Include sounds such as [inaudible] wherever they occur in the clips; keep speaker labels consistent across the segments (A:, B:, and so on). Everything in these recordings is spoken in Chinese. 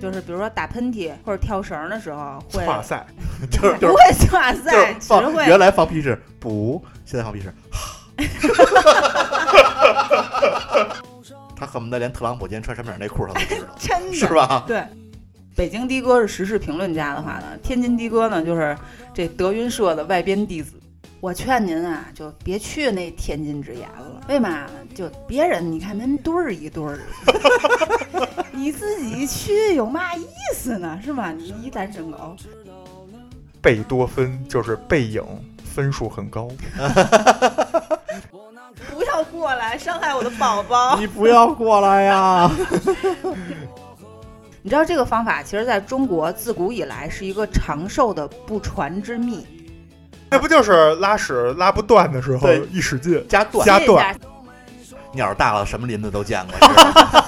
A: 比如说打喷嚏或者跳绳的时候会，
B: 哇塞， [laughs] 就是就
A: 不
B: 是
A: [laughs] 会哇
B: 就
A: 塞，
B: 是
A: 只
B: 放，
A: 会，
B: 原来放屁是不，现在放屁是， [laughs] 他恨不得连特朗普今天穿什么样内裤他都知道
A: 真的
B: 是吧？
A: 对，北京的哥是时事评论家的话呢，天津的哥呢就是这德云社的外边弟子。我劝您啊，就别去那天津之牙了。为嘛呢？就别人你看人堆儿一堆儿， [laughs] 你自己去有嘛意思呢？是吧？你一单身狗，
C: 贝多芬就是背影，分数很高。
A: 不要过来伤害我的宝宝。
B: 你不要过来呀！
A: 你知道这个方法，其实在中国自古以来是一个长寿的不传之秘。
C: [laughs] 那不就是拉屎拉不断的时候
B: 对
C: 一使劲，
B: 加段，
C: 加
A: 歇一下，
B: 鸟儿大了什么林子都见过，是吧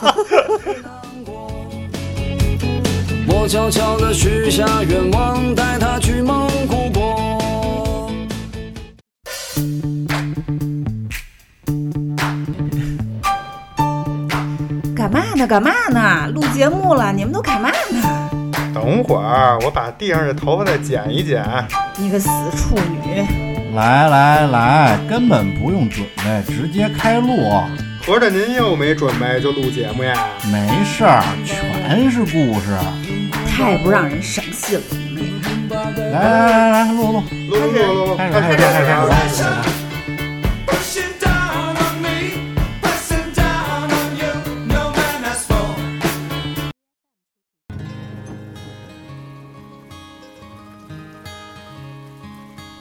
D: 我悄悄地许下愿望，带他去蒙古国。
A: 干嘛呢？干嘛呢？录节目了，你们都干嘛呢？
C: 等会儿我把地上的头发再剪一剪。
A: 你个死处女！
E: 来来来，根本不用准备，直接开录，
C: 合着您又没准备就录节目呀？
E: 没事儿，全是故事。
A: 太不让人省心了。
E: 来来来来，录录，
C: 录录录录
E: 开始开始开始开
C: 啊！
E: 始。
D: Pushing down on me, pressing down on you, no man asked for.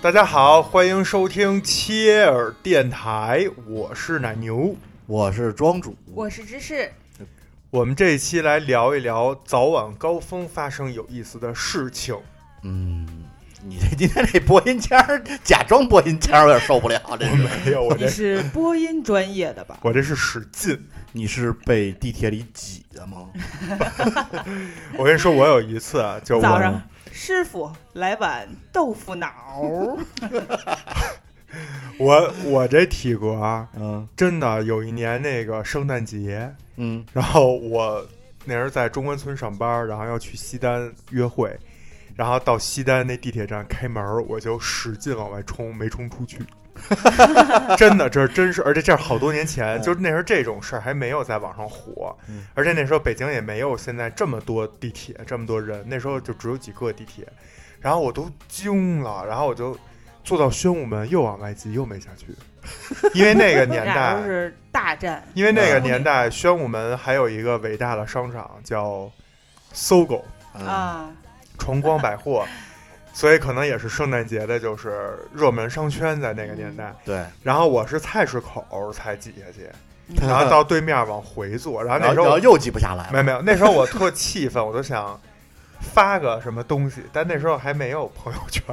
C: 大家好，欢迎收听切尔电台，我是奶牛。
B: 我是庄主，
A: 我是芝士，
C: 我们这一期来聊一聊早晚高峰发生有意思的事情。
B: 嗯，你这今天这播音腔儿，假装播音腔儿，我有点受不了。这是，
C: 哎呦，我
A: 你
C: 这
A: 是播音专业的吧？
C: 我这是使劲。
B: 你是被地铁里挤的吗？
C: 我跟你说，我有一次啊，就我
A: 早上，师傅来碗豆腐脑
C: [laughs]
A: 儿。
C: 我我这体格啊，
B: 嗯
C: 真的有一年那个圣诞节，
B: 嗯，
C: 然后我那时候在中关村上班，然后要去西单约会，然后到西单那地铁站开门，我就使劲往外冲，没
B: [laughs]
C: 冲出去。真的，这是真是，而且这是好多年前，
B: 嗯
C: 就是那时候这种事儿还没有在网上火，
B: 嗯
C: 而且那时候北京也没有现在这么多地铁，这么多人，那时候就只有几个地铁，然后我都惊了，然后我就坐到宣武门又往外挤，又没下
B: [laughs]
C: 去，因为那个年
A: 俩 [laughs]
C: 代
A: 都是大战，
C: 因为那个
B: 嗯
C: 年代，宣武门还有一个伟大的商场叫搜狗
B: 啊，
A: 啊，
C: 崇光百货，所以可能也是圣诞节的，就是热门商圈在那个年代。
B: 对，
C: 然后我是菜市口才挤下去，然后到对面往回坐，然后那
B: 然
C: 时
B: 后然
C: 候
B: 后又挤不下来嗯
C: 没有
B: 了。
C: 没有，那时候我特气愤，我就想。发个什么东西？但那时候还没有朋友圈，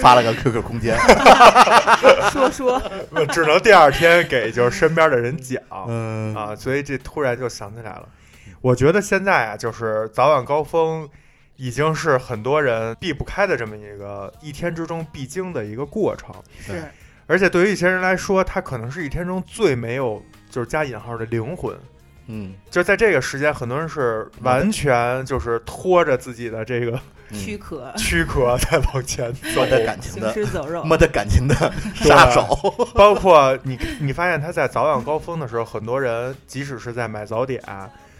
B: 发了个 QQ 空
C: [laughs]
B: 间，
A: 说说，
C: 我只能第二天给就是身边的人讲。
B: 嗯
C: 啊，所以这突然就想起来了。我觉得现在啊，就是早晚高峰，已经是很多人避不开的这么一个一天之中必经的一个过程。
A: 是
C: 而且对于一些人来说，它可能是一天中最没有就是加引号的灵魂。
B: 嗯，
C: 就是在这个时间，很多人是完全就是拖着自己的这个 [laughs]
A: 躯壳，
C: 躯壳在往前走
B: 没，嗯得感情
A: 行
B: 的，
A: 尸走肉。
B: 没得感 [laughs] 情的杀手，
C: 包括你，你发现他在早晚高峰的时候，很多人即使是在买早点、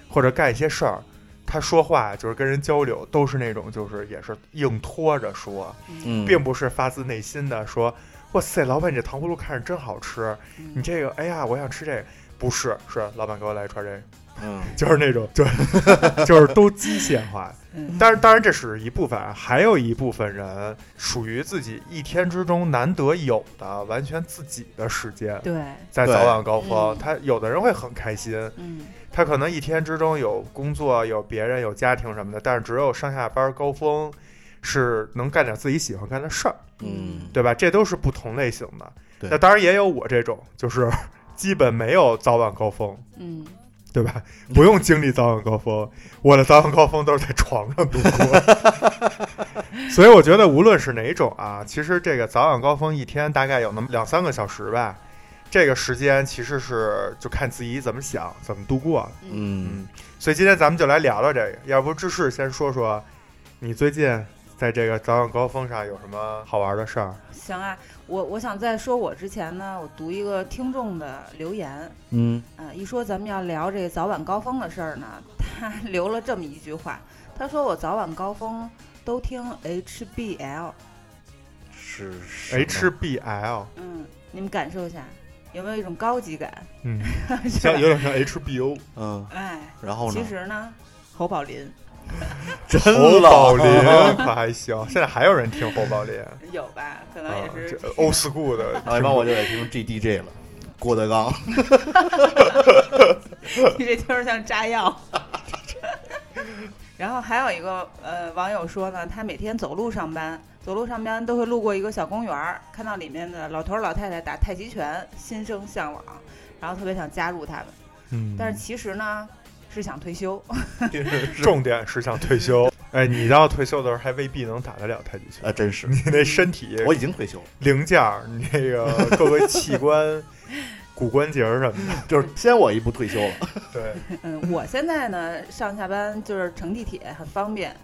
C: 或者干一些事儿，他说话就是跟人交流，都是那种就是也是硬拖着说，
B: 嗯
C: 并不是发自内心的说，哇塞，老板你这糖葫芦看着真好吃，
A: 嗯
C: 你这个，哎呀，我想吃这个。不是，是老板给我来一串这个，
B: 嗯
C: 就是那种，就是 [laughs] 就是都机械化。
A: 嗯
C: 但是，当然这只是一部分，还有一部分人属于自己一天之中难得有的完全自己的时间。
A: 对，
C: 在
B: 对
C: 早晚高峰
A: 嗯，
C: 他有的人会很开心，
A: 嗯，
C: 他可能一天之中有工作、有别人、有家庭什么的，但是只有上下班高峰是能干点自己喜欢干的事儿，
B: 嗯，
C: 对吧？这都是不同类型的。
B: 对
C: 那当然也有我这种，就是 [laughs] 基本没有早晚高峰，
A: 嗯，
C: 对吧？不用经历早晚高 [laughs] 峰，我的早晚高峰都是在床上度过。 [laughs] 所以我觉得，无论是哪种啊，其实这个早晚高峰一天大概有那么两三个小时吧，这个时间其实是就看自己怎么想，怎么度过。
B: 嗯，
C: 所以今天咱们就来聊聊这个。要不芝士先说说，你最近在这个早晚高峰上有什么好玩的事儿？
A: 行啊，我我想在说我之前呢，我读一个听众的留言，
B: 嗯，
A: 呃，一说咱们要聊这个早晚高峰的事儿呢， [laughs] 他留了这么一句话，他说我早晚高峰都听 HBL，
B: 是
C: HBL，
A: 嗯，你们感受一下，有没有一种高级感？ [laughs]
C: 嗯，
A: 是
C: 像
A: 吧
C: 有哦点像 HBO，
B: 嗯，
A: 哎，
B: 然后呢
A: 其？实呢，侯宝林
B: 真
C: 侯
B: 老
C: 宝
B: [laughs]
C: 林 [laughs] 可还行，现在还有人听侯宝林，
A: 有吧？可能
C: 啊，
A: 也
C: 这
A: 是、
C: old school
A: [laughs]
C: 的，
B: 啊，一般我就得听 GDJ [laughs] 了，郭德纲。
A: 你这听着像炸药。 [laughs] 然后还有一个呃网友说呢，他每天走路上班，走路上班都会路过一个小公园儿，看到里面的老头儿老太太打太极拳，心生向往，然后特别想加入他们。
C: 嗯
A: 但是其实呢，是想退休。 [laughs]
C: 重点是想退休。哎，你到退休的时候还未必能打得了太极
A: [laughs]
B: [laughs]
C: 拳，
B: 啊，真是，
C: 你那身体
B: 我已经退休了，
C: 零件儿，你那
A: [laughs]
C: 个各个器官、骨关节儿什么的，
B: 就是先我一步退休了。
C: 对，
A: 嗯，我现在呢上下班就是乘地铁，很方便。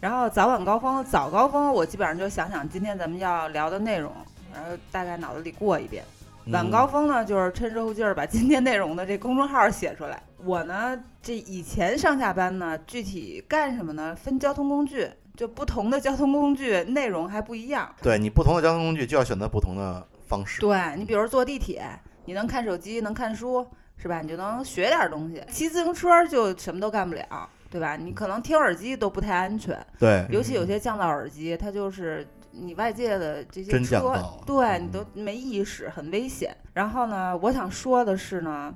A: 然后早晚高峰，早高峰我基本上就想想今天咱们要聊的内容，然后大概脑子里过一遍。
B: 嗯
A: 晚高峰呢，就是趁热乎劲儿把今天内容的这公众号写出来。 [laughs] 我呢，这以前上下班呢，具体干什么呢？分交通工具，就不同的交通工具内容还不一样。
B: 对你不同的交通工具就要选择不同的方式。
A: 对你，比如坐地铁，你能看手机，能看书，是吧？你就能学点儿东西。骑自行车就什么都干不了，对吧？你可能听耳机都不太安全，
B: 对，
A: 尤其有些降噪耳机，它就是你外界的这些
B: 真降
A: 车
B: 噪，
A: 对
B: 嗯
A: 你都没意识，很危险。然后呢，我想说的是呢，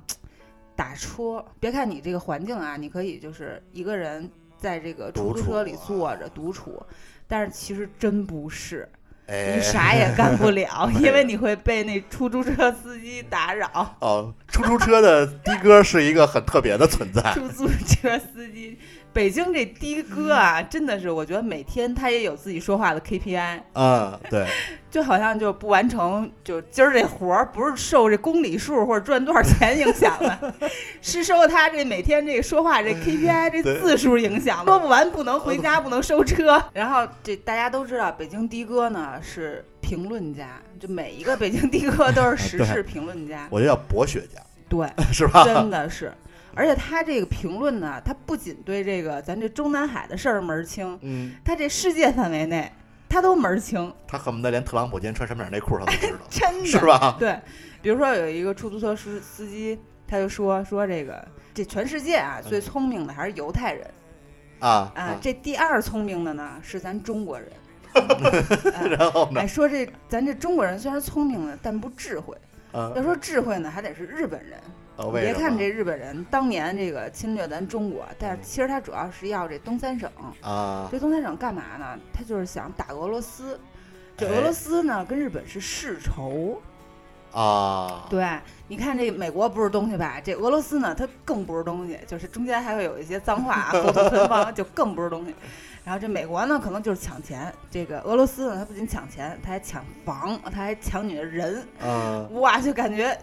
A: 打车，别看你这个环境啊，你可以就是一个人在这个出
B: 独
A: 租
B: 处
A: 车里
B: 啊
A: 坐着独处，但是其实真不是，
B: 哎
A: 你，啥也干不
B: [laughs]
A: 了，因为你会被那出租车司机打扰。
B: 哦，出租车的的哥是一个很特别的存在。 [laughs]
A: 出租车司机，北京这的哥啊，真的是，我觉得每天他也有自己说话的 KPI。
B: 嗯，对，
A: 就好像就不完成，就今儿这活儿不是受这公里数或者赚多少钱影响 [laughs] 的，是受他这每天这说话这 KPI 这
B: 对
A: 字数影响的。嗯说不完不能回家，不能收车。然后这大家都知道，北京的哥呢是评论家，就每一个北京的哥都是 [laughs] 时
B: 对
A: 事评论家，
B: 我就叫博学家，
A: [laughs] 对，
B: 是吧？
A: 真的是。而且他这个评论呢，他不仅对这个咱这中南海的事儿门儿清，
B: 嗯，
A: 他这世界范围内他都门儿清，
B: 他恨不得连特朗普今天穿什么样内裤他都知道，
A: 真的
B: 是吧？
A: 对，比如说有一个出租车司司机，他就说说这个这全世界啊
B: 嗯
A: 最聪明的还是犹太人
B: 啊
A: 啊，，这第二聪明的呢是咱中国
B: [laughs]
A: 人。啊
B: 然后呢
A: 哎，？说这咱这中国人虽然聪明了，但不智慧。要
B: 嗯，
A: 说智慧呢，还得是日本人。
B: 哦为
A: 别
B: 什
A: 看
B: 么
A: 这日本人当年这个侵略咱中国，但是其实他主要是要这东三省。
B: 啊，
A: 这东三省干嘛呢？他就是想打俄罗斯。这
B: 哎
A: 俄罗斯呢，跟日本是世仇。
B: 啊，
A: 对，你看这美国不是东西吧？这俄罗斯呢，它更不是东西，就是中间还会有一些脏话啊，口吐芬芳，就更不是东西。然后这美国呢，可能就是抢钱；这个俄罗斯呢，它不仅抢钱，它还抢房，它还抢你的人。
B: 嗯，
A: 哇，就感觉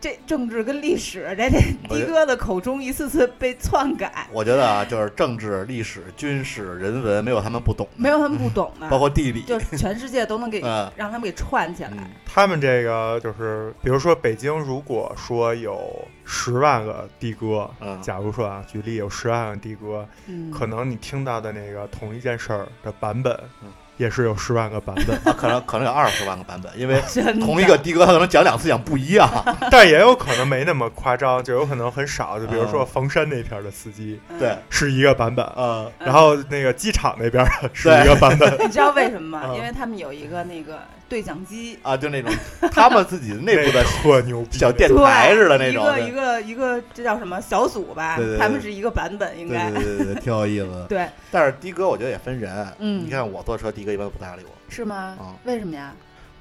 A: 这政治跟历史在这
B: 哎
A: 的哥的口中一次次被篡改，
B: 我觉得啊，就是政治、历史、军事、人文，没有他们不懂，
A: 没有他们不懂
B: 包
A: 的，
B: 括地理，
A: 就是全世界都能给
B: 嗯
A: 让他们给串起来。
B: 嗯，
C: 他们这个就是，比如说北京，如果说有十万个的哥，
B: 嗯
C: 假如说啊，举例有十万个的哥，
A: 嗯，
C: 可能你听到的那个同一件事儿的版本
B: 嗯，，
C: 也是有十万个版本
B: 啊，可能可能有二十万个版本，
A: [laughs]
B: 因为
A: 真的
B: 同一个的哥他可能讲两次讲不
A: [laughs]
B: 一样，
C: [laughs] 但也有可能没那么夸张，就有可能很少。就比如说
B: 嗯
C: 房山那片儿的司机
A: 嗯
B: 对，
C: 是一个版本，
B: 呃，
A: 嗯
C: 然后那个机场那边儿
B: [laughs]
C: 的是一个版本，
A: 你知道为什么吗？
C: 嗯
A: 因为他们有一个那个对讲机，
B: 啊，就那种他们自己内部的
C: 特牛逼，
B: 小电
A: 对，
B: 台似的那
A: 一
B: 种，
A: 个一个一个，这叫什么小组吧？
B: 对对对
A: 他们是一个版本，应
B: 对
A: 该
B: 对对对对，挺有意思的。
A: 对
B: 但是的哥我觉得也分人，
A: 嗯
B: 你看我坐车的哥一般都不搭理我，
A: 是吗
B: 啊
A: 为什么呀？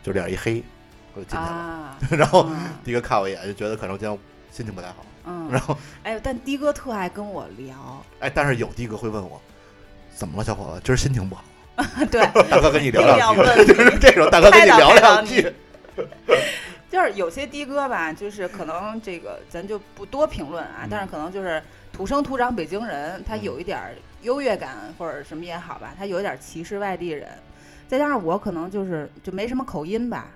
B: 就脸一黑，我就进去了，
A: 啊，
B: [laughs] 然后
A: 嗯
B: 的哥看我一眼就觉得可能今天心情不太好，然
A: 嗯，
B: 后
A: 哎呦，但的哥特爱跟我聊， [laughs]
B: 哎，但是有的哥会问我，怎么了，小伙子，今儿心
A: [laughs]
B: 情不好。
A: 对，
B: 大哥跟你聊
A: 一定要
B: 两 [laughs]
A: 问你 [laughs]
B: 句，就是这种大哥跟你聊两
A: 开
B: 句，
A: 就是有些的哥吧，就是可能这个咱就不多评论啊，
B: 嗯
A: 但是可能就是土生土长北京人，他
B: 嗯
A: 有一点儿优越感或者什么也好吧，他有一点儿歧视外地人，再加上我可能就是就没什么口音吧。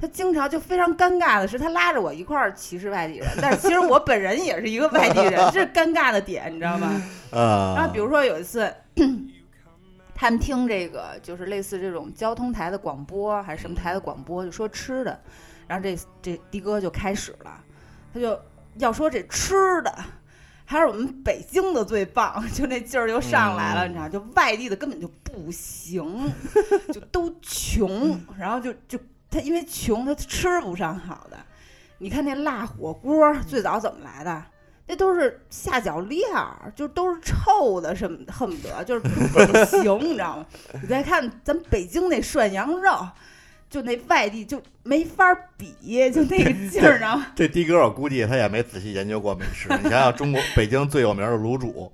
A: 他经常就非常尴尬的是，他拉着我一块儿歧视外地人，但是其实我本人也是一个外地人，这是尴尬的点，你知道吗？
B: 啊
A: 然后比如说有一次， [clears throat] 他们听这个就是类似这种交通台的广播还是什么台的广播，就说吃的，然后这这的哥就开始了，他就要说这吃的。还是我们北京的最棒，就那劲儿就上来了，
B: 嗯
A: 你知道，就外地的根本就不行，就都穷，然后就就他因为穷，他吃不上好的。你看那辣火锅最早怎么来的？那都是下脚料儿，就都是臭的，什么恨不得就是不行，你知道吗？你再看咱北京那涮羊肉，就那外地就没法儿比，就那个劲儿，你知道吗？
B: 这的哥，我估计他也没仔细研究过美食。你想想，中国北京最有名的卤煮，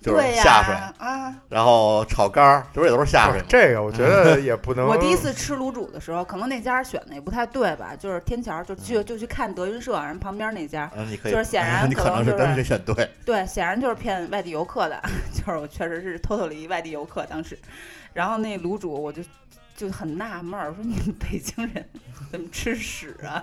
B: 就是
A: 对呀、
B: 下水，
A: 啊！
B: 然后炒肝儿，这不是也都是下水吗？
C: 这个我觉得
B: 嗯
C: 也不能。
A: 我第一次吃卤煮的时候，可能那家选的也不太对吧，就是天桥，就
C: 嗯
A: 去就去看德云社，人旁边那家，
B: 嗯，你可以，
A: 就是显然
B: [laughs] 你
A: 可
B: 可能
A: 就是哎
B: 真是选对，
A: 对，显然就是骗外地游客的， [laughs] 就是我确实是偷偷一外地游客当时，然后那卤煮我就就很纳闷儿，我说你们北京人怎么吃屎啊？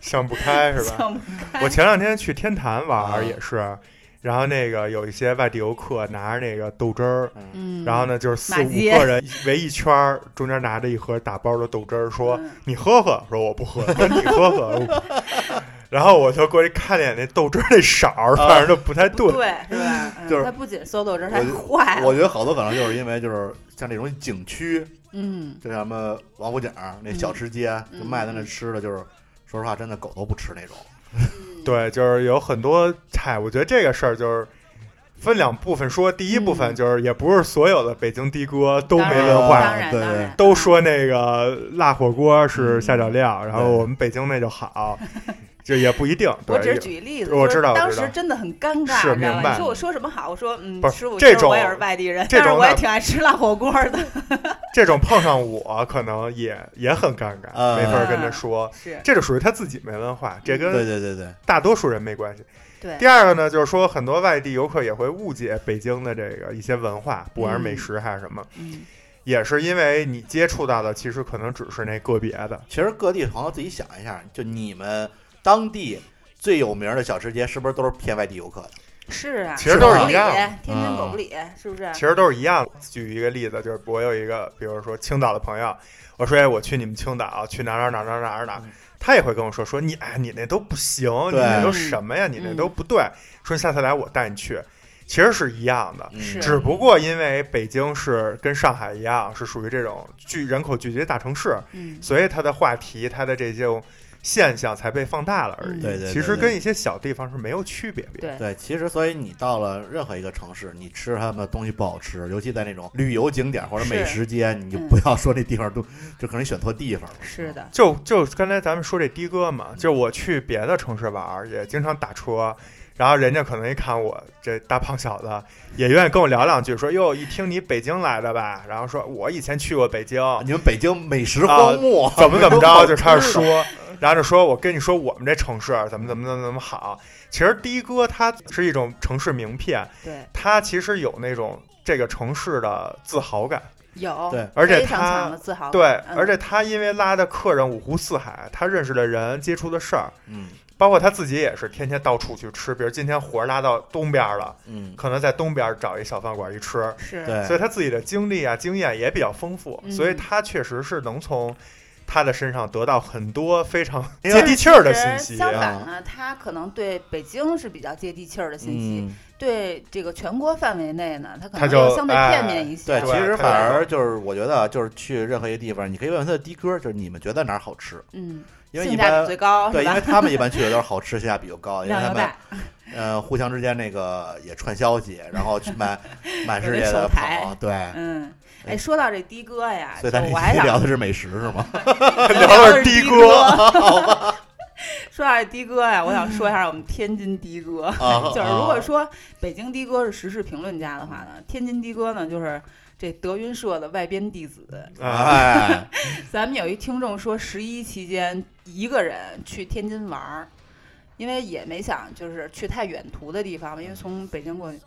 C: 想不开是吧？
A: 想不开
C: 我前两天去天坛玩
B: 啊
C: 儿也是，然后那个有一些外地游客拿着那个豆汁儿，
A: 嗯，
C: 然后呢就是四
A: 马
C: 五
A: 街
C: 个人围一圈儿，中间拿着一盒打包的豆汁儿，说
A: 嗯
C: 你喝喝，说我不喝，说你喝喝。我然后我就过去看了一眼那豆汁儿那色儿，反正就不太
A: 不
C: 对。
A: 对是吧？嗯
B: 就是
A: 它不仅搜豆汁儿，它
B: 我
A: 还坏
B: 就我
A: 了，
B: 觉得好多可能就是因为就是像这种景区，
A: 嗯，
B: 就像什么王府井儿那小吃街，
A: 嗯
B: 就卖的那吃的，就是说实话，真的狗都不吃那种。
C: [laughs] 对，就是有很多菜，我觉得这个事儿就是分两部分说。第一部分
A: 嗯
C: 就是，也不是所有的北京的哥都
A: 当
C: 没
A: 然
C: 文
A: 当
C: 化，
A: 然
B: 对
A: 当
B: 对
A: 然嗯
C: 都说那个辣火锅是下脚料，然后
B: 对
C: 我们北京那就好，这也不一定。
A: 我只
C: 对
A: 是，举例子，
C: 我知道
A: 就是
C: 我
A: 当
C: 知道
A: 时真的很尴尬，
C: 是
A: 你知道吧？
C: 明白
A: 你说我说什么好？我说嗯
C: 不，是
A: 师傅，
C: 这
A: 其实我
C: 种
A: 也是外地人，
C: 这
A: 但是
C: 种
A: 我也
C: 哪
A: 挺爱吃辣火锅
C: [laughs]
A: 的。
C: 这种碰上我可能也也很尴尬，
A: 啊
B: 嗯
C: 没法儿跟他说。
A: 是
C: 这就属于他自己没文化，这
B: 对
C: 跟
B: 对对对，
C: 大多数人没关系。
A: 对
C: 第，二个呢，就是说很多外地游客也会误解北京的这个一些文化，不管是美食还是什么，
A: 嗯，
C: 也是因为你接触到的其实可能只是那个别的。
B: 其实各地朋友自己想一下，就你们当地最有名的小吃街，是不是都是骗外地游客的？
A: 是啊，
C: 其实都是一样
A: 狗不
C: 的
A: 理天津狗不理，是不是？
B: 嗯
C: 其实都是一样的。举一个例子，就是我有一个，比如说青岛的朋友，我说哎，我去你们青岛，去哪儿哪儿哪儿哪儿哪儿哪儿
B: 嗯，
C: 他也会跟我说说你哎，你那都不行，你
B: 对嗯
C: 那都什么呀，你那都不对。说下次来我带你去，其实是一样的。
B: 嗯
A: 是
C: 只不过因为北京是跟上海一样，是属于这种聚人口聚集的大城市，
A: 嗯，
C: 所以它的话题、它的这种现象才被放大了而已。
A: 嗯
B: 对对对
C: 其实
B: 对
C: 跟一些小地方是没有区别的。
A: 对，
B: 对，其实所以你到了任何一个城市，你吃他们的东西不好吃，尤其在那种旅游景点或者美食街，你
A: 嗯
B: 就不要说那地方都，就可能选错地方了。
A: 是的，
C: 就就刚才咱们说这的哥嘛，
B: 嗯
C: 就我去别的城市玩儿，也经常打车，然后人家可能一看我这大胖小子，也愿意跟我聊两句，说哟，一听你北京来的吧，然后说我以前去过北
B: [laughs]
C: 京，
B: 啊，你们北京美食荒漠，
C: 怎么怎么着，就开始
B: 没有好吃的。 [laughs]
C: 说，然后就说我跟你说我们这城市啊怎么怎么怎么怎么好。其实的哥他是一种城市名片，
A: 对，
C: 他其实有那种这个城市的自豪感。
A: 有，
B: 对
C: 而且
A: 非常
C: 他
A: 强的自豪感，
C: 对，
A: 嗯
C: 而且他因为拉的客人五湖四海，他认识的人、接触的事儿，
B: 嗯
C: 包括他自己也是天天到处去吃，比如今天活儿拉到东边儿了，
B: 嗯，
C: 可能在东边儿找一小饭馆一吃，
A: 是，
C: 所
B: 对
C: 以他自己的经历啊、经验也比较丰富，
A: 嗯
C: 所以他确实是能从他的身上得到很多非常 [laughs]
B: 因
C: 接
B: 为
C: 地气儿的信息。啊
A: 相反呢，他可能对北京是比较接地气儿的信息，
B: 嗯，
A: 对这个全国范围内呢，他可
C: 他
A: 能
C: 就
A: 又相对片
C: 哎
A: 面一些。
B: 对，
C: 对
B: 其实
C: 太
B: 反
C: 对
B: 而就是我觉得啊，就是去任何一个地方，你可以问问他的的哥，就是你们觉得哪儿好吃，
A: 嗯，
B: 因为
A: 性
B: 一
A: 价比
B: 般
A: 最高
B: 对，
A: 是
B: 因为
A: 吧？
B: 他们一般去的都是好吃，性价比又高，因为
A: 两
B: 他
A: 牛
B: 们
A: 大，
B: 呃互相之间那个也传消息，然后去
A: [laughs]
B: 满满世
A: 有
B: 界
A: 那
B: 的
A: 手牌
B: 跑，对，
A: 嗯，哎，说到这的哥呀，就
B: 所以咱这
A: 我还
B: 期
A: 想
B: 聊的是美食
A: [laughs]
B: 是吗？
A: 聊
C: 聊
A: 的
C: 的
A: 是
C: 是
A: 的
C: 的
A: 哥 [laughs]
C: 哥，
A: 说到这的哥呀，我想说一下我们天津的哥。 [laughs]
B: 啊，
A: 就是如果说北京的哥是时事评论家的话呢，天津的哥呢就是这德云社的外边弟子。[laughs]
C: 啊，
B: 哎，
A: 咱们有一听众说，十一期间一个人去天津玩儿，因为也没想就是去太远途的地方嘛，因为从北京过去，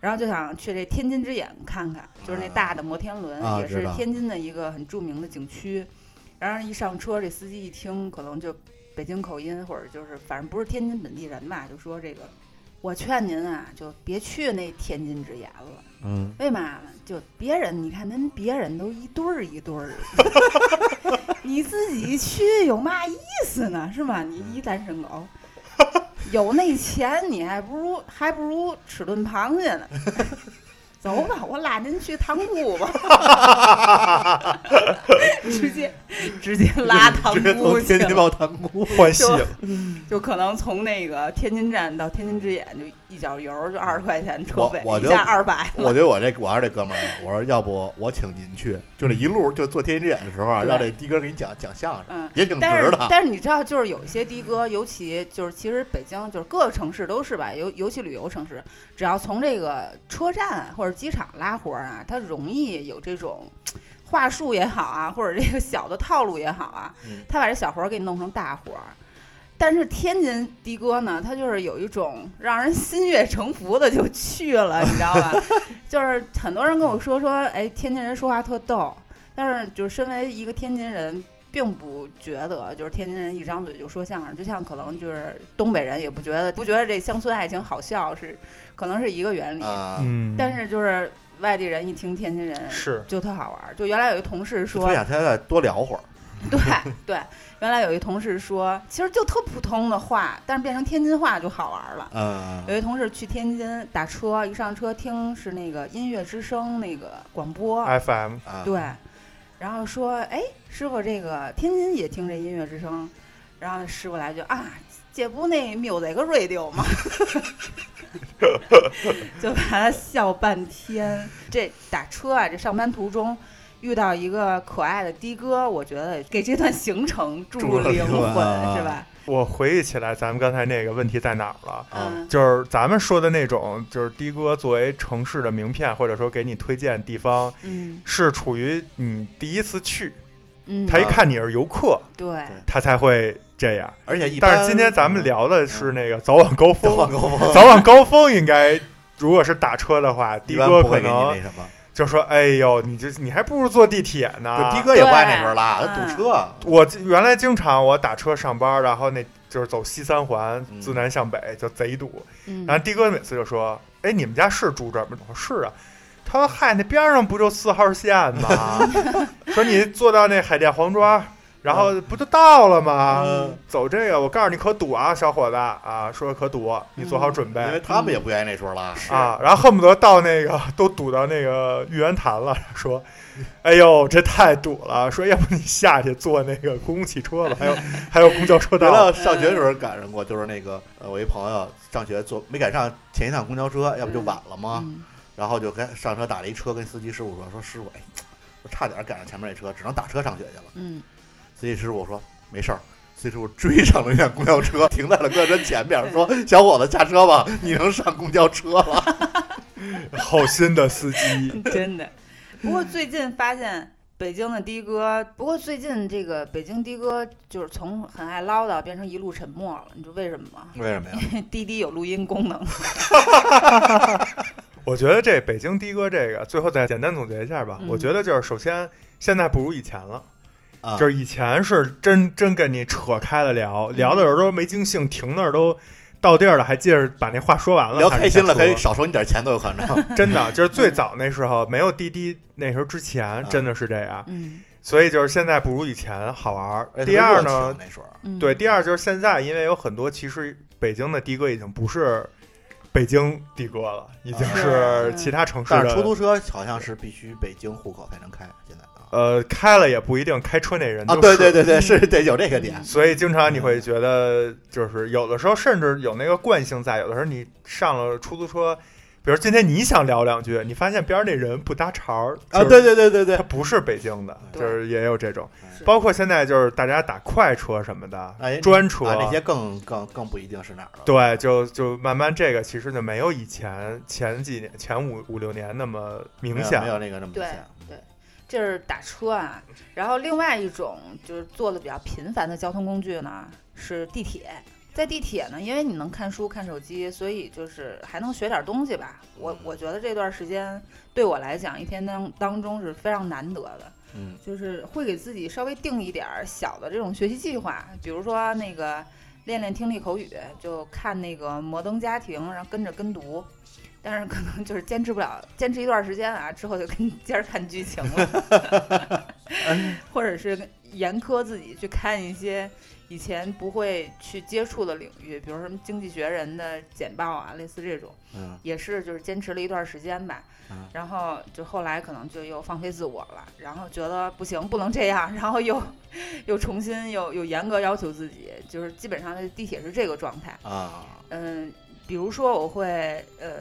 A: 然后就想去这天津之眼看看，就是那大的摩天轮，
B: 啊
A: 也
B: 知
A: 是
B: 道
A: 天津的一个很著名的景区。然后一上车，这司机一听，可能就北京口音，或者就是反正不是天津本地人吧，就说这个，我劝您啊，就别去那天津之眼了。
B: 嗯，
A: 为嘛呢？就别人，你看咱别人都一对儿一对
B: [laughs]
A: 儿的，你自己去有嘛意思呢？是吗？你一单身狗，有那钱你还不如还不如吃顿螃蟹呢。走吧，我拉您去塘沽吧，
B: [laughs]
A: 直接直接拉塘
B: 直接
A: 沽
B: 从
A: 去
B: 天津
A: 了，
B: 到塘沽，
C: 换戏了，
A: 就可能从那个天津站到天津之眼就一脚油儿就二十块钱车
B: 我
A: 费，
B: 我
A: 一
B: 觉
A: 下
B: 得
A: 二百了。
B: 我觉得我这我是这哥们儿，我说要不我请您去，就这一路就做天津之眼的时候啊，
A: 对
B: 让这的哥给你讲讲相声，
A: 嗯，
B: 也挺
A: 但
B: 值
A: 是
B: 的。
A: 但是你知道，就是有一些的哥，尤其就是其实北京就是各个城市都是吧，尤尤其旅游城市，只要从这个车站或者机场拉活儿啊，它容易有这种话术也好啊，或者这个小的套路也好啊
B: 嗯，
A: 他把这小活儿给你弄成大活儿。但是天津的哥呢，他就是有一种让人心悦诚服的就去了，你知道吧？就是很多人跟我说说，哎，天津人说话特逗，但是就是身为一个天津人，并不觉得就是天津人一张嘴就说相声，就像可能就是东北人也不觉得不觉得这乡村爱情好笑是，可能是一个原理。
B: 啊，
C: 嗯，
A: 但是就是外地人一听天津人
C: 是
A: 就特好玩儿。就原来有一同事
B: [laughs]
A: 说
B: 所以，想他再多聊会儿，
A: [laughs] 对对，原来有一同事说，其实就特普通的话，但是变成天津话就好玩儿了。
B: 嗯，
A: 有一同事去天津打车，一上车听是那个音乐之声那个广
C: 哎
A: 播，
C: FM
B: 啊，
A: 对，然后说，哎，师傅，这个天津也听这音乐之声，然后师傅来一句啊，这不那 music radio 吗？ [laughs] 就把他笑半天。这打车啊，这上班途中。遇到一个可爱的的哥，我觉得给这段行程注
B: 注
A: 入
B: 入
A: 灵
B: 灵魂
A: 魂，
B: 啊
A: 是吧？
C: 我回忆起来，咱们刚才那个问题在哪儿了？
B: 啊，
A: 嗯，
C: 就是咱们说的那种，就是的哥作为城市的名片，或者说给你推荐地方，
A: 嗯
C: 是处于你第一次去，
A: 嗯，
C: 他一看你是游客，
A: 对，
C: 他才会这样。
B: 而且一般嗯
C: 但是今天
B: [laughs]
C: 咱们聊的是那个早晚高
B: 都往
C: 峰，
B: 高峰，
C: [laughs] 早晚高峰应该如果是打车的话，的
B: 一般
C: 哥
B: 不
C: 可
B: 会给你
C: 能
B: 那什么，
C: 就说：“哎呦，你这你还不如坐地铁呢。”
B: 就的哥也不爱那
A: 对
B: 边儿拉，他堵车，
C: 我原来经常我打车上班，然后那就是走西三环，
B: 嗯
C: 自南向北就贼堵。
A: 嗯
C: 然后的哥每次就说：“哎，你们家是住这儿吗？”我说：“是啊。”他说：“嗨，那边上不就四号线吗？说你坐到那海淀黄庄，然后不就到了吗？
B: 嗯
C: 走这个，我告诉你可堵啊，小伙子啊，说可堵，你做好准备。
B: 因为他们也不愿意那时候拉，
C: 啊，然后恨不得到那个都堵到那个玉渊潭了，说：“哎呦，这太堵了！”说要不你下去坐那个公共汽车吧，还有还有公交车
B: [laughs] 原来
C: 道。嗯
B: 我上学的时候赶上过，就是那个呃，我一朋友上学坐没赶上前一趟公交车，要不就晚了嘛，
A: 嗯
B: 然后就跟上车打了一车，跟司机师傅说说师傅，哎，我差点赶上前面那车，只能打车上学去了。
A: 嗯，
B: 司机师傅说没事儿。司机师傅追上了一辆公交车，停在了公交车前面，说：“小伙子，下车吧， [laughs] 你能上公交车了。
C: 好心的
A: [laughs]
C: 司机，
A: 真的。不过最近发现北京的的哥，不过最近这个北京的哥就是从很爱唠叨变成一路沉默了，你知道为什么吗？”
B: 为什么呀？
A: 滴滴有录音功能，
C: 我觉得这北京的哥这个，最后再简单总结一下吧。
A: 嗯
C: 我觉得就是，首先现在不如以前了，
B: 啊，
C: 就是以前是真真跟你扯开了聊，聊的时候都没尽兴，停那儿都到地儿了，还接着把那话说完了，
B: 聊开心了，可
C: 还
B: 以少收你点钱都有可 [laughs] 能。
C: 真的就是最早那时候没有滴滴那时候之前
B: 嗯，
C: 真的是这样。
A: 嗯
C: 所以就是现在不如以前好玩儿
B: 哎。
C: 第二
B: 特别热
C: 呢
B: 情，那时候
A: 嗯，
C: 对，第二就是现在，因为有很多其实北京的的哥已经不是北京的哥了，已经是其他城市
B: 但是出
C: 的。
B: 租车好像是必须北京户口才能开，现在啊。
C: 呃，开了也不一定开车那人
B: 啊，
C: 就是
B: 对对。对对，是得有这个点。
C: 所以经常你会觉得，就是有的时候甚至有那个惯性在，有的时候你上了出租车，比如今天你想聊两句，你发现边上那人不搭茬儿
B: 啊，对，对对对
C: 就是
B: 对
C: 他，不是北京的，
A: 对
C: 就是也有这种
A: 是，
C: 包括现在就是大家打快车什么的，
B: 哎
C: 专车、
B: 啊，那些更更更不一定是哪儿了。
C: 对，就就慢慢这个其实就没有以前前几年前五五六年那么
B: 没
C: 明
B: 有，
C: 显
B: 没有那个那么明
A: 对
B: 显。
A: 对，这是打车啊。然后另外一种就是坐的比较频繁的交通工具呢是地铁。在地铁呢，因为你能看书、看手机，所以就是还能学点东西吧。我我觉得这段时间对我来讲，一天当当中是非常难得的。
B: 嗯，
A: 就是会给自己稍微定一点儿小的这种学习计划，比如说那个练练听力口语，就看那个《摩登家庭》，然后跟着跟读。但是可能就是坚持不了，坚持一段时间啊，之后就跟接着看剧情了， [laughs] 或者是严苛自己去看一些以前不会去接触的领域，比如什么《经济学人》的简报啊，类似这种。
B: 嗯，
A: 也是就是坚持了一段时间吧，
B: 嗯
A: 然后就后来可能就又放飞自我了，然后觉得不行，不能这样， [laughs] 然后又又重新又又严格要求自己，就是基本上地铁是这个状态。
B: 啊，
A: 嗯，比如说我会呃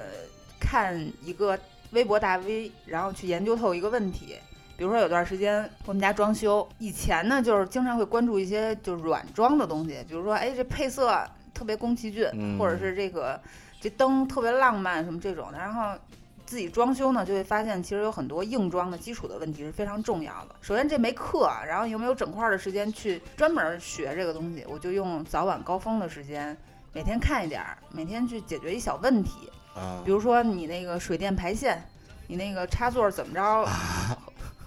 A: 看一个微博大 V，然后去研究透一个问题。比如说有段时间我们家装修，以前呢就是经常会关注一些就是软装的东西，比如说哎这配色特别宫崎骏，
B: 嗯
A: 或者是这个这灯特别浪漫什么这种的，然后。自己装修呢，就会发现其实有很多硬装的基础的问题是非常重要的。首先这没课，然后有没有整块儿的时间去专门学这个东西？我就用早晚高峰的时间，每天看一点儿，每天去解决一小问题。
B: 啊
A: 比如说你那个水电排线，你那个插座怎么着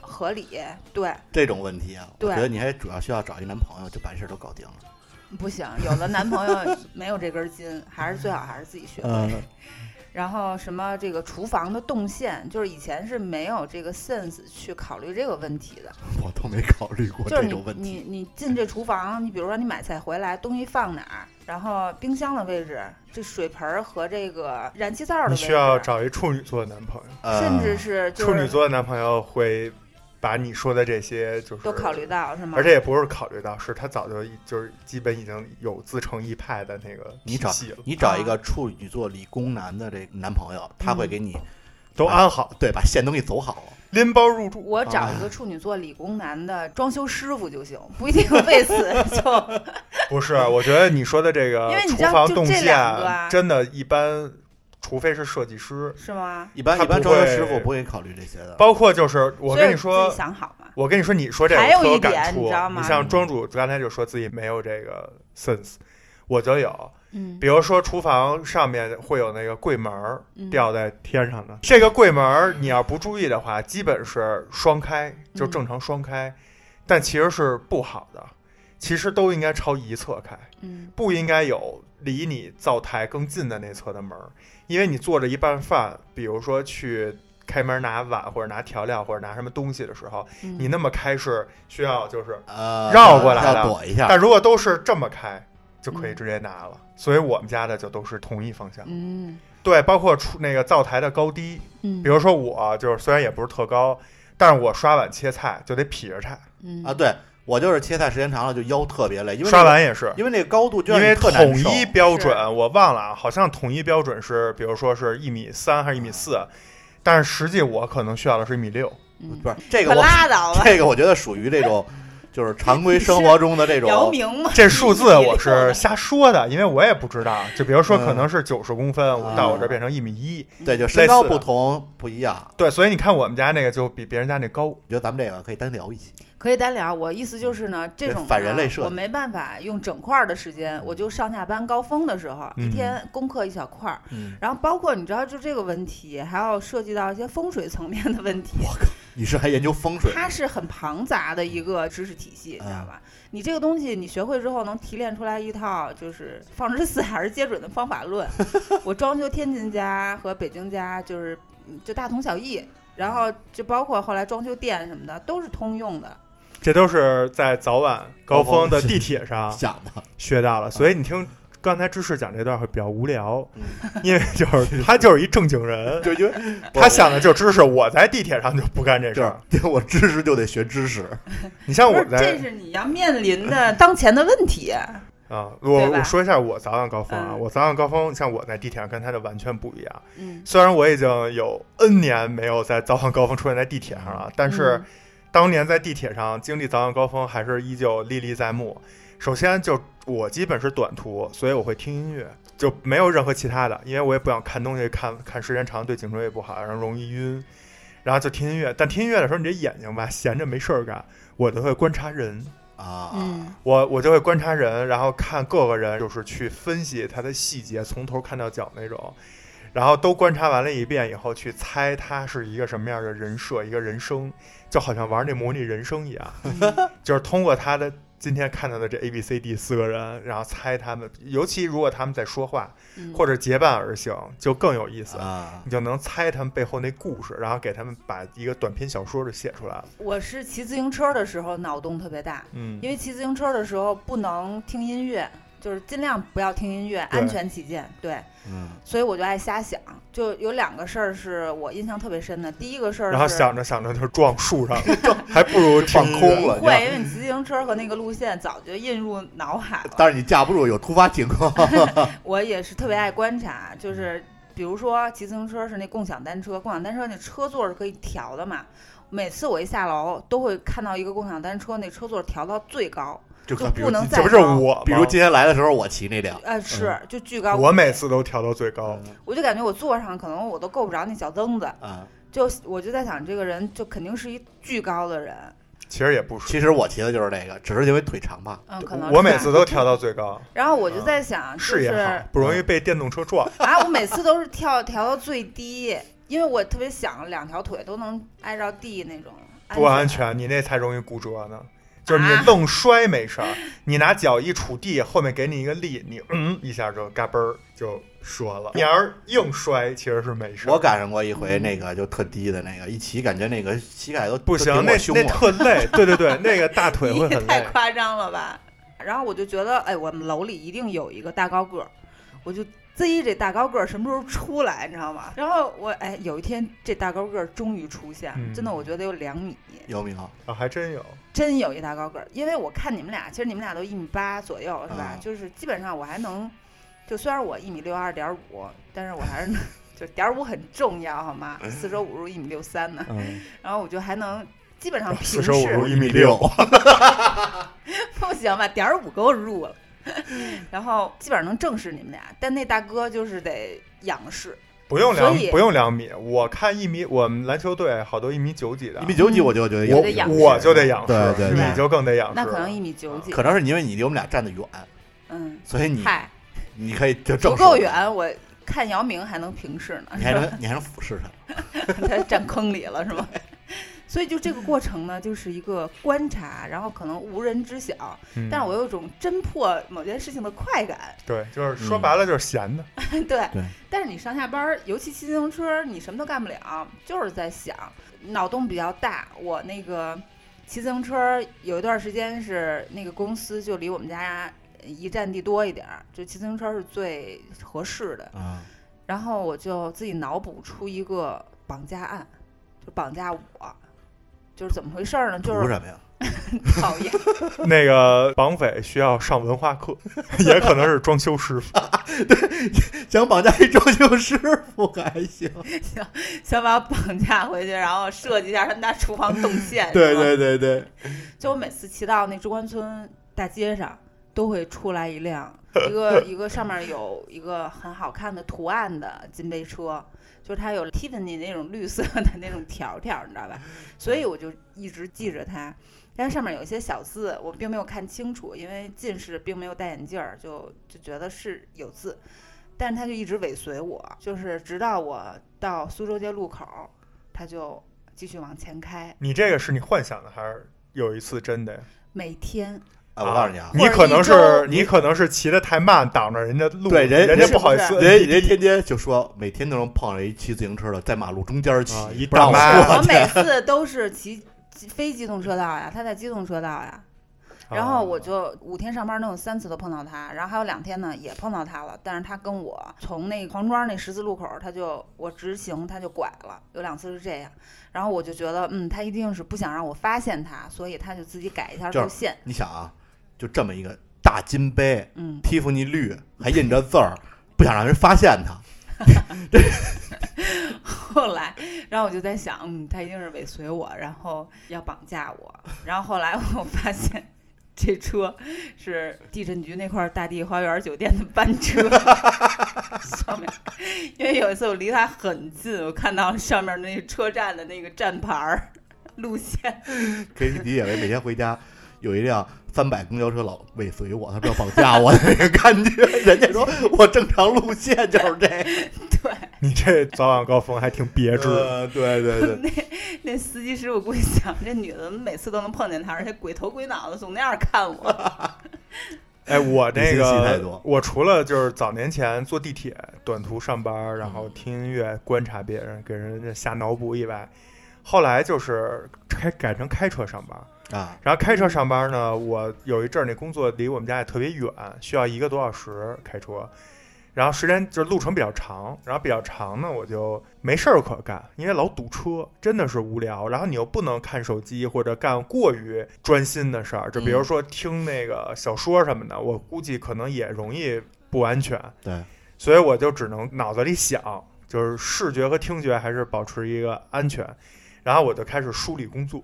A: 合理？对，
B: 这种问题啊，我
A: 对
B: 觉得你还主要需要找一男朋友就把这事儿都搞定了。
A: 不行，有了男朋友没有这根筋，还是最好还是自己学。
B: 嗯，
A: 然后什么这个厨房的动线，就是以前是没有这个 sense 去考虑这个问题的。
B: 我都没考虑过
A: 就是
B: 这
A: 你
B: 种问题。
A: 你你进这厨房，你比如说你买菜回来，东西放哪儿，然后冰箱的位置，这水盆儿和这个燃气灶的
C: 你
A: 位置，
C: 需要找一处女座的男朋友，
A: 甚至
B: 呃
A: 是就
C: 处女
A: 是
C: 座的男朋友会把你说的这些就是
A: 都考虑，到是吗？
C: 而且也不是考虑到，是他早就已就是基本已经有自成一派的那个
B: 你
C: 体
B: 找
C: 系了，
B: 你找一个处女座理工男的这个男朋友，他
A: 嗯
B: 会给你
C: 都安好，
B: 对把线东西走好。
C: [laughs] 拎包入住。
A: 我找一个处女座理工男的装修师傅就行，不一定为此
C: [laughs]
A: 就
C: 不是，我觉得你说的这个
A: 因为你
C: 厨
A: 知道
C: 房
A: 就
C: 动
A: 这
C: 线
A: 两个啊
C: 真的，一般，除非是设计师，
A: 是吗？
B: 一般
C: 他
B: 一般
C: 不
B: 装修
C: 会
B: 师傅不会考虑这些的。
C: 包括就是我
A: 所以
C: 跟你
A: 自
C: 说
A: 己，想好嘛。
C: 我跟你说，你说这个
A: 还有
C: 特
A: 一点
C: 感触，
A: 你知道吗
C: 像庄主刚才就说自己没有这个 sense，我就有。
A: 嗯
C: 比如说厨房上面会有那个柜门儿
A: 嗯
C: 吊在天上的，这个柜门儿你要不注意的话，基本是双开，
A: 嗯
C: 就正常双开，但其实是不好的，其实都应该朝一侧开。
A: 嗯
C: 不应该有离你灶台更近的那侧的门儿，因为你做着一半饭，比如说去开门拿碗或者拿调料或者拿什么东西的时候，
A: 嗯
C: 你那么开是需要就是，
B: 呃，
C: 绕过来
B: 要
C: 了
B: 要躲一下。
C: 但如果都是这么开，就可以直接拿了。所以我们家的就都是同一方向，
A: 嗯
C: 对，包括出那个灶台的高低，
A: 嗯
C: 比如说我就是虽然也不是特高，但是我刷碗切菜就得劈着菜，
A: 嗯
B: 啊，对我就是切菜时间长了就腰特别累，因为
C: 刷
B: 那个
C: 碗也是，
B: 因为那个高度就
C: 因
B: 让
C: 为
B: 你特难
C: 统
B: 受。
C: 一标
A: 是
C: 准我忘了啊，好像统一标准是，比如说是一米三还是一米四，但是实际我可能需要的是一米六。
A: 嗯
B: 不是这个
A: 可
B: 我
A: 拉倒吧，
B: [laughs] 这个我觉得属于这种就是常规生活中的这
A: [laughs] 姚
B: 种
A: 明嘛，
C: 这数字我是瞎说的，因为我也不知道。就比如说，
B: 嗯
C: 可能是九十公分，我
B: 啊
C: 到我这变成一米一。
B: 对，就身高
C: 类似的
B: 不同不一样。
C: 对，所以你看我们家那个就比别人家那高。
B: 我觉得咱们这个可以单聊一期。
A: 可以单聊。我意思就是呢，这种
B: 反人类
A: 呢
B: 设计
A: 我没办法用整块儿的时间，我就上下班高峰的时候，一
C: 嗯
A: 天攻克一小块儿。
B: 嗯，
A: 然后包括你知道，就这个问题，还要涉及到一些风水层面的问题。
B: 你是还研究风水？
A: 它是很庞杂的一个知识体系，你知道
B: 嗯
A: 吧？你这个东西你学会之后，能提炼出来一套就是放之四海而皆准的方法
C: [laughs]
A: 论。我装修天津家和北京家就是嗯就大同小异，然后就包括后来装修店什么的都是通用的。
C: 这都是在早晚高峰的地铁上
B: 想的
C: 学到了，所以你听刚才芝士讲这段会比较无聊， [laughs] 因为就是他 [laughs] 就是一正经人，
B: 就因为
C: 他想的就知识。我在地铁上就不干这事儿。
B: 就是我知识就得学知识。
C: 你像
A: 不
C: 我
A: 是，
C: 在
A: 这是你要面临的当前的问题。
C: 啊，我
A: 对吧
C: 我说一下我早晚高峰啊，
A: 嗯
C: 我早晚高峰像我在地铁上跟他的完全不一样。
A: 嗯，
C: 虽然我已经有 N 年没有在早晚高峰出现在地铁上了， [laughs] 但是当年在地铁上经历早晚高峰还是依旧历历在目。首先就我基本是短途，所以我会听音乐，就没有任何其他的，因为我也不想看东西，看看时间长对颈椎也不好，然后容易晕。然后就听音乐，但听音乐的时候，你这眼睛吧闲着没事儿干，我就会观察人，
B: 啊，
A: 嗯，
C: 我我就会观察人，然后看各个人，就是去分析他的细节，从头看到脚那种。然后都观察完了一遍以后，去猜他是一个什么样的人设，一个人生，就好像玩那模拟人生一样，就是通过他的今天看到的这 A、B、C、D 四个人，然后猜他们，尤其如果他们在说话
A: 嗯
C: 或者结伴而行，就更有意思。
B: 啊
C: 你就能猜他们背后那故事，然后给他们把一个短篇小说就写出来了。
A: 我是骑自行车的时候脑洞特别大，
C: 嗯
A: 因为骑自行车的时候不能听音乐，就是尽量不要听音乐，
C: 对
A: 安全起见。对，
B: 嗯，
A: 所以我就爱瞎想。就有两个事儿是我印象特别深的，第一个事儿
C: 然后
A: 是
C: 想着想着就撞树上了， [laughs] 还不如听
B: 放
C: 音乐
B: 空了，
A: 不会，因为你骑自行车和那个路线早就印入脑海了。
C: 嗯
B: 但是你架不住有突发情况，
A: 我也是特别爱观察，就是比如说骑自行车是那共享单车，共享单车那车座是可以调的嘛。每次我一下楼，都会看到一个共享单车那车座调到最高，
B: 就嗯
A: 就
B: 可比如
A: 不能
B: 今
A: 再
C: 这不是我吗，
B: 比如今天来的时候我骑那辆，
A: 呃，是就巨高。
C: 嗯我每次都调到最高，
B: 嗯
A: 我就感觉我坐上可能我都够不着那小凳子，
B: 啊，
A: 就我就在想这个人就肯定是一巨高的人，
C: 其实也不是，
B: 其实我骑的就是那个，只是因为腿长吧。
A: 嗯，可能
C: 我
A: 是
C: 每
A: 吧
C: 次都嗯调到最高，
A: 然后我就在想，就是
C: 也好，不容易被电动车撞。
A: 啊，我每次都是跳调到最低，因为我特别想两条腿都能挨着地那种，
C: 不安。全，你那才容易骨折呢。
A: 啊
C: 就是你愣摔没事儿，你拿脚一杵地，后面给你一个力，你嗯一下就嘎嘣儿就折了。你要是硬摔，其实是没事儿。
B: 我赶上过一回那个就特低的那个，一骑感觉那个膝盖都
C: 不行，
B: 都顶
C: 那
B: 我胸
C: 那
B: 了
C: 特累，对对
A: [laughs]
C: 对，那个大腿
A: 你
C: 会
A: 也
C: 很
A: [laughs] 太
C: 累。
A: 夸张了吧？然后我就觉得，哎，我们楼里一定有一个大高个儿，我就贼这大高个儿什么时候出来，你知道吗？然后我哎，有一天这大高个儿终于出现，
C: 嗯
A: 真的我觉得有两米，
B: 有没有？
C: 啊，还真有，
A: 真有一大高个儿。因为我看你们俩，其实你们俩都一米八左右，是吧？
C: 啊
B: 嗯
A: 就是基本上我还能，就虽然我一米六二点五，但是我还是能就点儿五很重要，好吗？四舍五入一米六三呢，
C: 嗯，啊
A: 然后我就还能基本上平
C: 四
A: 时
C: 舍五入一米六，
A: 不 [laughs] 行吧，点儿五给我入了。然后基本上能正视你们俩，但那大哥就是得仰视，
C: 不用两
A: 所以
C: 不用两米，我看一米，我们篮球队好多一米九几的，
B: 一米九几我就觉得有
A: 我嗯得仰视
C: 我就得仰视，
B: 对对
A: 是吧
C: 你就更得仰视。啊
A: 那可能一米九几，
B: 可能是因为你离我们俩站得远，
A: 嗯，
B: 所以你
A: 嗨，
B: 你可以就正
A: 不
B: 视
A: 够
B: 我，
A: 远，我看姚明还能平视呢，
B: 你还能你还能俯视他。
A: 他站坑里了是吗？ [laughs] 所以就这个过程呢，就是一个观察，然后可能无人知晓，
C: 嗯
A: 但是我有种侦破某件事情的快感。 [laughs]
C: 对，就是
B: 嗯
C: 说白了就是闲的， [laughs]
A: 对，
B: 对
A: 但是你上下班儿，尤其骑自行车，你什么都干不了，就是在想，脑洞比较大。我那个骑自行车有一段时间是那个公司就离我们家一站地多一点儿，就骑自行车是最合适的。
B: 啊，
A: 然后我就自己脑补出一个绑架案，就绑架我，就是怎么回事儿呢？就
B: 图
A: 是
B: 什么呀？
A: 讨厌， [laughs]
C: 那个绑匪需要上文化课， [laughs] 也可能是装修师傅。 [laughs]
B: 想绑架一装修师傅还行，
A: 想把我绑架回去，然后设计一下他们家厨房动
B: [laughs]
A: 线。
B: 对
A: 是吧
B: 对对对，
A: 就我每次骑到那中关村大街上，都会出来一辆一个一个上面有一个很好看的图案的金杯车，就是它有 Tiffany 那种绿色的那种条条，你知道吧？所以我就一直记着它。但是上面有一些小字，我并没有看清楚，因为近视并没有戴眼镜儿，就就觉得是有字，但是它就一直尾随我，就是直到我到苏州街路口，它就继续往前开。
C: 你这个是你幻想的，还是有一次真的呀？
A: 每天
B: 啊，我告诉你啊，
C: 你可能
A: 或者
C: 是你可能是骑得太慢，挡着人家路，
B: 对人
C: 人家不好意
A: 是
C: 思，
B: 人
C: [laughs]
B: 人天天就说每天都能碰着一骑自行车的在马路中间骑
C: 啊，一
B: 不让我
C: 大妈
B: 过
A: 我
B: 去
A: 每次都是骑骑非机动车道呀，他在机动车道呀。然后我就五天上班能有三次都碰到他，然后还有两天呢也碰到他了，但是他跟我从那黄庄那十字路口，他就我直行他就拐了，有两次是这样，然后我就觉得嗯，他一定是不想让我发现他，所以他就自己改一下
B: 就是
A: 路线，
B: 你想啊，就这么一个大金杯，
A: 嗯，
B: 蒂芙尼绿，还印着字儿， [laughs] 不想让人发现它。
A: 后来，然后我就在想，嗯，他一定是尾随我，然后要绑架我。然后后来我发现，这车是地震局那块儿大地花园酒店的班
B: [laughs]
A: 车，上面，因为有一次我离他很近，我看到上面那车站的那个站牌儿路线，
B: 可以理解为每天回家有一辆三百公交车老尾随我，他们要绑架我的 [laughs] 那个感觉。人家说我正常路线就是这个，
A: 对，
C: 你这早晚高峰还挺别致。
B: 呃对对对，
A: 那司机师傅估计想，这女的每次都能碰见她，而且鬼头鬼脑的总那样看
B: [laughs]
A: 我。
C: 哎，我那
B: 你信息太
C: 个
B: 多，
C: 我除了就是早年前坐地铁短途上班，然
B: 嗯
C: 后听音乐、观察别人，给人家瞎脑补以外，后来就是开改成开车上班。
B: 啊，
C: 然后开车上班呢，我有一阵儿那工作离我们家也特别远，需要一个多小时开车，然后时间就是路程比较长，然后比较长呢，我就没事儿可干，因为老堵车，真的是无聊。然后你又不能看手机或者干过于专心的事儿，就比如说听那个小说什么的，我估计可能也容易不安全，
B: 对，
C: 所以我就只能脑子里想，就是视觉和听觉还是保持一个安全。然后我就开始梳理工作，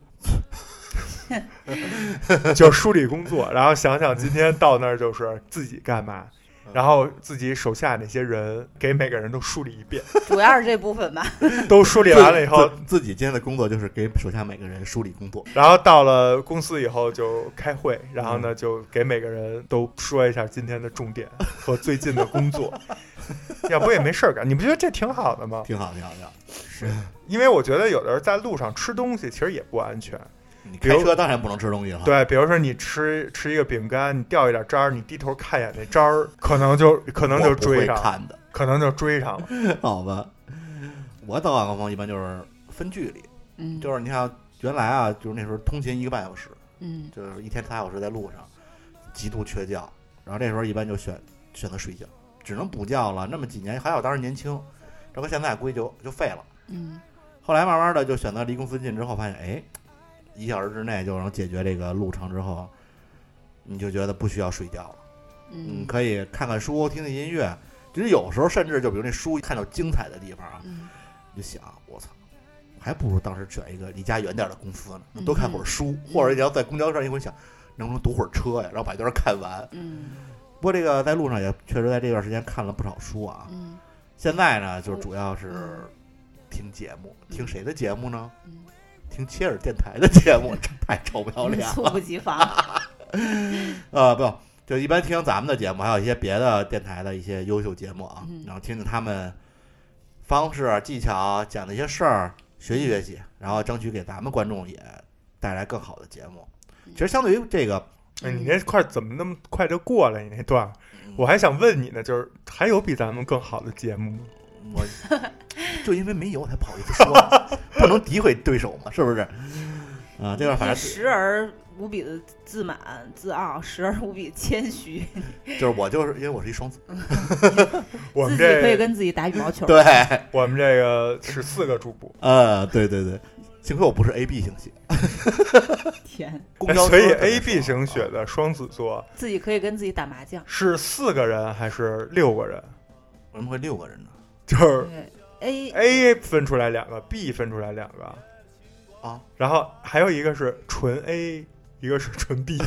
B: [laughs]
C: 就梳理工作，然后想想今天到那儿就是自己干嘛，
B: 嗯
C: 然后自己手下那些人给每个人都梳理一遍， [laughs]
A: 主要是这部分吧，
C: 都梳理完了以后，
B: 自自己今天的工作就是给手下每个人梳理工作。
C: 然后到了公司以后就开会，然后
B: 嗯
C: 呢就给每个人都说一下今天的重点和最近的工作， [laughs] 要不也没事儿干，你不觉得这挺好的吗？
B: 挺好，挺好，挺好。
C: 因为我觉得有的人在路上吃东西其实也不安全，
B: 你
C: 比如
B: 开车当然不能吃东西了，
C: 对，比如说你吃吃一个饼干，你掉一点渣儿，你低头看一眼那渣儿，可能就可能就
B: 我不会
C: 追上了，
B: 看的， [laughs]
C: 可能就追上了。
B: 好吧？我早晚高峰一般就是分距离，
A: 嗯，
B: 就是你看原来啊，就是那时候通勤一个半小时，
A: 嗯，
B: 就是一天仨小时在路上，极度缺觉。然后这时候一般就选选择睡觉，只能补觉了。那么几年还好，当时年轻，这搁现在估计就就废了。
A: 嗯，
B: 后来慢慢的就选择离公司近之后，发现哎，一小时之内就能解决这个路程之后，你就觉得不需要睡觉了。嗯，
A: 嗯，
B: 可以看看书，听听音乐。其实有时候甚至就比如那书看到精彩的地方啊，
A: 嗯，
B: 你就想，我操，还不如当时选一个离家远点的公司呢，
A: 嗯
B: 多看会儿书，或者你要在公交上，你会想，能不能堵会儿车呀，然后把一段看完。
A: 嗯，
B: 不过这个在路上也确实在这段时间看了不少书啊。
A: 嗯，
B: 现在呢，就主要
A: 嗯
B: 是听节目，
A: 嗯
B: 听谁的节目呢？
A: 嗯
B: 听切尔电台的节目，这太臭不要
A: 嗯
B: 脸
A: [laughs] 猝
B: 了。
A: 不及
B: [laughs]
A: 防。啊
B: 呃，不，就一般听咱们的节目，还有一些别的电台的一些优秀节目啊，
A: 嗯
B: 然后听听他们方式、啊技巧讲的一些事儿，学习学习，然后争取给咱们观众也带来更好的节目。其实相对于这个，
C: 哎，你那块儿怎么那么快就过了？你那段儿，
B: 嗯
C: 我还想问你呢，就是还有比咱们更好的节目吗？
B: 我就因为没有才不好意思说， [laughs] 不能诋毁对手嘛，是不是？啊，这段反
A: 你 [laughs]
B: 正
A: 时而无比的自满自傲，时而无比谦虚，
B: 就是我就是因为我是一双子，
C: 我
A: 自己
C: 们
A: 可以
C: 这
A: 跟自己打羽毛球。
B: 对，
C: 我们这个是四个主播，
B: 呃，对对对，幸亏我不是 A B 型血，
A: 天，
B: [laughs] 公交车
C: 哎所以
B: 特别
C: A B
B: 少
C: 型血的双子座
A: 自己可以跟自己打麻将。
C: 是四个人还是六个人？
B: 为什么会六个人呢？
C: 就是
A: 对，A 哎
C: A
B: 哎
C: 分出来两个，B 分出来两个
B: 啊，
C: 然后还有一个是纯 A，一个是纯 B，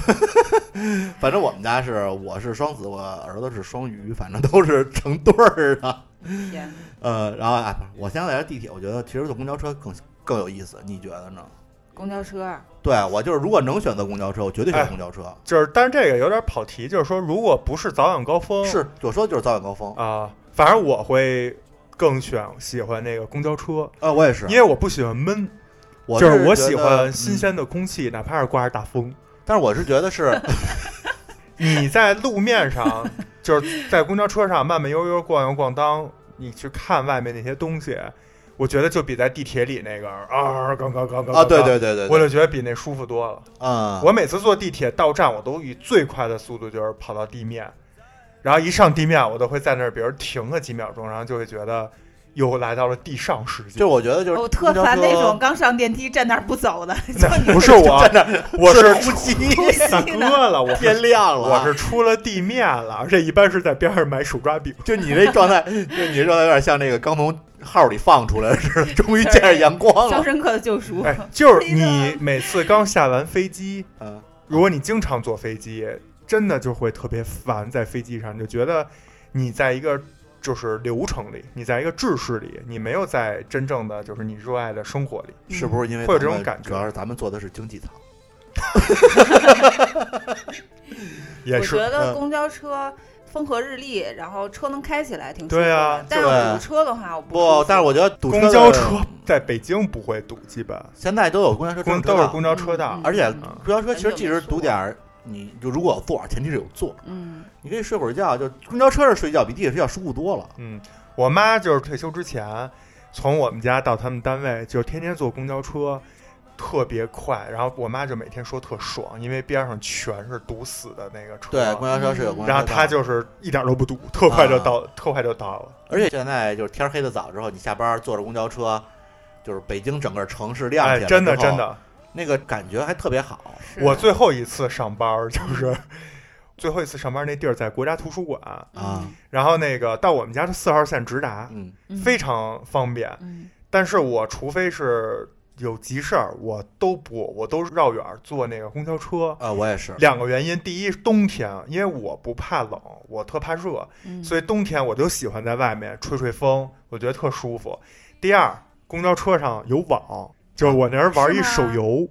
C: [laughs]
B: 反正我们家是，我是双子，我儿子是双鱼，反正都是成对儿的。
A: 天，
B: 呃，然后啊，不是我现在在地铁，我觉得其实坐公交车更更有意思，你觉得呢？
A: 公交车，啊
B: 对啊我就是，如果能选择公交车，我绝对
C: 哎
B: 选公交车。
C: 就是但是这个有点跑题，就是说如果不是早晚高峰
B: 是，我说的就是早晚高峰。
C: 啊、反正我会更选喜欢那个公交车，
B: 呃，我也是，
C: 因为我不喜欢闷，
B: 我
C: 就是是我
B: 觉
C: 喜
B: 得
C: 欢新、
B: 嗯
C: 鲜的空气，哪怕是刮着大风。
B: 但是我是觉得
C: [laughs]
B: 是
C: 你在路面上，就是在公交车上慢慢悠悠逛悠逛当，你去看外面那些东西，我觉得就比在地铁里那个啊，刚刚刚刚
B: 啊，对对对对
C: 我
B: 对，
C: 就觉得比那舒服多了。
B: 嗯，
C: 我每次坐地铁到站，我都以最快的速度就是跑到地面，然后一上地面，我都会在那儿，比如停个几秒钟，然后就会觉得又来到了地上世界。
B: 就我觉 [laughs] 得就是
A: 我特
B: 公交
A: 烦
B: 车
A: 那
B: [laughs]
A: 种刚上电梯站那儿不走的，就
C: 那
A: 你
C: [laughs] 不是我，我
B: 自
C: 是
B: 出击，
A: 呼
C: 大
A: 吸呢。
C: 哥了，我
B: 天
C: 是
B: 亮了，
C: 我是出了地面了，而且一般是在边上买手抓饼。
B: 就你这状态，就你这状态有点像那个刚从号里放出来似的，终于见着阳光
A: 《肖
B: 了。
A: 申克的救赎》
C: 哎，就是
A: 是的
C: 你每次刚下完飞机，
B: 嗯，
C: 如果你经常坐飞机，真的就会特别烦，在飞机上你就觉得你在一个就是流程里，你在一个制式里，你没有在真正的就是你热爱的生活里。
A: 嗯
B: 是不是因为
C: 会有这种
B: 咱们
C: 感觉
B: 主要是咱们坐的是经济舱，
C: 也
A: 我觉
C: 是，
A: 得
B: 嗯
A: 公交车风和日丽，然后车能开起来挺舒服
C: 对啊
A: 的。但是
B: 对
A: 堵车的话，我不舒
B: 不
A: 服，
B: 但是我觉得堵车
C: 公
B: 的
C: 交车在北京不会堵，基本
B: 现在都有公交车专门
C: 公都是
B: 道
C: 公交车道
A: 嗯。
B: 而且
C: 嗯
B: 公交车其实即使堵点儿，你就如果有座，前提是有座，
A: 嗯，
B: 你可以睡会儿觉。就公交车上睡觉比地铁睡觉舒服多了。
C: 嗯，我妈就是退休之前，从我们家到他们单位，就是天天坐公交车，特别快。然后我妈就每天说特爽，因为边上全是堵死的那个车。
B: 对，公交车是有公交车道。啊
C: 然后她就是一点都不堵，特快就到，特快就到了。
B: 而且现在就是天黑的早之后，你下班坐着公交车，就是北京整个城市亮
C: 哎，
B: 起来，
C: 真的真，的，
B: 那个感觉还特别好。
A: 是
C: 我最后一次上班儿就是。 [laughs] 最后一次上班那地儿在国家图书馆，
B: 啊，
C: 然后那个到我们家是四号线直达，
B: 嗯，
A: 嗯
C: 非常方便。
A: 嗯
C: 但是我除非是有急事儿，我都不，我都绕远儿坐那个公交车。
B: 啊，我也是。
C: 两个原因，第一，冬天，啊因为我不怕冷，我特怕热，
A: 嗯，
C: 所以冬天我就喜欢在外面吹吹风，我觉得特舒服。第二，公交车上有网，就是我那人玩一
A: 是
C: 手
A: 吗
C: 游，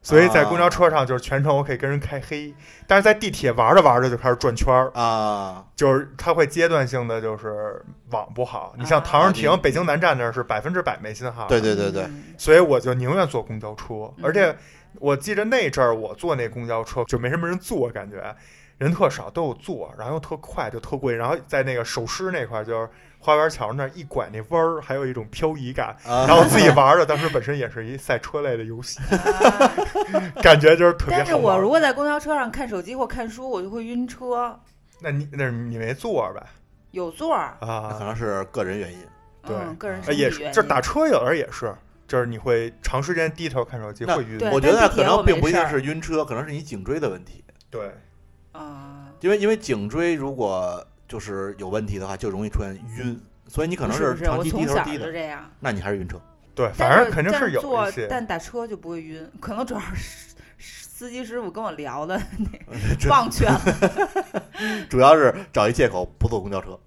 C: 所以在公
B: 啊
C: 交车上就是全程我可以跟人开
A: 啊
C: 黑，但是在地铁玩着玩着就开始转圈儿，
B: 啊，
C: 就是它会阶段性的就是网不好。你像
A: 啊
C: 唐人亭、
B: 你
C: 北京南站那儿是百分之百没信号，
B: 对对对对，
A: 嗯
C: 所以我就宁愿坐公交车。
A: 嗯
C: 而且我记着那阵儿我坐那公交车就没什么人坐，感觉人特少，都有座，然后又特快，就特贵。然后在那个手师那块儿，就是花园桥那儿一拐那弯儿，还有一种漂
A: [laughs]
C: 移感。
B: 然
C: 嗯然后自己玩的，当时本身也是一赛车类的游戏，
A: 啊
C: 感觉就是特别好玩。
A: 但是我如果在公交车上看手机或看书，我就会晕车。
C: 那你那是你没座儿呗？
A: 有座儿，
B: 那可
C: 啊，
B: 能是个人原因。
C: 对
A: 嗯，个人
C: 呃
A: 身体
C: 也
A: 原
C: 是，
A: 因
C: 就是打车有的人也是，就是你会长时间低头看手机
B: 那
C: 会晕。
A: 对
B: 我觉得
A: 但地
B: 可
A: 铁
B: 能
A: 我没
B: 并不一定
A: 事儿
B: 是晕车，可能是你颈椎的问题。
C: 对，
A: 啊，
B: 因为因为颈椎如果就是有问题的话，就容易出现晕，所以你可
A: 不
B: 能
A: 是不是，
B: 长
A: 我
B: 期低
A: 从
B: 头
A: 小
B: 低
A: 就
B: 的，
A: 这样。
B: 那你还是晕车。
C: 对，
A: 但
C: 反正肯定
A: 但
C: 是有
A: 坐
C: 一些，
A: 但打车就不会晕，可能主要是司机师傅跟我聊的
B: 这
A: 忘却了。
B: 主要是找一借口不坐公交车。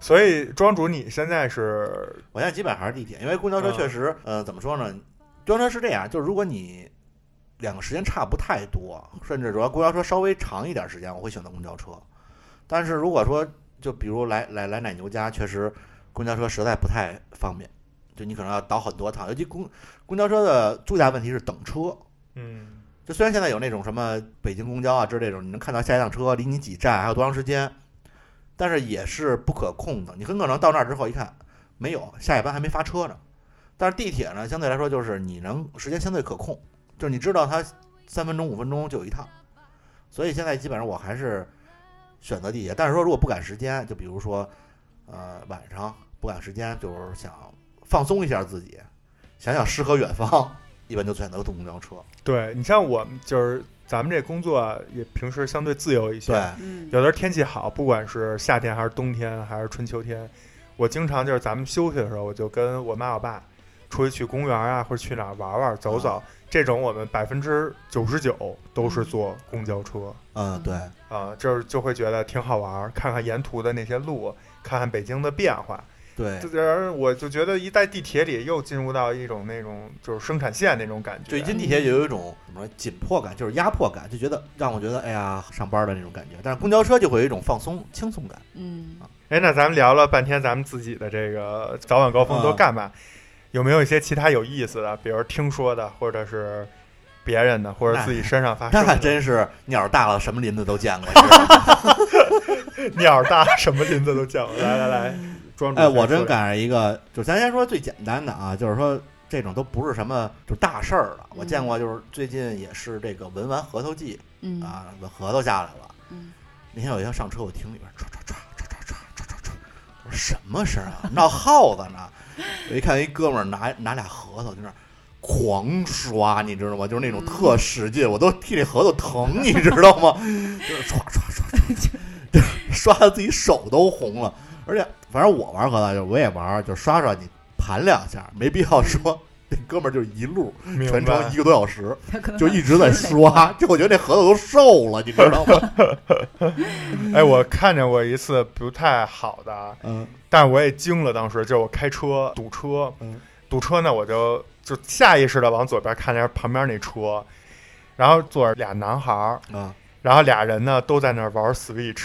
C: 所以庄主，你现在是
B: 我现在基本还是地铁，因为公交车
C: 嗯
B: 确实，呃，怎么说呢？公交车是这样，就是如果你两个时间差不太多，甚至主要公交车稍微长一点时间，我会选择公交车。但是如果说，就比如来来来奶牛家，确实公交车实在不太方便，就你可能要倒很多趟，尤其公公交车的最大问题是等车。
C: 嗯，
B: 就虽然现在有那种什么北京公交啊之类这种，你能看到下一辆车离你几站还有多长时间，但是也是不可控的。你很可能到那儿之后一看，没有下一班还没发车呢。但是地铁呢，相对来说就是你能时间相对可控，就是你知道它三分钟五分钟就有一趟，所以现在基本上我还是选择地铁。但是说如果不赶时间，就比如说呃晚上不赶时间，就是想放松一下自己，想想诗和远方，一般就选择坐公交车。
C: 对你像我们就是咱们这工作啊也平时相对自由一些，
B: 对，，
A: 嗯，
C: 有的时候天气好，不管是夏天还是冬天还是春秋天，我经常就是咱们休息的时候，我就跟我妈我爸出去去公园啊，或者去哪儿玩玩
B: 啊
C: 走走，这种我们百分之九十九都是坐公交车。
B: 嗯，对，
C: 啊、就是就会觉得挺好玩儿，看看沿途的那些路，看看北京的变化，
B: 对，
C: 这而我就觉得一在地铁里又进入到一种那种就是生产线那种感觉，
B: 就一进地铁就有一种什么紧迫感，就是压迫感，就觉得让我觉得哎呀上班的那种感觉。但是公交车就会有一种放松、轻松感。
A: 嗯，
C: 哎，那咱们聊了半天，咱们自己的这个早晚高峰
B: 嗯
C: 都干嘛？有没有一些其他有意思的，比如听说的，或者是别人的，或者自己身上发生
B: 那
C: 的？
B: 哎真是鸟儿大了，什么林子都见
C: [laughs]
B: 过。是吧
C: 鸟大，什么林子都见过。来来来，
B: [laughs]
C: 庄主，
B: 哎，我真，赶上一个，就咱先说最简单的啊，就是说这种都不是什么就大事儿了。我见过，就是最近也是这个闻完核桃季
A: 嗯，
B: 啊，核桃下来了
A: 嗯。
B: 那天有一天上车，我听里边唰唰唰唰唰唰唰唰唰唰，我说什么声啊？闹耗子呢？ [laughs] 我一看一哥们儿拿拿俩核桃在那儿狂刷，你知道吗？就是
A: 嗯
B: 那种特使劲，我都替这核桃疼，你知道吗？ [laughs] 就是刷刷刷
A: [laughs]
B: 刷，刷的自己手都红了。而且反正我玩核桃，就我也玩，就刷刷你盘两下，没必要
A: 嗯
B: 说。那哥们儿就是一路
C: 明
B: 全程
C: 白
B: 一。个多小时，
A: 他 [laughs] 可能
B: 就一直在刷，就我觉得那核桃都瘦了，你知道吗？
C: 哎，我看见过一次不太好的啊，
B: 嗯，
C: 但我也惊了，当时就是我开车堵车，
B: 嗯
C: 堵车呢，我就就下意识的往左边看一下旁边那车，然后左边俩男孩儿，
B: [laughs] 啊，
C: 然后俩人呢都在那儿玩 Switch，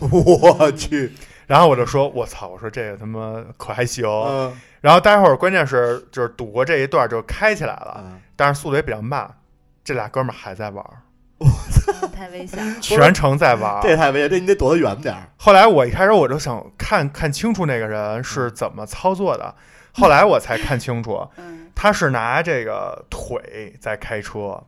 B: 我去，
C: 然后我就说，我操，我说这个他妈可还行，
B: 嗯
C: 然后待会儿关键是就是堵过这一段就开起来了，
B: 啊，
C: 但是速度也比较慢，这俩哥们儿还在玩儿，
A: 嗯太危险了。
C: 全程在玩儿。
B: 这太危险，这你得躲得远点儿。
C: 后来我一开始我就想看看清楚那个人是怎么操作的，
B: 嗯
C: 后来我才看清楚。
A: 嗯，
C: 他是拿这个腿在开车，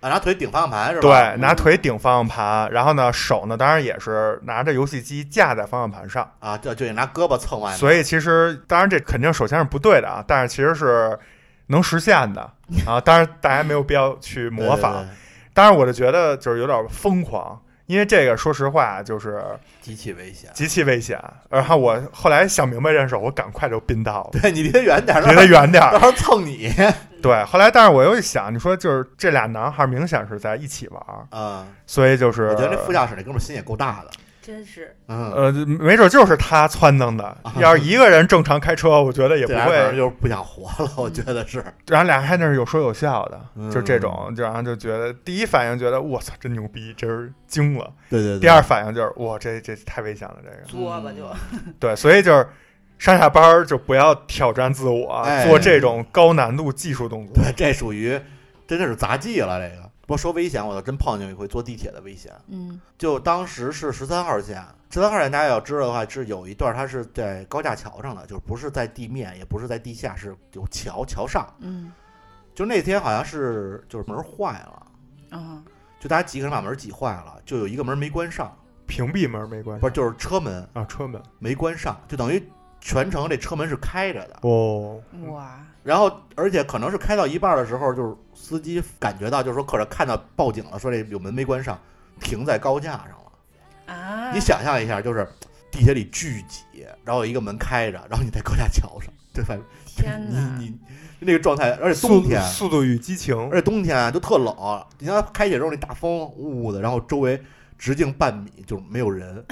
B: 啊，拿腿顶方向盘是吧？嗯
C: 对，拿腿顶方向盘，然后呢，手呢当然也是拿着游戏机架在方向盘上，
B: 啊，就就得拿胳膊蹭外面。
C: 所以其实当然这肯定首先是不对的啊，但是其实是能实
B: [laughs]
C: 现的啊，当然大家没有必要去
B: 对
C: 模仿，
B: 对对
C: 当然我就觉得就是有点疯狂。因为这个，说实话就是
B: 极其危险。
C: 极其危险。然后我后来想明白这件事儿，我赶快就并道
B: [laughs]
C: 了，
B: 对你离他远点儿，
C: 离得远点
B: 到时
C: 儿。
B: 候，到时候蹭你。 [laughs]
C: 对，后来但是我又一想，你说就是这俩男孩明显是在一起玩儿，
B: 啊，
C: 所以就是
B: 我觉得那副驾驶那哥们儿心也够大的。
A: 真是
B: 嗯，
C: 呃，没准就是他撺弄的。
B: 啊
C: 要是一个人正常开车，我觉得也
B: 这俩
C: 不
B: 人
C: 会。嗯
B: 就是不想活了， [laughs] 我觉得是。
C: 然后俩人还那儿有说有笑的，
B: 嗯
C: 就这种，就然后就觉得第一反应觉得我操真牛逼，真是惊了。
B: 对对对。
C: 第二反应就是哇这这太危险了，这个。
A: 作吧就。
B: 嗯
C: 对，所以就是上下班儿就不要挑战自我，
B: 哎
C: 做这种高难度技术动作。
B: 对，这属于真的是杂技了。这个不过说危险，我倒真碰见一回坐地铁的危险。
A: 嗯
B: 就当时是十三号线，十三号线大家要知道的话，是有一段它是在高架桥上的，就是不是在地面，也不是在地下，是有桥桥上。
A: 嗯
B: 就那天好像是就是门坏了，
A: 啊，
B: 就大家几个人把门挤坏了，就有一个门没关上，
C: 屏蔽门没关系
B: 不是就是车门
C: 啊，车门
B: 没关上，就等于全程这车门是开着的。
C: 哦，
A: 哇，
B: 然后，而且可能是开到一半的时候，就是司机感觉到，就是说客人看到报警了，说这有门没关上，停在高架上了。
A: 啊，
B: 你想象一下，就是地铁里巨挤，然后有一个门开着，然后你在高架桥上，对吧？
A: 天
B: 你
A: 哪，
B: 你那个状态，而且冬天，
C: 速度与激情
B: 而且冬天啊就特冷，你像开起来之后那大风呜呜的，然后周围直径半米就是没有人，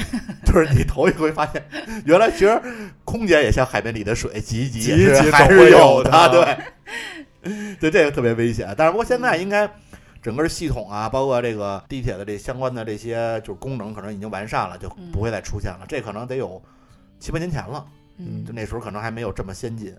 B: 就是你头一回发现，原来其实空姐也像海绵里的水，挤一挤
C: 挤
B: 也
C: 一
B: 是
C: 挤
B: 还
C: 总
B: 是
C: 会
B: 有
C: 有
B: 的，对，对，这个特别危险。但是不过现在应该。整个系统啊，包括这个地铁的这相关的这些就是功能，可能已经完善了，就
A: 嗯
B: 不会再出现了。这可能得有七八年前了，
A: 嗯
B: 就那时候可能还没有这么先进。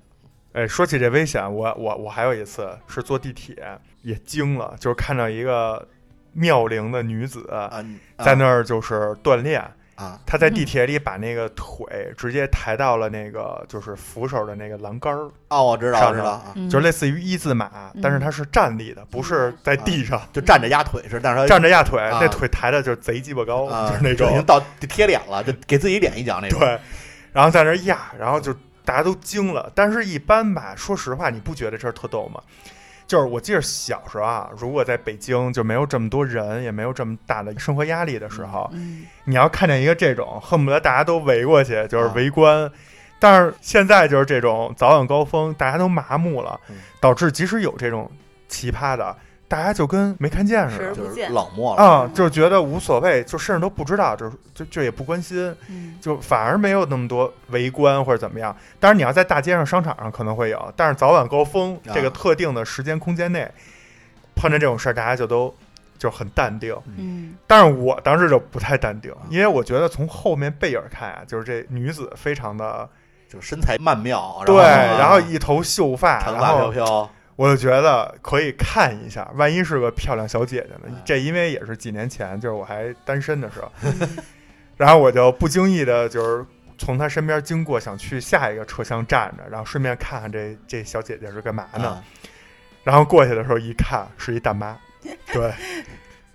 C: 哎，说起这危险，我我我还有一次是坐地铁也惊了，就是看到一个妙龄的女子
B: 啊，你啊
C: 在那儿就是锻炼，
B: 啊，
C: 她在地铁里把那个腿直接抬到了那个就是扶手的那个栏杆儿，
B: 哦，我知道，
C: 上
B: 我知
C: 去
B: 道
C: 了
B: 啊，
A: 嗯
C: 就是类似于一字马，但是她是站立的，不是在地上。
B: 就站着压腿似的，但是他
C: 站着压腿，
B: 啊
C: 那腿抬的就贼鸡巴高，
B: 啊，
C: 就是那
B: 已经
C: 种
B: 到贴脸了，就给自己脸一脚那种。
C: 对，然后在那儿压，然后就大家都惊了。但是，一般吧，说实话，你不觉得这事儿特逗吗？就是我记得小时候啊，如果在北京就没有这么多人，也没有这么大的生活压力的时候，
A: 嗯
C: 你要看见一个这种，恨不得大家都围过去，就是
B: 啊
C: 围观。但是现在就是这种早晚高峰，大家都麻木了
B: 嗯，
C: 导致即使有这种奇葩的，大家就跟没看见似
A: 是
C: 的。
A: 不
B: 就是
A: 见
B: 冷漠了。
C: 啊，就是觉得无所谓，就甚至都不知道，就是就就也不关心，
A: 嗯
C: 就反而没有那么多围观或者怎么样。当然，你要在大街上、商场上可能会有，但是早晚高峰
B: 啊
C: 这个特定的时间空间内，碰见这种事儿，大家就都就很淡定。
A: 嗯
C: 但是我当时就不太淡定，因为我觉得从后面背影看啊，就是这女子非常的
B: 就是身材曼妙，
C: 对，然后
B: 后啊
C: 一头秀发，
B: 长
C: 然
B: 发飘啊
C: 后
B: 飘，
C: 我就觉得可以看一下，万一是个漂亮小姐姐呢
B: 哎？
C: 这因为也是几年前，就是我还单身的时候， [laughs] 然后我就不经意的，就是从她身边经过，想去下一个车厢站着，然后顺便看看这这小姐姐是干嘛呢？
B: 啊
C: [laughs] 然后过去的时候一看，是一大妈，对，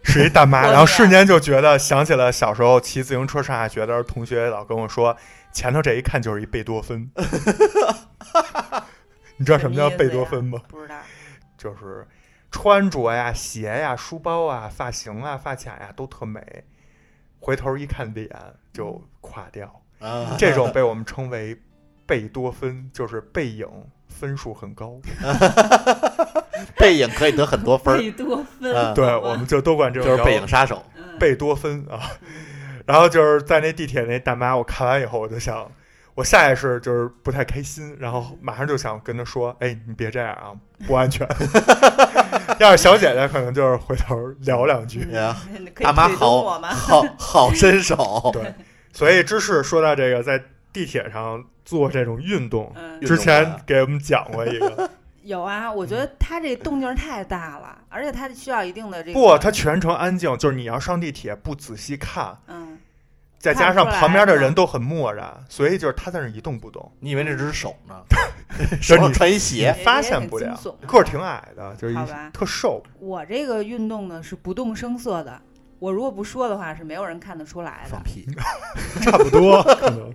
C: 是一大妈，
A: 我
C: 然后
A: 知道
C: 瞬间就觉得想起了小时候骑自行车上下学的时候，同学老跟我说，前头这一看就是一贝多 [laughs] 芬。你知道什么叫贝多芬吗？
A: 不知道，
C: 就是穿着呀、鞋呀、书包啊、发型啊、发卡呀都特美，回头一看脸就垮 [laughs] 掉。
B: 啊，
C: 这种被我们称为贝多芬，就是背影分数很高。
B: 背影可以得很多
A: [laughs]
B: 分儿，
A: 贝多芬，
B: [laughs] 嗯，
C: 对，我们就都管这
B: 就
C: 种
B: 是
C: 叫
B: 背影杀手，
A: 嗯
C: 贝多芬啊。然后就是在那地铁那大妈，我看完以后我就想，我下意识就是不太开心，然后马上就想跟她说：“哎，你别这样啊，不
A: [laughs]
C: 安全。” [laughs] 要是小姐姐，可能就是回头聊两句。
B: 呀，
A: 你嗯可以
B: 啊大妈
A: 推动我
B: 好
A: 吗？
B: [laughs] 好好身
C: [laughs]
B: 手，
C: 对，所以芝士说到这个在地铁上做这种运动，
A: 嗯，
B: 运动
C: 之前
B: 啊
C: 给我们讲过一
A: [laughs]
C: 个，
A: 有啊，我觉得他这动静儿太大了，而且他需要一定的这个
C: 不，它全程安静，就是你要上地铁不仔细看，
A: 嗯，
C: 再加
A: 看
C: 上
A: 不出来
C: 旁边的
A: 是吧
C: 人都很漠然，所以就是他在那儿一动不动。
B: 你以为那只是手呢？
C: [laughs] 是
B: 手上
C: 你
B: 穿一鞋，
A: 也
C: 发
A: 也
C: 现
A: 很
C: 不
A: 惊
C: 了
A: 悚，
C: 个儿挺矮的，就是一
A: 好吧
C: 特
B: [laughs]
C: 瘦。
A: 我这个运动呢是不动声色的，我如果不说的话是没有人看得出来
B: 放
A: 的，
C: [laughs]
B: 屁，
C: 差
B: [laughs]
C: 不多，可能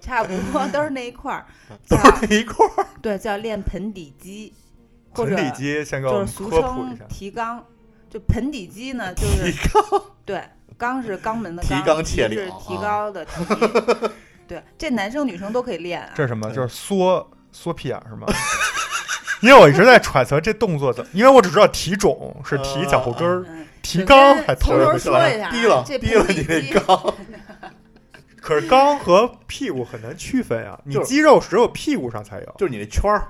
A: 差不多都是那一块儿，叫
B: 都是一块儿。
A: 对叫练盆底肌， [laughs] 或
C: 盆
A: 者
C: 底肌先给我
A: 就
C: 们
A: 是俗
C: 科普一
A: 称
C: 下，
A: 提肛，就盆底肌呢就是
B: 提高，
A: [laughs] 对，肛是肛门的
B: 提
A: 肛，
B: 肛
A: 提
B: 切
A: 是
B: 领
A: 提
B: 啊
A: 高的提。对，这男生女生都可以练啊
C: 这。是什么？
B: 对
C: 就是缩缩屁眼儿是吗？ [laughs] 因为我一直在揣测这动作怎么，因为我只知道提踵是提脚后跟儿，
A: 嗯，
C: 提肛
A: 首
C: 还
A: 先从头说一下啊，
B: 低了
A: 这
B: 低了
A: 盆
B: 你
A: 底
B: 那
A: 肌
B: 高，
C: 可是肛和屁股很难区分啊，你
B: 就是
C: 肌肉只有屁股上才有
B: 就是你那圈儿，，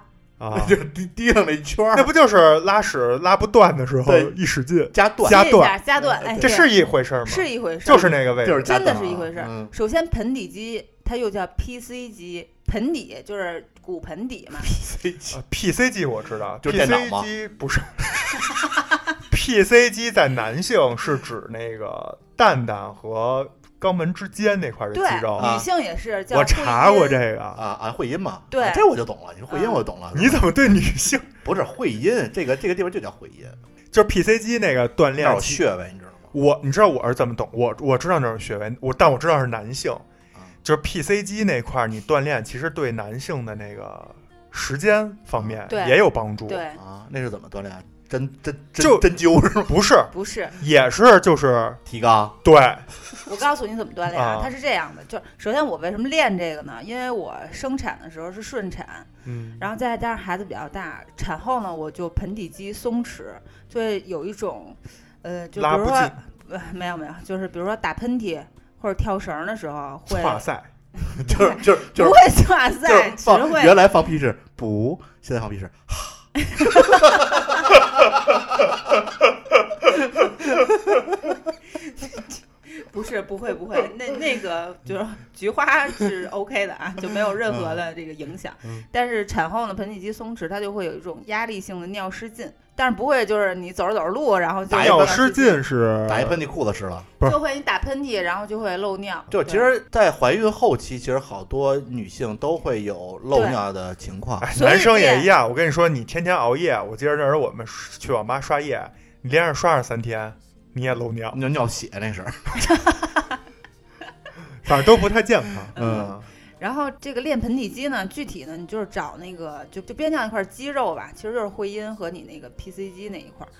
B: [laughs]
C: 啊
B: 就是低低上那圈
C: 那 [laughs]
B: 儿
C: 不就是拉屎拉不断的时候
B: 对
C: 一使劲，
B: 加段，
C: 加
A: 歇一
C: 段
A: 下加段，哎，对
C: 这是一回事儿吗？
A: 是一回事儿，
C: 就是那个位置，
B: 就是加
A: 真的
B: 段
A: 是一回事儿。
C: [laughs]
B: 嗯，
A: 首先，盆底肌它又叫 PC 肌，盆底就是骨盆底嘛。
C: 啊，PC 机我知道，
B: 就是电脑
C: PC
B: 吗
C: 机不是，PC 机在男性是指那个蛋蛋和肛门之间那块的肌
A: 对，
C: 肉。
B: 啊
A: 女性也是叫
C: 我
A: 会
C: 查过
A: 阴
C: 这个，
B: 啊，按会阴嘛，
A: 对
B: 啊这我就懂了。你说会阴，
A: 嗯
B: 我就懂了。
C: 你怎么对女性
B: 不是会阴？这个这个地方就叫会阴，
C: 就是 PC 机那个锻
B: 那
C: 炼
B: 有
C: 器？
B: 穴位，你知道吗？
C: 我你知道我是怎么懂？我我知道那种穴位，我但我知道是男性
B: 啊，
C: 就是 PC 机那块儿你锻炼，其实对男性的那个时间方面
A: 对
C: 也有帮助。
A: 对，
B: 啊，那是怎么锻炼？针针
C: 就
B: 针针灸是吗？
C: 不是，
A: 不是，
C: 也是就是
B: [laughs] 提肛，
C: 对，
A: 我告诉你怎么锻炼
C: 啊
A: 啊，它是这样的，就是首先我为什么练这个呢？因为我生产的时候是顺产，
C: 嗯，
A: 然后再加上孩子比较大，产后呢我就盆底肌松弛，就会有一种，呃，就比
C: 拉
A: 如
C: 不
A: 说
C: 紧，
A: 呃没有没有，就是比如说打喷嚏或者跳绳儿的时候
B: [laughs]
A: 会
C: 哇塞，
B: [laughs] 就是就是就
A: 不
B: 是
A: 会
B: [laughs]
A: 哇
B: 就
A: 塞，
B: 是
A: 只
B: 放
A: 会
B: 原来放屁是不，现在放屁是，
A: 不是不会不会，那那个就是菊花是 OK 的啊，就没有任何的这个影响。
B: 嗯
A: 但是产后呢，盆底肌松弛，它就会有一种压力性的尿失禁，但是不会就是你走着走着路，然后就
B: 打一
C: 尿
B: 个
C: 失，禁是
B: 打一喷嚏裤子湿了。
C: 不是
A: 就会你打喷嚏，然后就会漏尿。
B: 就其实，在怀孕后期，其实好多女性都会有漏
A: 对
B: 尿的情况。
C: 哎，
A: 所以
C: 男生
A: 这
C: 也
A: 样
C: 一样。我跟你说，你天天熬夜，我记得那时候我们去网吧刷夜，你连着刷上三天，你也漏尿，
B: 尿尿血那是，
C: 反正都不太健康。
B: 嗯，
A: 然后这个练盆底肌呢，具体呢，你就是找那个就就边上一块肌肉吧，其实就是会阴和你那个 PC 肌那一块儿。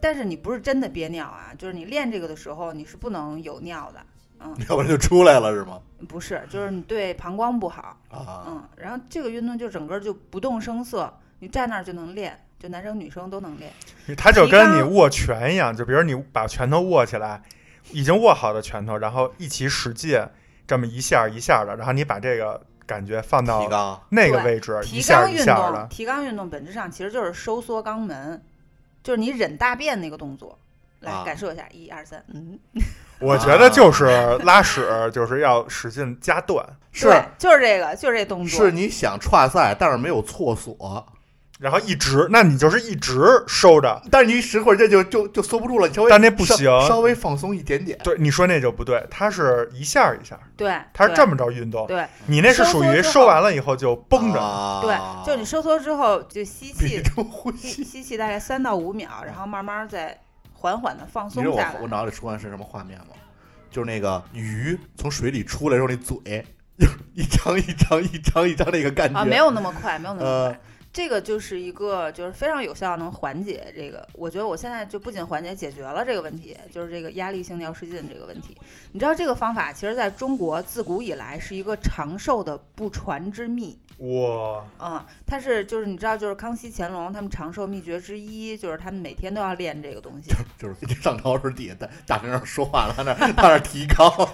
A: 但是你不是真的憋尿啊，就是你练这个的时候，你是不能有尿的。嗯，
B: [laughs] 要不然就出来了是吗？
A: 不是，就是你对膀胱不好。
B: 啊，
A: 嗯，然后这个运动就整个就不动声色，你站那儿就能练，就男生女生都能练。
C: 它就
A: 提肛
C: 跟你握拳一样，就比如你把拳头握起来，已经握好的拳头，然后一起使劲，这么一下一下的，然后你把这个感觉放
B: 提
C: 到
B: 肛
C: 那个
A: 对
C: 位置，一
A: 提
C: 下
A: 肛
C: 一
A: 运
C: 下
A: 动，
C: 的。
A: 提肛运动本质上其实就是收缩肛门，就是你忍大便那个动作。来
B: 啊
A: 感受一下，一二三，嗯，
C: 我觉得就是拉屎，就是要使劲加段，
A: 对
B: 是
A: 就是这个，就是这动作，
B: 是你想岔赛，但是没有厕所，
C: 然后一直，那你就是一直收着，
B: 但是你一使会儿这就就就缩不住了，你稍微
C: 但那不行
B: 稍稍微放松一点点，
C: 对，你说那就不对，它是一下一下，
A: 对，
C: 它是
A: 对
C: 这么着运动。
A: 对
C: 你那是属于收完了以后就绷着，
B: 啊
A: 对，就是你收缩之后就吸
B: 屏
A: 气，
B: 住呼吸，
A: 吸吸气大概三到五秒，然后慢慢再缓缓的放
B: 你
A: 松
B: 知道
A: 下
B: 我我
A: 来。
B: 脑子里出现是什么画面吗？就是那个鱼从水里出来的时候，那嘴一张一张一张一张那个感觉
A: 啊，没有那么快，没有那么快。
B: 呃，
A: 这个就是一个就是非常有效能缓解这个，我觉得我现在就不仅缓解解决了这个问题，就是这个压力性尿失禁这个问题。你知道这个方法其实在中国自古以来是一个长寿的不传之秘。
C: 哇，
A: 嗯，它是就是你知道，就是康熙、乾隆他们长寿秘诀之一，就是他们每天都要练这个东西。
B: 就是上朝时候底下大大声说话，他那他那提纲，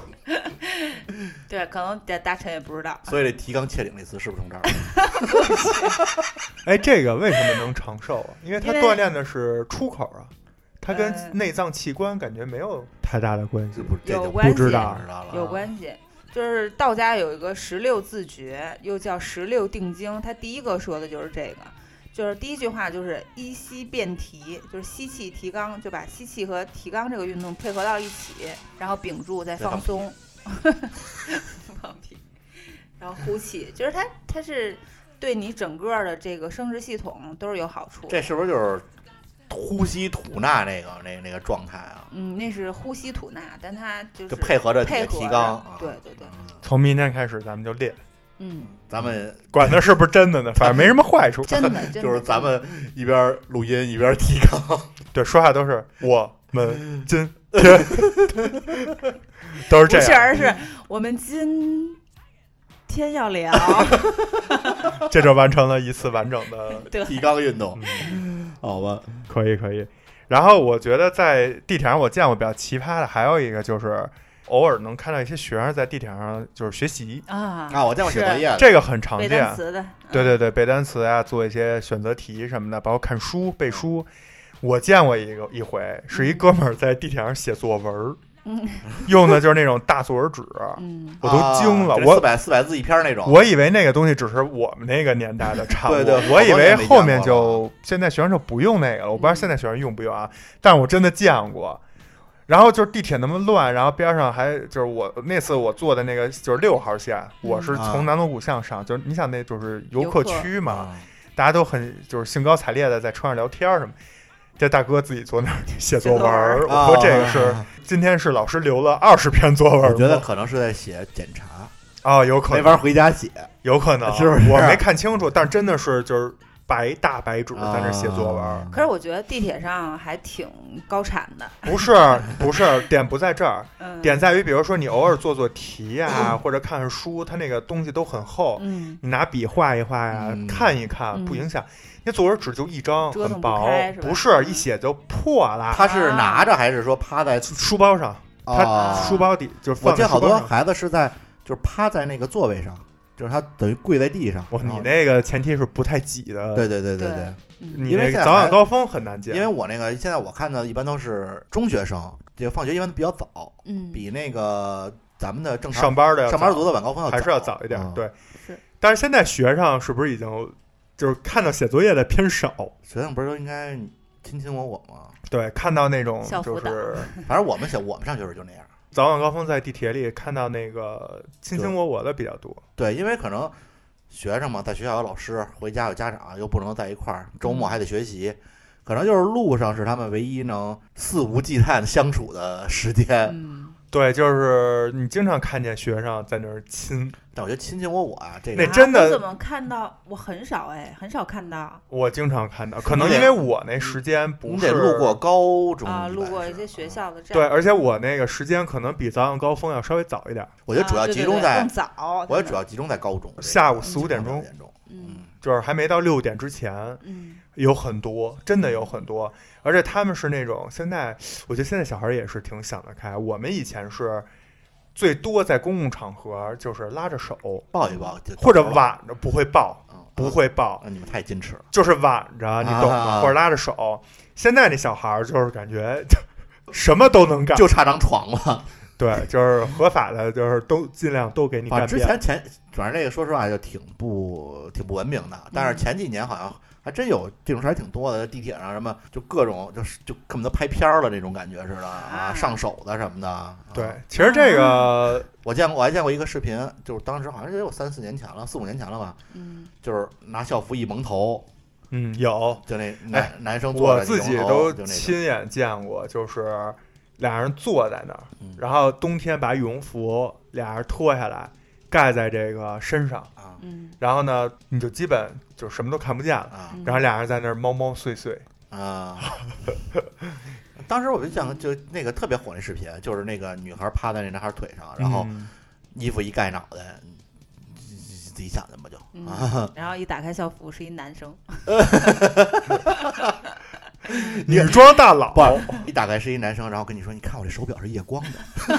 A: 对，可能大大臣也不知道，
B: 所以这提纲挈领那次是不是从这儿？
C: 哎，这个为什么能长寿啊？因为它
A: 因为
C: 锻炼的是出口啊，它
A: 呃
C: 跟内脏器官感觉没有太大的关系
B: 这。不这
A: 有
B: 就
A: 关系
B: 不知道了，
A: 有关系。就是道家有一个十六字诀，又叫十六定经，它第一个说的就是这个，就是第一句话就是一吸变提，就是吸气提肛，就把吸气和提肛这个运动配合到一起，然后屏住再放松， [laughs] 放屁，然后呼气，就是它它是对你整个的这个生殖系统都是有好处的。
B: 这是不是就是呼吸吐纳那个那那个状态啊？
A: 嗯，那是呼吸吐纳，但它就是
B: 就配合着你
A: 配
B: 的
A: 合
B: 提
A: 着
B: 纲啊，
A: 对对对，
B: 嗯
C: 从明天开始咱们就练，
A: 嗯，
B: [laughs] 咱们
C: 管它是不是真的呢，反正没什么坏处。
A: 真的，真的
B: 就是咱们一边录音一边提纲，
C: 对，说话都是我们今天都是
A: 不
C: 这
A: 是，
C: 样，
B: 嗯
A: 而是我们今天要
B: [laughs]
A: 聊，啊
C: 这就完成了一次完整的。
A: 对，
B: [laughs] 提纲运动，
C: 嗯，
B: 好吧？
C: 可以可以。然后我觉得在地铁上我见过比较奇葩的，还有一个就是偶尔能看到一些学生在地铁上就是学习，
A: 啊
B: 啊，我见过写作业的，
C: 这个很常
A: 背
C: 见
A: 单。词嗯的，
C: 对对对，背单词啊，做一些选择题什么的，包括看书、背书。我见过一个一回，是一哥们儿在地铁上写作文儿，
A: 嗯
C: 用的就是那种大作文纸，
A: 嗯
C: 我都惊了。
B: 啊四
C: 我
B: 百四百字一篇那种，
C: 我以为那个东西只是我们那个年代的产物，
B: 哦 [laughs] 对对
C: 我以为后
B: 好多年
C: 面
B: 没见过
C: 就现在学生就不用那个了。我不知道现在学生用不用啊，但我真的见过。然后就是地铁那么乱，然后边上还就是我那次我坐的那个就是六号线，我
B: 嗯
C: 是从南锣鼓巷上，就是你想那就是游客区嘛，
B: 啊，
C: 大家都很就是兴高采烈的在车上聊天儿什么。这大哥自己坐那儿写作文儿，
A: 写
B: 作文儿
C: 我说这个是、
B: 啊
C: 今天是老师留了二十篇作文吗，
B: 我觉得可能是在写检查，
C: 啊、有可能
B: 没法回家写，
C: 有可能，
B: [laughs] 是不是
C: 我没看清楚，但真的是就是白大白纸在那写作文，
B: 啊
A: 可是我觉得地铁上还挺高产的，
B: [laughs]
C: 不是不是，点不在这儿，
A: 嗯，
C: 点在于比如说你偶尔做做题
B: [laughs]
C: 呀、或者看看书，它那个东西都很厚，
A: 嗯，
C: 你拿笔画一画呀，
B: 嗯
C: 看一看
A: 嗯
C: 不影响。那作文纸就一张，
A: 折腾
C: 很
A: 不
C: 薄
A: 开是，吧
C: 不是一写就破了。
B: 啊他是拿着还是说趴在
C: 书包上，他
B: 嗯啊
C: 书包底就是
B: 我
C: 放在
B: 见好
C: 书包
B: 多
C: 上。
B: 孩子是在就是趴在那个座位上，就是他等于跪在地上。
C: 哇，
B: 然后
C: 你那个前提是不太挤的，
B: 嗯对，对对对
A: 对
B: 对，
A: 嗯
C: 你
B: 因为
C: 那
B: 现
C: 个
B: 在
C: 早
B: 还
C: 晚高峰很难见，
B: 因为我那个现在我看的一般都是中学生，就放学一般都比较早，
A: 嗯，
B: 比那个咱们的正常
C: 上班的要
B: 上班
C: 早
B: 族的晚高峰要
C: 还是要早一点，
B: 嗯
C: 对。
A: 是
C: 但是现在学生是不是已经就是看到写作业的偏少？
B: 学生不是都应该亲亲我我吗？
C: 对，看到那种
A: 校
C: 就
A: 服党
C: 是
B: 反正我们小我们上学时候就那样。
C: 早晚高峰在地铁里看到那个卿卿我我的比较多。
B: 对，因为可能学生嘛，在学校有老师，回家有家长，又不能在一块儿，周
A: 嗯
B: 末还得学习，可能就是路上是他们唯一能肆无忌惮地相处的时间。
A: 嗯，
C: 对，就是你经常看见学生在那儿亲，
B: 但我觉得亲亲我我啊，这
C: 那
B: 个
A: 啊
C: 真的
A: 我怎么看到？我很少哎，很少看到
C: 我经常看到，可能
B: 你得
C: 因为我那时间不
B: 你
C: 是
B: 得路过。高中
A: 啊，
B: 般
A: 路过
B: 是
A: 一些学。校的站，
C: 对，而且我那个时间可能比早晚高峰要稍微早一点，
B: 我觉得主要
A: 啊对
B: 集
A: 对
B: 中
A: 对
B: 在
A: 更，早，
B: 我觉得主
A: 要
B: 要集中在高中，
C: 下午
B: 这个
C: 四五点钟
B: 四点钟，
A: 嗯
C: 就是还没到六点之前，
A: 嗯
C: 有很多，真的有很
B: 嗯
C: 多，而且他们是那种现在，我觉得现在小孩儿也是挺想得开。我们以前是最多在公共场合就是拉着手，
B: 抱一抱就
C: 或者
B: 到头了，
C: 挽着，不会抱，
B: 嗯
C: 不，会抱，
B: 啊你们太矜持了。
C: 就是挽着，你懂吗？
B: 啊
C: 或者拉着手。现在那小孩儿就是感觉 [laughs] 什么都能干，
B: 就差张床了，
C: 对，就是合法的，就是都尽量都给你
B: 反
C: 干
B: 正啊之
C: 遍。
B: 前前，反正这个说实话就挺不挺不文明的，但
C: 嗯
B: 是前几年好像还真有这种事儿还挺多的，地铁上什么就各种就是就恨不得拍片儿了那种感觉似的啊，
A: 啊
B: 上手的什么的。啊
C: 对，，其实这个
B: 我见过，我还见过一个视频，就是当时好像也有三四年前了，四五年前了吧，
A: 嗯
B: 就是拿校服一蒙头，
C: 嗯，有，
B: 就那男、
C: 哎
B: 男生坐
C: 我
B: 着
C: 自己
B: 油
C: 都
B: 头就那种，
C: 亲眼见过，就是俩人坐在那儿
B: 嗯，
C: 然后冬天把羽绒服俩人脱下来盖在这个身上，
B: 啊
A: 嗯
C: 然后呢，你就基本就什么都看不见了。
B: 啊
A: 嗯
C: 然后俩人在那儿猫猫碎碎，
B: 啊！当时我就想，就那个特别火那视频，就是那个女孩趴在那男孩腿上，然后
C: 嗯
B: 衣服一盖脑袋，你你你自己想去吧就
A: 嗯
B: 啊， [laughs]
A: 然后一打开校服是一男生， [laughs]
C: 女装大佬
B: 不，一打开是一男生，然后跟你说，你看我这手表是夜光的，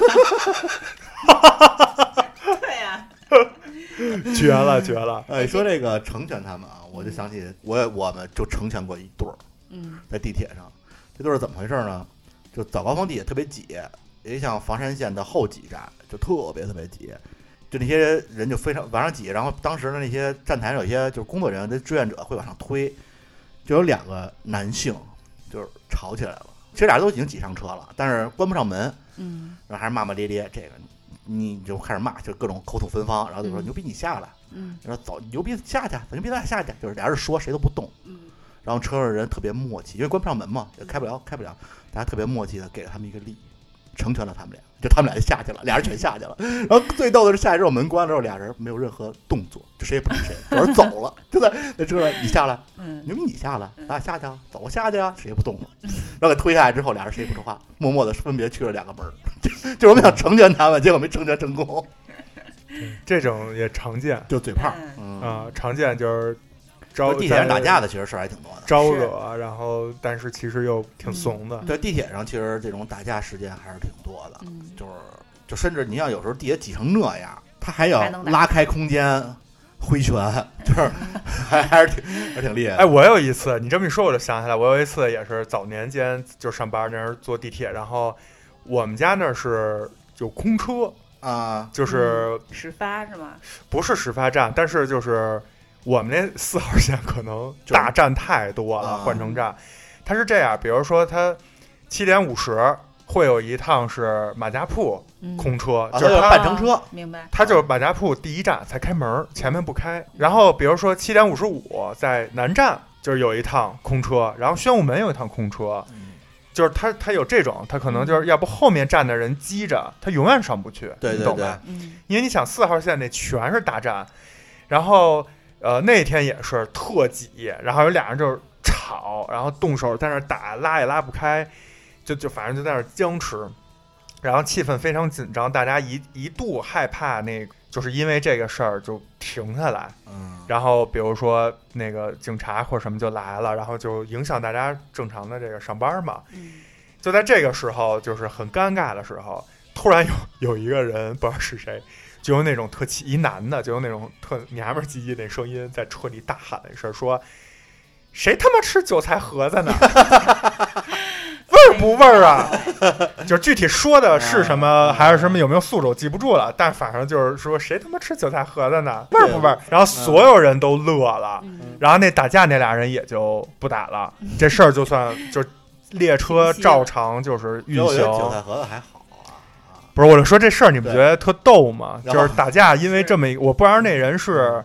A: 对呀、
C: 绝了绝了，
B: 哎，说这个成全他们啊，我就想起我我们就成全过一对儿，
A: 嗯
B: 在地铁上，这对儿怎么回事呢？就早高峰地铁特别挤，也像房山线的后几站就特别特别挤，就那些人就非常往上挤，然后当时的那些站台上有些就是工作人员跟志愿者会往上推，就有两个男性就是吵起来了，其实俩都已经挤上车了，但是关不上门，
A: 嗯
B: 然后还是骂骂咧咧，这个你你就开始骂，就各种口吐芬芳，然后就说、
A: 嗯
B: 牛逼你下来。
A: 嗯
B: 然后走，你牛逼下去，咱牛逼咱俩下去，就是俩人说谁都不动，
A: 嗯
B: 然后车上人特别默契，因为关不上门嘛，也开不了，开不了，大家特别默契的给了他们一个力，成全了他们俩，就他们俩就下去了，俩人全下去了。 [laughs] 然后最逗的是下去之后门关了之后，俩人没有任何动作，就谁也不理谁，主要是走了，就在那车上你下来，
A: 嗯
B: 牛逼你下来，咱俩下去啊，走下去啊，谁也不动了。然后给推下来之后，俩人谁也不说话，默默的分别去了两个门儿， [laughs] 就就是我们想成全他们，结果没成全成功，
C: 这种也常见
B: 就嘴炮，
C: 啊、
B: 嗯，
C: 常见就是招
B: 就地铁上打架
C: 的
B: 的其实事儿还挺多的。
C: 招惹，然后但是其实又挺
A: 嗯
C: 怂的，
B: 对，地铁上其实这种打架事件还是挺多的，
A: 嗯，
B: 就是就甚至你像有时候地铁挤成那样，他还要
A: 还能打嗯
B: 拉开空间挥拳，就是还 [laughs] 还是挺还是挺厉害的。
C: 哎，我有一次，你这么一说，我就想起来，我有一次也是早年间就上班那儿坐地铁，然后我们家那儿是有空车，
B: 啊
C: 就是
A: 嗯始发是吗？
C: 不是始发站，但是就是我们那四号线可能
B: [laughs] 就是
C: 大站太多
B: 啊
C: 了，换乘站，它是这样，比如说它七点五十会有一趟是马家铺
A: 嗯，
C: 空车，
B: 啊，他
C: 就是
B: 就
C: 它
B: 半程车，
A: 哦明白。
C: 它就是马家铺第一站才开门儿，前面不开。然后比如说七点五十五在南站就是有一趟空车，然后宣武门有一趟空车，
B: 嗯
C: 就是它它有这种，它可能就是要不后面站的人积着，它永远上不去，
B: 对
C: 你
B: 对
C: 懂
B: 对
C: 吧？
A: 嗯
C: 因为你想四号线那全是大站，然后呃那天也是特挤，然后有俩人就是吵，然后动手在那儿打，拉也拉不开，就就反正就在那儿僵持，然后气氛非常紧张，大家一一度害怕那个，就是因为这个事儿就停下来，
B: 嗯，
C: 然后比如说那个警察或者什么就来了，然后就影响大家正常的这个上班嘛。
A: 嗯
C: 就在这个时候，就是很尴尬的时候，突然有有一个人不知道是谁，就用那种特气，一男的，就用那种特娘们儿唧唧那声音在车里大喊了一声，说：“谁他妈吃韭菜盒子呢？ [laughs] 味儿不味儿啊？” [laughs] 就是具体说的是什么，还是什么有没有素质，我记不住了。但反正就是说，谁他妈吃韭菜盒子呢？味儿不味儿？然后所有人都乐
B: 啊
C: 了。
A: 嗯
C: 然后那打架那俩人也就不打了，这事儿就算就是列车照常就是运
B: 觉得我觉得韭
C: 行。
B: 菜盒子还好啊啊，
C: 不是，我就说这事儿你不觉得特逗吗？
B: 对
C: 就是打架，因为这么一，我不知道那人
B: 嗯
C: 是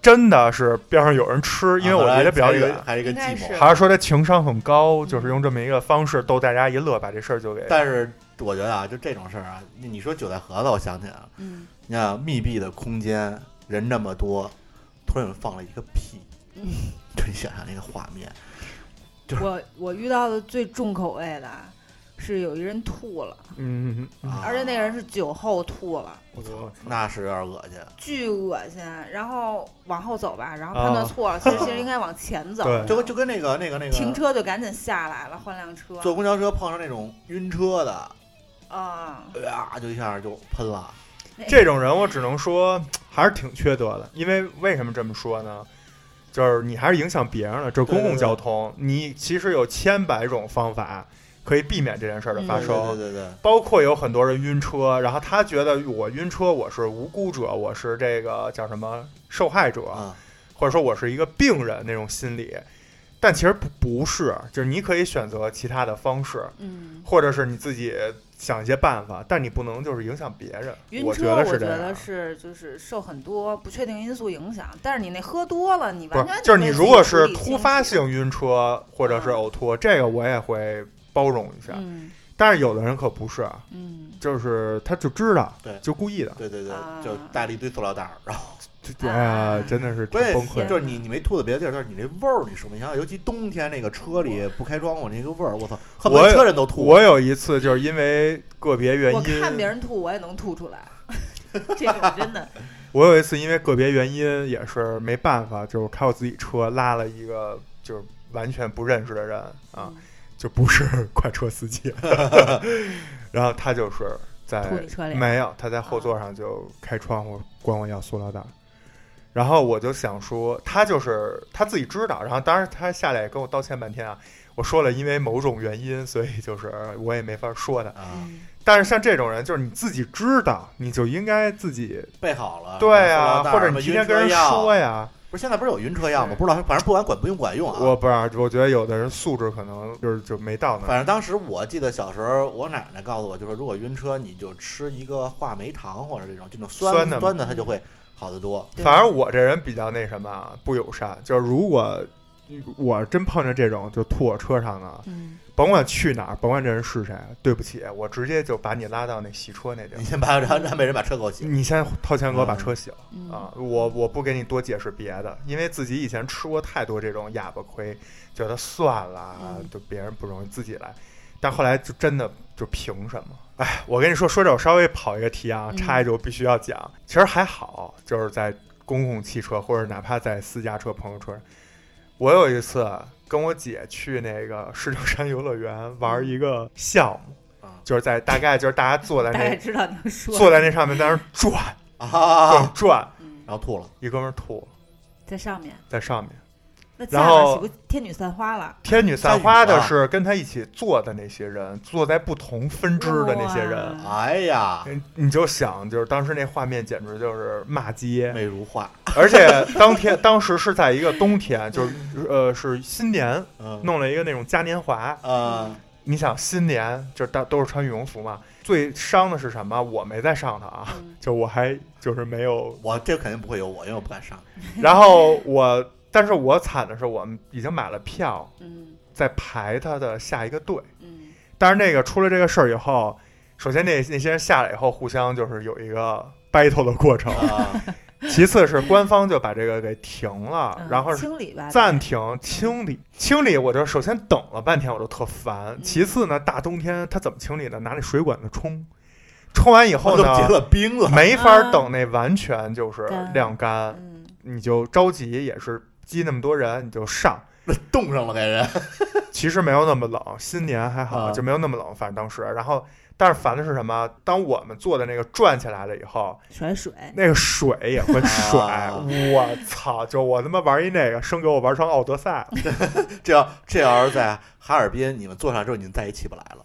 C: 真的是边上有人吃，因为我离得比较远，
B: 还啊是一个
A: 应该
B: 还是一个
A: 是
B: 计谋。
C: 还是说他情商很高，就是用这么一个方式逗大家一乐，把这事儿就给。
B: 但是我觉得啊，就这种事儿啊，你你说韭菜盒子，我想起来了，
A: 嗯
B: 你看密闭的空间，人那么多，突然有人放了一个屁
A: 嗯，
B: 就你想想那个画面，
A: 我我遇到的最重口味的啊是有一人吐了，
C: 嗯，
B: 啊
A: 而且那个人是酒后吐了，
C: 我操，
B: 那是有点恶心。
C: 哎
A: 巨恶心。然后往后走吧，然后判断
C: 啊
A: 错了，其实其实应该往前走。
C: 对
B: 就跟就跟那个那个那个
A: 停车就赶紧下来了，换辆车。
B: 坐公交车碰上那种晕车的，
A: 啊，
B: 啊，就一下就喷了。
C: 这种人我只能说还是挺缺德的，因为为什么这么说呢？就是你还是影响别人了，这是公共交通，你其实有千百种方法可以避免这件事儿的发
A: 嗯
C: 生。
B: 对对对对，
C: 包括有很多人晕车，然后他觉得我晕车，我是无辜者，我是这个叫什么受害者，
B: 啊，
C: 或者说我是一个病人那种心理，但其实不不是，就是你可以选择其他的方式，
A: 嗯
C: 或者是你自己想一些办法，但你不能就是影响别人。
A: 晕
C: 我觉
A: 车，我
C: 是这
A: 得
C: 样。
A: 是就是受很多不确定因素影响，但是你那喝多了，你
C: 不
A: 完
C: 是
A: 全，
C: 就是
A: 没
C: 你
A: 有
C: 如果
A: 自己
C: 是
A: 处理
C: 突发
A: 情绪，
C: 性晕车或者是
A: 嗯
C: 呕吐，这个我也会包容一下。
A: 嗯
C: 但是有的人可不是，啊
A: 嗯，
C: 就是他就知道，
B: 对
C: 就故意的。
B: 对对对
A: 啊，
B: 就带了一堆塑料袋儿，然后
C: 就哎呀，真的是挺
B: 关键
C: 崩溃
A: 天
C: 的。
B: 就是你你没吐的别的地儿，但是你这味儿你受不了。你想想，尤其冬天那个车里不开窗户那个味儿，我操，恨不
C: 我
B: 得车人都吐。
C: 我有一次就是因为个别原
A: 我
C: 因，
A: 看别人吐，我也能吐出来， [laughs] 这种真的，
C: 我有一次因为个别原因也是没办法，就是开我自己车拉了一个就是完全不认识的人啊
A: 嗯，
C: 就不是 [laughs] 快车
A: [laughs]
C: 司机，然后他就是在
A: 吐你车里啊
C: 没有他在后座上就开窗户管我要塑料袋儿，然后我就想说他就是他自己知道，然后当时他下来也跟我道歉半天啊，我说了因为某种原因，所以就是我也没法说他，
B: 啊，
A: 嗯
C: 但是像这种人就是你自己知道，你就应该自己
B: 备好了。
C: 对
B: 呀
C: 呀，，或者你提前跟人说
B: 呀。
C: 呀。
B: 不是现在不是有晕车药吗
C: 是？
B: 不知道，反正不管管不用管用啊。
C: 我不知道，我觉得有的人素质可能就是就没到那儿。
B: 反正当时我记得小时候，我奶奶告诉我，就说如果晕车，你就吃一个话梅糖或者这种这种酸
C: 酸的嘛
B: 酸的它就会好得多。
A: 对
C: 反正我这人比较那什么啊，不友善，就是如果我真碰着这种就吐我车上的，
A: 嗯，
C: 甭管去哪儿，甭管这人是谁，对不起，我直接就把你拉到那洗车那地儿
B: 你。先把让让别人把车给我洗了。
C: 你先掏钱给我把
B: 嗯
C: 车洗了、
A: 嗯
C: 啊！我我不给你多解释别的，因为自己以前吃过太多这种哑巴亏，觉得算了啊，
A: 嗯
C: 就别人不容易，自己来。但后来就真的就凭什么？哎，我跟你说，说这我稍微跑一个题啊，
A: 嗯
C: 插一句，我必须要讲。其实还好，就是在公共汽车或者哪怕在私家车、朋友车上，我有一次啊跟我姐去那个石景山游乐园
A: 嗯
C: 玩一个项目，
B: 啊
C: 就是在大概就是大家坐在
A: 大概
C: 那
A: 知道你要说
C: 坐在那上面在那儿转。各
B: 啊
C: 种，转，
A: 嗯
B: 然后吐了，
C: 一哥们儿吐了
A: 在上面，
C: 在上面。
A: 那下
C: 然
A: 面
C: 后
A: 岂不天女散花了？
C: 天女散花的是跟他一起坐的那些人，坐在不同分支的那些人，
A: 哇
B: 哎呀，
C: 嗯你就想，就是当时那画面简直就是骂街，
B: 美如画，
C: 而且当天当时是在一个冬天，就是呃是新年，
B: 嗯，
C: 弄了一个那种嘉年华。
B: 呃，
C: 你想新年就是大都是穿羽绒服嘛，最伤的是什么？我没在上头啊，
A: 嗯
C: 就我还就是没有
B: 我这肯定不会有我，因为我不敢上。。
C: 然后我，但是我惨的是，我们已经买了票，
A: 嗯
C: 在排他的下一个队。
A: 嗯
C: 但是那个出了这个事儿以后，首先那那些人下来以后，互相就是有一个 battle 的过程
B: 啊，
C: 其次是官方就把这个给停了，
A: 嗯，
C: 啊然后是
A: 清理吧，
C: 暂停清理。清理我就首先等了半天，我就特烦。
A: 嗯
C: 其次呢，大冬天他怎么清理呢？拿那水管子冲，冲完以后
A: [laughs]
B: 都结
C: 呢，
B: 了冰了，
C: 没
A: 啊
C: 法等那完全就是
A: 干
C: 晾干。
A: 嗯，
C: 你就着急，也是积那么多人，你就上。
B: 冻上了该人。
C: 其实没有那么冷，新年还好，
B: 啊
C: 就没有那么冷。反正当时，然后但是烦的是什么？当我们坐的那个转起来了以后，
A: 甩水， [laughs]
C: 那个水也会甩。
B: 啊
C: 我操！就我他妈玩一那个，生给我玩成奥德赛了。
B: 这要这要是在哈尔滨，你们坐上之后，你们再也起不来了。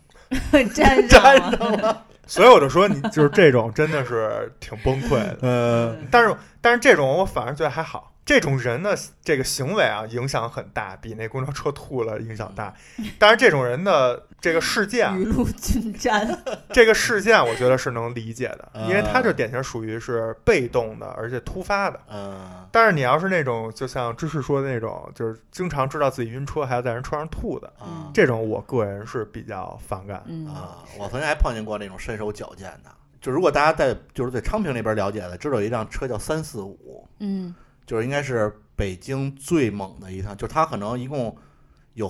A: 粘
B: 粘
A: 上了，嗯
B: 上了，
C: 所以我就说，你就是这种真的是挺崩溃的。 [laughs]
B: 呃，
A: 嗯
C: 但是但是这种我反而觉得还好，这种人的这个行为啊影响很大，比那公交车吐了影响大。
B: 嗯
C: 但是这种人的这啊个事件啊
A: 雨露均沾，
B: [laughs]
C: 这个事件我觉得是能理解的，
B: 嗯
C: 因为它就典型属于是被动的，而且突发的。
B: 嗯，
C: 但是你要是那种，就像芝士说的那种，就是经常知道自己晕车，还要在人车上吐的，
B: 啊
A: 嗯
C: 这种我个人是比较反感。
A: 嗯
B: 啊，我曾经还碰见过那种身手矫健的。就如果大家在就是在昌平那边了解的，知道有一辆车叫三四五，
A: 嗯
B: 就是应该是北京最猛的一趟，就是它可能一共有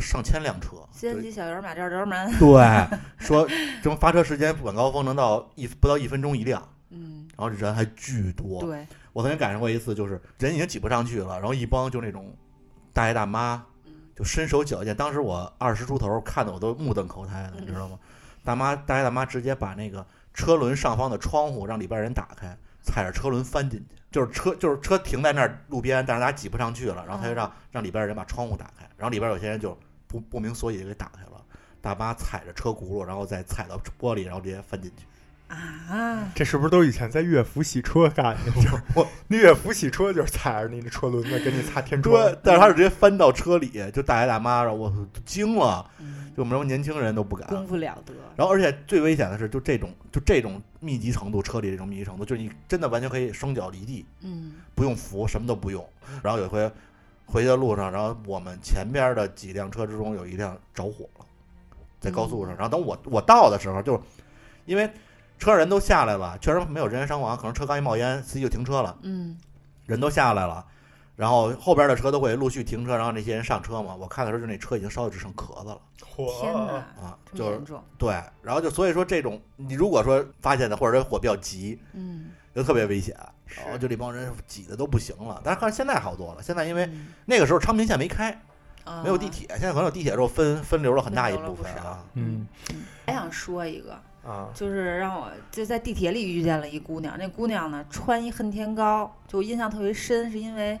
B: 上千辆车。
A: 西安
B: 就
A: 骑小人马照流氓，
B: 对， [laughs] 说什么发车时间晚高峰能到一不到一分钟一辆，
A: 嗯，
B: 然后人还巨多。
A: 对，
B: 我曾经赶上过一次，就是人已经挤不上去了，然后一帮就那种大爷大妈，就身手矫健。当时我二十出头，看的我都目瞪口呆的，你知道吗？大妈大爷大妈直接把那个车轮上方的窗户让里边人打开，踩着车轮翻进去，就是车就是车停在那儿路边，但是大家挤不上去了，然后他就让让里边人把窗户打开，然后里边有些人就不不明所以就给打开了。大妈踩着车轱辘，然后再踩到玻璃，然后直接翻进去。
A: 啊，
C: 这是不是都以前在乐府洗车干的？
B: [laughs]
C: 就是
B: 我
C: 那乐府洗车就是踩着你的车轮子给你擦天窗
B: 对，，但是他是直接翻到车里，就大爷大妈，然后我都惊了，
A: 嗯
B: 就我们这帮年轻人都不敢。
A: 功不了得。
B: 然后，而且最危险的是，就这种就这种密集程度，车里这种密集程度，就是你真的完全可以双脚离地，
A: 嗯，
B: 不用扶，什么都不用。然后有一回回去的路上，然后我们前边的几辆车之中有一辆着火了，在高速上。然后等我我到的时候，就是因为车上人都下来了，确实没有人员伤亡，可能车刚一冒烟，司机就停车了，
A: 嗯，
B: 人都下来了。然后后边的车都会陆续停车，然后那些人上车嘛。我看的时候，就那车已经烧的只剩壳子了
A: 天
C: 嚯，
A: 哪，
B: 啊，
A: 这
B: 就
A: 么
B: 是
A: 严重。
B: 对，然后就所以说这种，你如果说发现的或者这火比较急，
A: 嗯，
B: 就特别危险，然后
C: 是
B: 就这帮人挤的都不行了。但是看现在好多了，现在因为
A: 嗯
B: 那个时候昌平县没开，
A: 啊
B: 哎没有地铁，现在可能有地铁之后分分流了很大一部分
A: 分流了
B: 啊。
C: 嗯
A: 哎还想说一个，
B: 嗯
C: 啊，
A: 就是让我就在地铁里遇见了一姑娘，那姑娘呢穿一恨天高，就印象特别深，是因为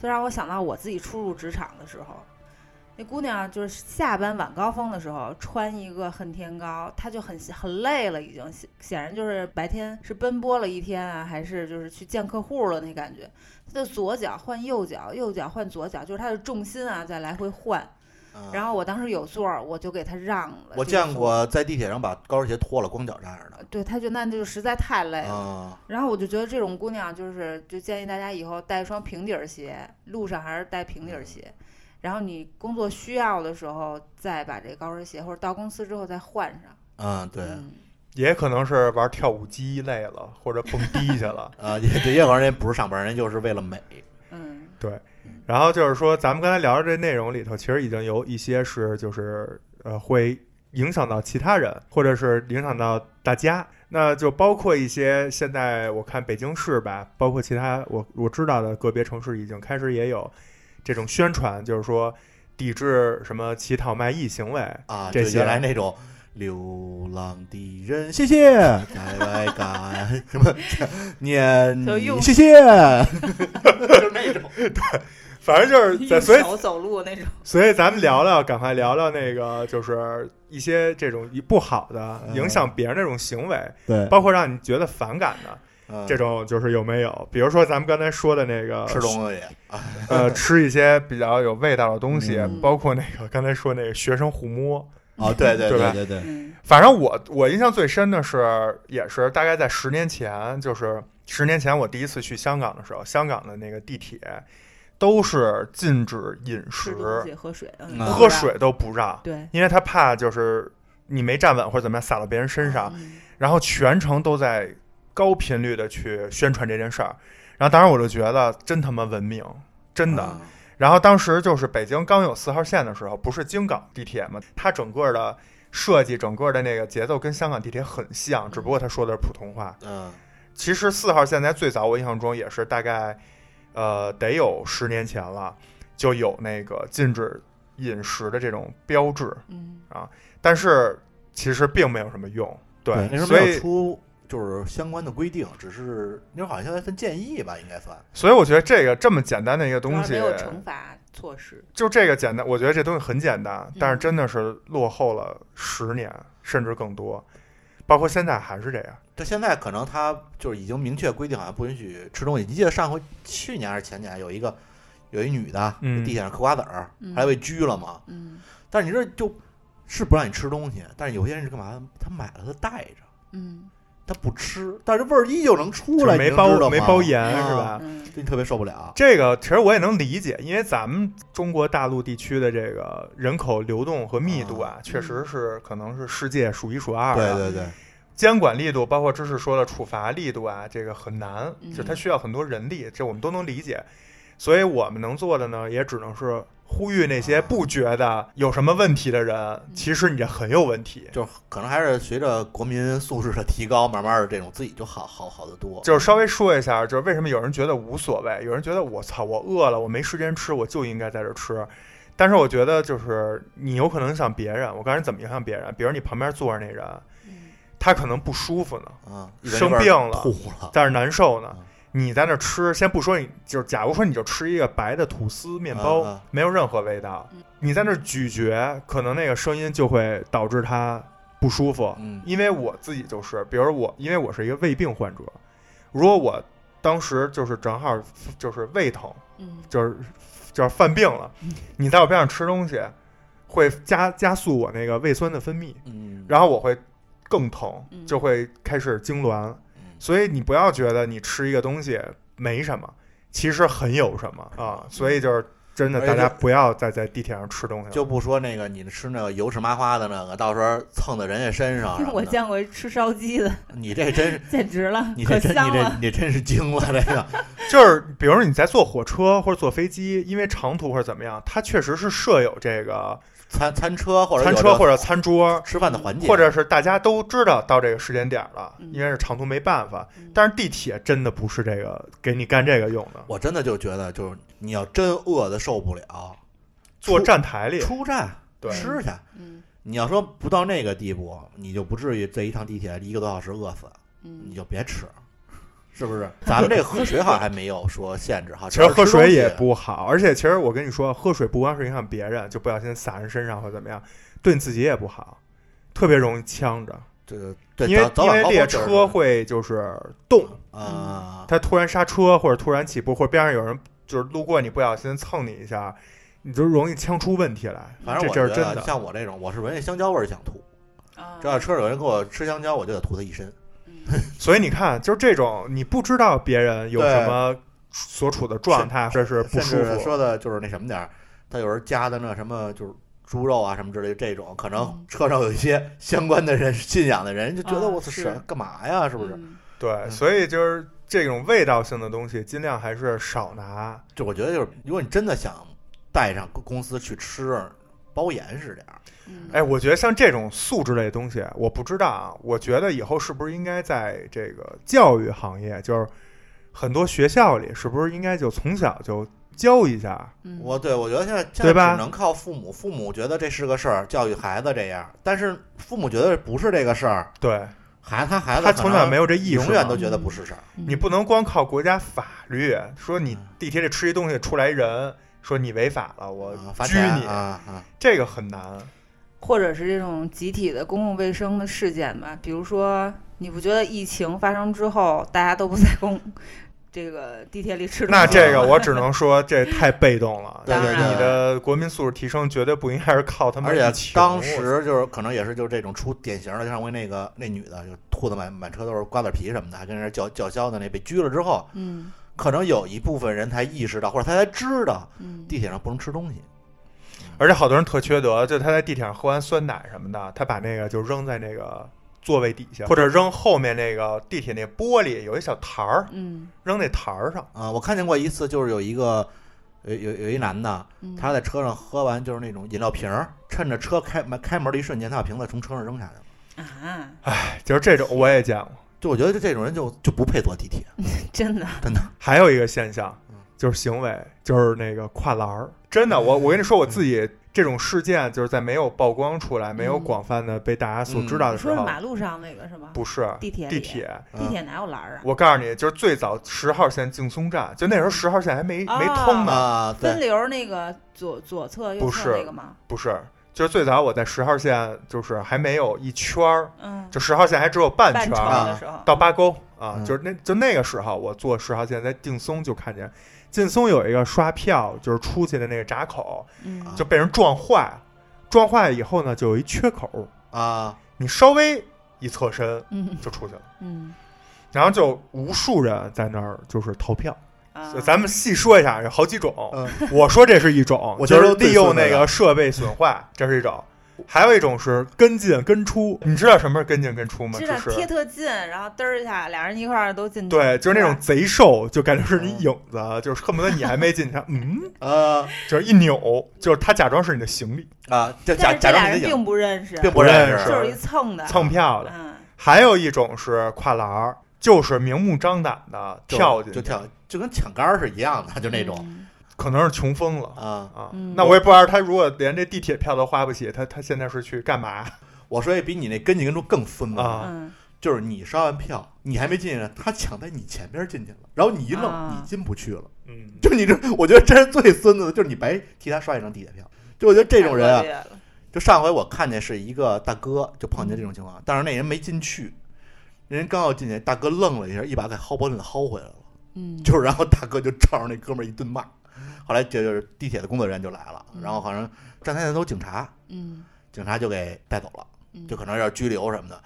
A: 就让我想到我自己初入职场的时候，那姑娘就是下班晚高峰的时候穿一个恨天高，她就很很累了，已经显显然就是白天是奔波了一天啊，还是就是去见客户了那感觉，她的左脚换右脚，右脚换左脚，就是她的重心啊在来回换。
B: 嗯
A: 然后我当时有座儿，我就给她让了。
B: 我见，过在地铁上把高跟鞋脱了光脚站着
A: 对，她就那就实在太累
B: 的
A: 了。
B: 啊，
A: 然后我就觉得这种姑娘就是，就建议大家以后带一双平底儿鞋，路上还是带平底
B: 嗯
A: 儿鞋。然后你工作需要的时候再把这高跟鞋，或者到公司之后再换上。
B: 嗯，对，
A: 嗯，
C: 也可能是玩跳舞机累了，或者蹦迪去了。
B: 啊，也 [laughs] 对也有人人家不是上班，人家就是为了美，
A: 嗯，
C: 然后就是说，咱们刚才聊的这内容里头，其实已经有一些是就是呃会影响到其他人，或者是影响到大家。那就包括一些现在我看北京市吧，包括其他我我知道的个别城市已经开始也有这种宣传，就是说抵制什么乞讨卖艺行为。
B: 啊，
C: 这
B: 就
C: 些
B: 原来那种流浪的人，
C: [laughs]
B: 谢谢，改改改，什么念
A: 就
B: 你，
A: 用
B: 谢谢，就是那种，
C: 反正就是在，所以
A: 手走路那种。
C: 所以咱们聊聊，赶快聊聊那个，就是一些这种一不好的
B: 嗯
C: 影响别人那种行为，
B: 对，
C: 包括让你觉得反感的。 [laughs]
B: 嗯
C: 这种就是有没有？比如说咱们刚才说的那个
B: 吃东西，
C: [laughs] 呃，吃一些比较有味道的东西，
B: 嗯
C: 包括那个刚才说那个学生互摸。
B: 哦，对对
C: 对吧
B: 对对，
A: 嗯
C: 反正我我印象最深的是，也是大概在十年前，就是十年前我第一次去香港的时候，香港的那个地铁都是禁止饮
A: 吃东
C: 食，
A: 西、喝水，嗯
B: 嗯，
A: 都
C: 喝
A: 不让
C: 水都不让，
A: 对，
C: 因为他怕就是你没站稳或者怎么样洒到别人身
B: 啊
C: 上。
A: 嗯
C: 然后全程都在高频率的去宣传这件事儿。然后当时我就觉得真他妈文明，真的。
B: 啊
C: 然后当时就是北京刚有四号线的时候，不是京港地铁嘛，它整个的设计、整个的那个节奏跟香港地铁很像，只不过它说的是普通话。
B: 嗯，
C: 其实四号线在最早我印象中也是大概，呃，得有十年前了，就有那个禁止饮食的这种标志，
A: 嗯，
C: 但是其实并没有什么用。对，
B: 那时候
C: 所
B: 没
C: 以
B: 有出就是相关的规定，只是那时候好像现在分建议吧，应该算，
C: 所以我觉得这个这么简单的一个
A: 主要
C: 东
A: 是没，
C: 西
A: 有惩罚措施。
C: 就这个简单，我觉得这东西很简
A: 嗯
C: 单，但是真的是落后了十年甚至更多，包括现在还是这样。
B: 但现在可能他就是已经明确规定，好像不允许吃东西。你记得上回去年还是前年有一个有一女的，
C: 嗯
B: 在地铁上嗑瓜子儿，
A: 嗯
B: 后来被拘了嘛。
A: 嗯
B: 但是你这就是不让你吃东西，但是有些人是干嘛？他买了他带着，
A: 嗯
B: 他不吃，但是味儿依旧能出
C: 就是
B: 来，
C: 没
B: 你能知道
C: 包
B: 吗
C: 没包盐
B: 啊
C: 是吧？
A: 嗯
B: 这你特别受不了。
C: 这个其实我也能理解，因为咱们中国大陆地区的这个人口流动和密度啊，确实是可能是世界数一数
B: 嗯
C: 二啊
B: 对对
C: 的。
B: 对，
C: 监管力度，包括知识说的处罚力度啊，这个很难，
A: 嗯
C: 就它需要很多人力，这我们都能理解。所以我们能做的呢，也只能是呼吁那些
B: 啊
C: 不觉得有什么问题的人，其实你这很有问题。
B: 就可能还是随着国民素质的提高，慢慢的这种自己就好好好得多。
C: 就是稍微说一下，就是为什么有人觉得无所谓，有人觉得我操，我饿了，我没时间吃，我就应该在这吃。但是我觉得，就是你有可能影响别人。我告诉你怎么影响别人，比如你旁边坐着那人，
A: 嗯
C: 他可能不舒服呢，
B: 啊，一闻
C: 生
B: 味儿
C: 病了，
B: 吐
C: [laughs]
B: 了，
C: 在那儿难受呢
B: 嗯。
C: 你在那儿吃，先不说你，就是假如说你就吃一个白的吐司面包，
B: 嗯嗯
C: 没有任何味道
A: 嗯，
C: 你在那儿咀嚼，可能那个声音就会导致它不不舒服。
B: 嗯
C: 因为我自己就是，比如我，因为我是一个胃病患者，如果我当时就是正好就是胃疼，
A: 嗯，
C: 就是就是犯病了，
B: 嗯
C: 你在我边上吃东西，会加加速我那个胃酸的分泌，
B: 嗯，
C: 然后我会更疼
A: 嗯，
C: 就会开始痉挛。
B: 后
C: 所以你不要觉得你吃一个东西没什么，其实很有什么
B: 嗯
C: 啊。所以就是真的，
B: 而且
C: 大家
B: 就
C: 不要再在地铁上吃东西了。
B: 就不说那个你吃那个油吃麻花的那个，到时候蹭到人家身上什么
A: [laughs]
B: 的。
A: 我见过吃烧鸡的， [laughs]
B: 你这真是，
A: 简直了，
B: 你
A: 可
B: 这真
A: 香
B: 你这
A: 了。
B: 你真是惊了，这个
C: 就是比如说你在坐火车或者坐飞机，因为长途或者怎么样，它确实是设有这个
B: 餐餐车或者
C: 餐
B: 有
C: 车
B: 的嗯
C: 或者餐桌，
B: 吃饭的环节，
C: 或者是大家都知道到这个时间点了，
A: 嗯
C: 因为是长途没办法
A: 嗯。
C: 但是地铁真的不是这个给你干这个用的，
B: 我真的就觉得就是你要真饿的受不了，
C: 坐
B: 出
C: 站台里
B: 出站
C: 对
B: 吃去。
A: 嗯
B: 你要说不到那个地步，你就不至于这一趟地铁一个多小时饿死，你
A: 嗯，
B: 就别吃，是不是？咱们这喝水好像还没有说限制哈，
C: 其实喝水
B: 只呃
C: 也
B: 要吃东西
C: 不好，而且其实我跟你说，喝水不光是影响别人，就不小心洒人身上或怎么样，对你自己也不好，特别容易呛着。
B: 这个对，
C: 因为
B: 早
C: 因
B: 早晚
C: 为
B: 高
C: 列
B: 峰就是
C: 车会就是动，
B: 啊，
C: 它突然刹车或者突然起步，或者边上有人就是路过你不小心蹭你一下，你就容易呛出问题来。
B: 反正我
C: 这
B: 觉
C: 这是真
B: 得
C: 的。
B: 像我这种，我是闻见香蕉味儿想吐，
A: 啊嗯
B: 只要车上有人给我吃香蕉，我就得吐他一身。
C: 所以你看，就是这种你不知道别人有
B: 对
C: 什么所处的状态，这是不舒
B: 甚至
C: 服。
B: 说的就是那什么点儿，他有人加的那什么就是猪肉啊什么之类的这种，可能
A: 嗯
B: 车上有一些 [laughs] 相关的人信仰的人就觉得
A: 啊
B: 我操，
A: 是
B: 神干嘛呀？是不是？
A: 嗯
C: 对，所以就是这种味道性的东西，尽量还是少拿。
B: 就我觉得就是，如果你真的想带上公公司去吃，包严实点儿。
A: 嗯
C: 哎，我觉得像这种素质类的东西，我不知道啊。我觉得以后是不是应该在这个教育行业，就是很多学校里，是不是应该就从小就教一下？
A: 嗯
B: 我对我觉得现在现在
C: 对吧
B: 只能靠父母，父母觉得这是个事儿，教育孩子这样，但是父母觉得不是这个事儿，
C: 对
B: 孩子他孩子
C: 他从小没
B: 有
C: 有这意识嘛，
B: 永远都觉得
A: 嗯
B: 不是事儿。啊
C: 你不能光靠国家法律说你
B: 嗯
C: 地铁里吃一东西出来人说你违法了，我
B: 啊罚
C: 拘
B: 钱
C: 你，
B: 啊啊！。
C: 这个很难。
A: 或者是这种集体的公共卫生的事件吧，比如说，你不觉得疫情发生之后，大家都不在公这个地铁里吃东西吗？
C: 那这个我只能说这太被动了
B: 对对
A: 当然
B: 对，
C: 你的国民素质提升绝对不应该是靠他们
B: 而
C: 疫
B: 且
C: 情。
B: 当时就是可能也是就是这种出典型的，就上回那个那女的就吐的满满车都是瓜子皮什么的，还跟人叫叫嚣的那被拘了之后，
A: 嗯
B: 可能有一部分人才意识到或者他才知道
A: 嗯
B: 地铁上不能吃东西。
C: 而且好多人特缺德，就他在地铁上喝完酸奶什么的，他把那个就扔在那个座位底下，或者扔后面那个地铁那玻璃有一小台儿，
A: 嗯
C: 扔那台儿上。
B: 啊、我看见过一次，就是有一个有有有一男的，
A: 嗯，
B: 他在车上喝完就是那种饮料瓶儿，趁着车开门开门的一瞬间，他把瓶子从车上扔下来了。
A: 啊，
C: 就是这种我也见过。
B: 就我觉得就这种人就就不配坐地铁，
A: 真的，[laughs]
B: 真的。
C: 还有一个现象
B: 嗯
C: 就是行为，就是那个跨栏儿。真的，我我跟你说，我自己这种事件就是在没有曝光出来、没有广泛的被大家所知道
A: 你
C: 的时
A: 说是
C: 候，
A: 马路上那个是吗？
C: 不是
A: 地铁
C: 地
A: 里
C: 铁。嗯
A: 地铁哪有栏儿啊？
C: 我告诉你，就是最早十号线静松站，就那时候十号线还没、
A: 啊
C: 没
B: 嗯
C: 通呢，
B: 啊，
A: 分
B: 对，
A: 流那个左左侧右
C: 不
A: 侧
C: 是
A: 那个吗？
C: 不是，就是最早我在十号线就是还没有一圈儿，
A: 嗯，
C: 就十号线还只有半
A: 半
C: 圈
A: 程
C: 儿，
B: 啊
A: 的时候，
C: 到八沟啊，
B: 嗯
C: 就是那就那个时候，我坐十号线在劲松就看见，劲松有一个刷票就是出去的那个闸口，
A: 嗯
C: 就被人撞坏，撞坏以后呢，就有一缺口，
B: 啊，
C: 你稍微一侧身
A: 嗯
C: 就出去了，
A: 嗯
C: 然后就无数人在那儿就是逃票。
A: 啊
C: 就，咱们细说一下，有好几种。
B: 嗯
C: 我说这是一种，
B: [laughs] 我
C: 就
B: 觉
C: 是
B: 得最
C: 利用
B: 损的
C: 那个设备损坏，这是一种。还有一种是跟进跟出，你知道什么是跟进跟出吗？
A: 知
C: 就
A: 道
C: 是
A: 贴特近，然后嘚儿一下，俩人一块儿都进去，
C: 对，就是那种
A: 吧
C: 贼瘦，就感觉是你
B: 嗯
C: 影子，就是恨不得你还没进去，嗯，
B: 呃
C: 就是一扭，就是他假装是你的行李，
B: 啊，这 [laughs] 假
A: 但是这
B: 假
A: 俩
B: 装
A: 人
B: 自己
A: 并不认识，
B: 并
C: 不
B: 不
C: 认
B: 认
C: 识
B: 识，
A: 就是一蹭的，
C: 蹭票的。
A: 嗯
C: 还有一种是跨栏儿，就是明目张胆的
B: 就
C: 跳进
B: 就
C: 去，
B: 跳，就跟抢杆儿是一样的，就那种
C: 可能是穷疯了
B: 啊。
C: 啊。
A: 嗯
C: 那我也不知道他如果连这地铁票都花不起，他他现在是去干嘛
B: 我说也比你那跟进跟出更疯了，
C: 啊？
A: 嗯，
B: 就是你刷完票，你还没进去呢，他抢在你前边进去了，然后你一愣，
A: 啊
B: 你进不去了。
C: 嗯，
A: 哎
B: 就你这，我觉得这是最孙子的，就是你白替他刷一张地铁票。就我觉得这种人啊，
A: 太恶劣了
B: 就上回我看见是一个大哥就碰见这种情况，但是那人没进去，那人刚要进去，大哥愣了一下，一把给薅脖领子薅回来了，
A: 嗯，
B: 就是然后大哥就照着那哥们儿一顿骂，后来就就是地铁的工作人员就来了，然后好像站台的都是警察，
A: 嗯
B: 警察就给带走了，
A: 嗯
B: 就可能要拘留什么的。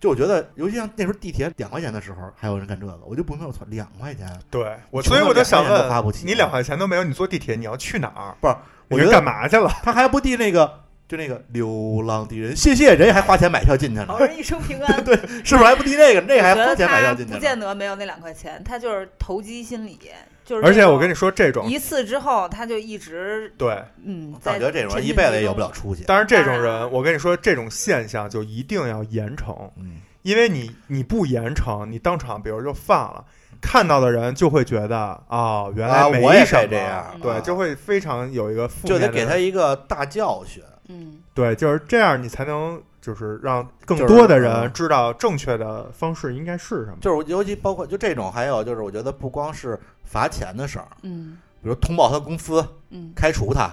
B: 就我觉得，尤其像那时候地铁两块钱的时候，还有人干这个，我就不明白，我操，两块钱，
C: 对我，
B: 穷
C: 所以我
B: 的
C: 就想
B: 两块钱都花不
C: 问
B: 起啊
C: 你，两块钱都没有，你坐地铁你要去哪儿？
B: 不是，我
C: 你
B: 觉
C: 是
B: 得
C: 干嘛去了？
B: 他还不递那个，就那个流浪的人，谢谢人还花钱买票进去呢
A: 好，人一生平安。
B: 对， [laughs] 是不是还不递那个？那个还
A: 哦我觉
B: 花
A: 得
B: 钱买
A: 他
B: 票进去
A: 不
B: 呢，
A: 见得没有那两块钱，他就是投机心理，就是
C: 而且我跟
A: 你
C: 你说，这种
A: 一次之后他就一直
C: 对，
A: 嗯，
B: 早
A: 在
B: 觉得这种
A: 沉
B: 人
A: 浸
B: 一辈子也
A: 其
B: 有不
A: 中
B: 了。出息。
C: 但是这种
A: 当然
C: 人，我跟你说，这种现象就一定要严惩，
B: 嗯，
C: 因为你你不严惩，你当场比如就犯了，看到的人就会觉得啊、哦，原
B: 啊
C: 来
B: 我也
C: 没
B: 得
C: 什么，
B: 这样啊
A: 嗯
C: 对，就会非常有一个负
B: 就
C: 面的，
B: 得给他一个大教训。
A: 嗯，
C: 对，就是这样，你才能就是让更
B: 就是
C: 多的人
B: 嗯
C: 知道正确的方式应该是什么。
B: 就是我尤其包括就这种，还有就是我觉得不光是罚钱的事儿，
A: 嗯
B: 比如通报他公司，
A: 嗯
B: 开除他，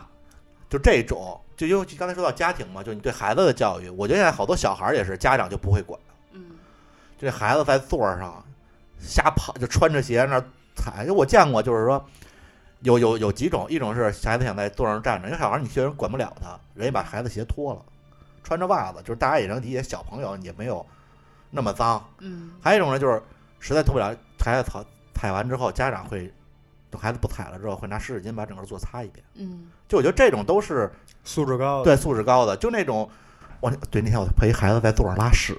B: 就这种。就因为刚才说到家庭嘛，就你对孩子的教育，我觉得现在好多小孩儿也是家长就不会管，
A: 嗯
B: 就这孩子在座儿上瞎跑，就穿着鞋那儿踩。就我见过，就是说有有有几种，一种是孩子想在座上站着，因为小孩儿你确实管不了他，人家把孩子鞋脱了，穿着袜子，就是大家也能理解小朋友也没有那么脏，
A: 嗯
B: 还有一种呢，就是实在脱不了，孩子踩踩完之后，家长会等孩子不踩了之后，会拿湿纸巾把整个座擦一遍。
A: 嗯
B: 就我觉得这种都是
C: 素质高，，
B: 对素质高的，就那种我对那天我陪孩子在座上拉屎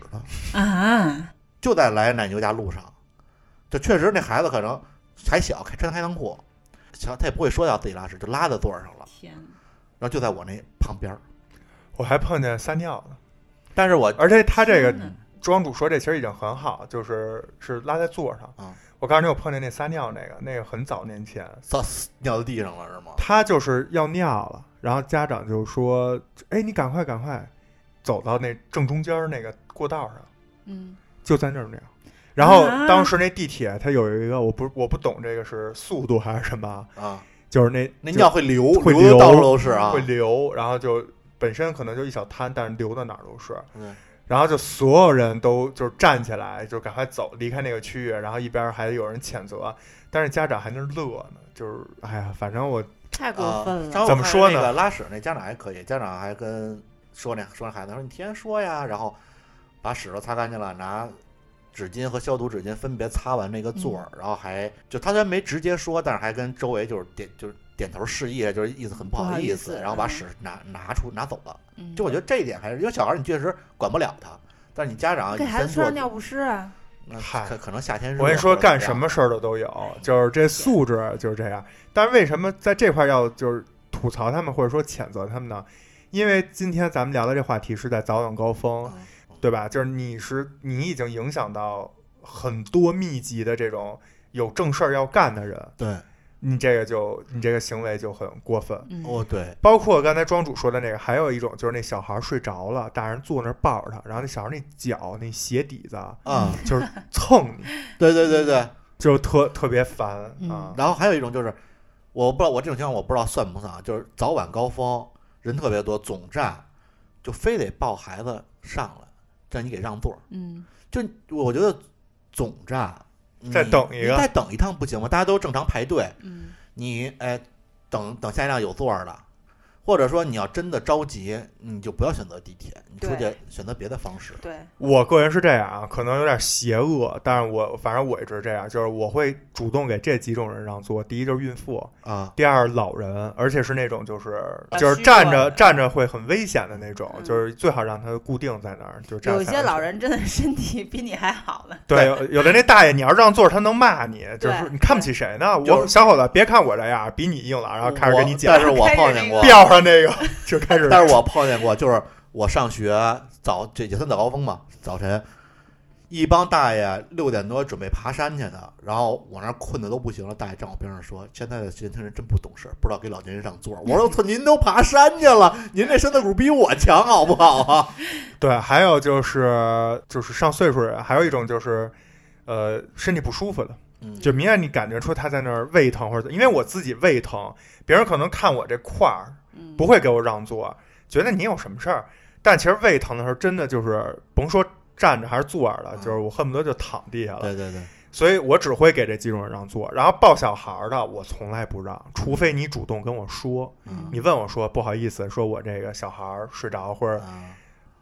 A: [laughs]
B: 了，
A: 啊，
B: 就在来奶牛家路上，就确实那孩子可能还小，开穿开裆裤，小他也不会说要自己拉屎，就拉在座上了，
A: 天哪，
B: 然后就在我那旁边儿。
C: 我还碰见撒尿的，
B: 但是我
C: 而且他这个
A: 天哪
C: 庄主说这其实已经很好，就是是拉在座上。
B: 啊
C: 我告诉你，我碰见那撒尿那个，那个很早年前，
B: 操尿在地上了是吗？
C: 他就是要尿了，然后家长就说：“哎，你赶快赶快，走到那正中间儿那个过道上，
A: 嗯
C: 就在那儿尿。”然后
A: 啊
C: 当时那地铁它有一个，我不我不懂这个是速度还是什么啊，
B: 啊，
C: 就是那
B: 那
C: 就
B: 尿会流，
C: 会
B: 流的
C: 流
B: 到处都是啊
C: 会。流，然后就本身可能就一小滩，但是流到哪儿都是。
B: 嗯
C: 然后就所有人都就是站起来，就赶快走离开那个区域，然后一边还有人谴责，但是家长还那儿乐呢，就是哎呀，反正我
A: 太
B: 啊
A: 过分
B: 然
A: 了，
B: 后
C: 怎么说呢
B: 那个拉屎那家长还可以，家长还跟说那说那孩子说你天天说呀，然后把屎都擦干净了，拿纸巾和消毒纸巾分别擦完那个座
A: 嗯
B: 儿，然后还就他虽然没直接说，但是还跟周围就是点就是点头示意，就是意思很不
A: 不
B: 好
A: 好
B: 意
A: 意
B: 思，
A: 思
B: 然后把
A: 嗯
B: 屎拿拿出拿走了。
A: 嗯
B: 就我觉得这一点还是因为小孩儿你确实管不了他，但是你家长
A: 给
B: 你
A: 孩
B: 先
A: 子穿
B: 做
A: 上，尿不湿啊，
B: 那
C: 嗨
B: 可可能夏天热
C: 我跟你说，
B: 或者怎
C: 干
B: 么
C: 什
B: 样
C: 么事儿的都有，就是这素质就是这样。但是为什么在这块儿要就是吐槽他们或者说谴责他们呢？因为今天咱们聊的这话题是在早晚高峰，
A: 嗯
C: 对吧？就是你是你已经影响到很多密集的这种有正事儿要干的人，
B: 对，
C: 你这个就你这个行为就很过分。
A: 嗯
B: 哦对，
C: 包括刚才庄主说的那个，还有一种就是那小孩儿睡着了，大人坐那儿抱着他，然后那小孩儿那脚那鞋底子啊
B: 啊、
C: 就是蹭你，
B: 对对对对，
C: 就特特别烦
A: 嗯
C: 啊。
B: 然后还有一种就是，我不知道我这种情况我不知道算不算啊，就是早晚高峰人特别多，总站就非得抱孩子上来，让你给让座儿。
A: 嗯
B: 就我觉得总站你
C: 再等一个
B: 你再等一趟不行吗？大家都正常排队，
A: 嗯
B: 你哎等等下一辆有座儿的，或者说你要真的着急，你就不要选择地铁，你出去
A: 对
B: 选择别的方式。
A: 对，
C: 我个人是这样啊，可能有点邪恶，但是我反正我一直这样，就是我会主动给这几种人让座。第一就是孕妇，
B: 啊，
C: 第二老人，而且是那种就是
A: 啊
C: 就是
A: 虚弱
C: 站着
A: 的
C: 站着会很危险的那种，
A: 嗯
C: 就是最好让他固定在那儿，就是这样
A: 有
C: 才
A: 一
C: 安全。
A: 些老人真的 [laughs] 身体比你还好呢，
C: 对，有有的那大爷，你要让座，他能骂你，就是说
A: 对
C: 你看不起谁呢？
B: 就
C: 我小伙子，别看我这样，比你硬朗，然后开始
B: 我
C: 跟你讲
B: 但，是我
A: 开始
B: 碰
A: 那
B: 见
A: 个
B: 过，
C: 吊上那个
B: [laughs]
C: 就开始。
B: 但是我碰见过，就是我上学早，这也算早高峰嘛，早晨，一帮大爷六点多准备爬山去的，然后我那儿困的都不行了，大爷站我边上说：“现在的年轻人真不懂事，不知道给老年人让座。”我 [laughs] 说：“我操，您都爬山去了，您这身子骨比我强，好不好啊
C: [laughs] 对，还有就是就是上岁数人，还有一种就是，呃，身体不舒服的，
B: 嗯
C: 就明显你感觉出他在那儿胃疼或者，因为我自己胃疼，别人可能看我这块儿
A: 嗯
C: 不会给我让座，觉得你有什么事儿。但其实胃疼的时候，真的就是甭说站着还是坐着了，
B: 嗯
C: 就是我恨不得就躺地下了。
B: [laughs] 对对对，
C: 所以我只会给这几种人让座，然后抱小孩儿的我从来不让，除非你主动跟我说，
B: 嗯
C: 你问我说不好意思，说我这个小孩儿睡着或者
B: 啊，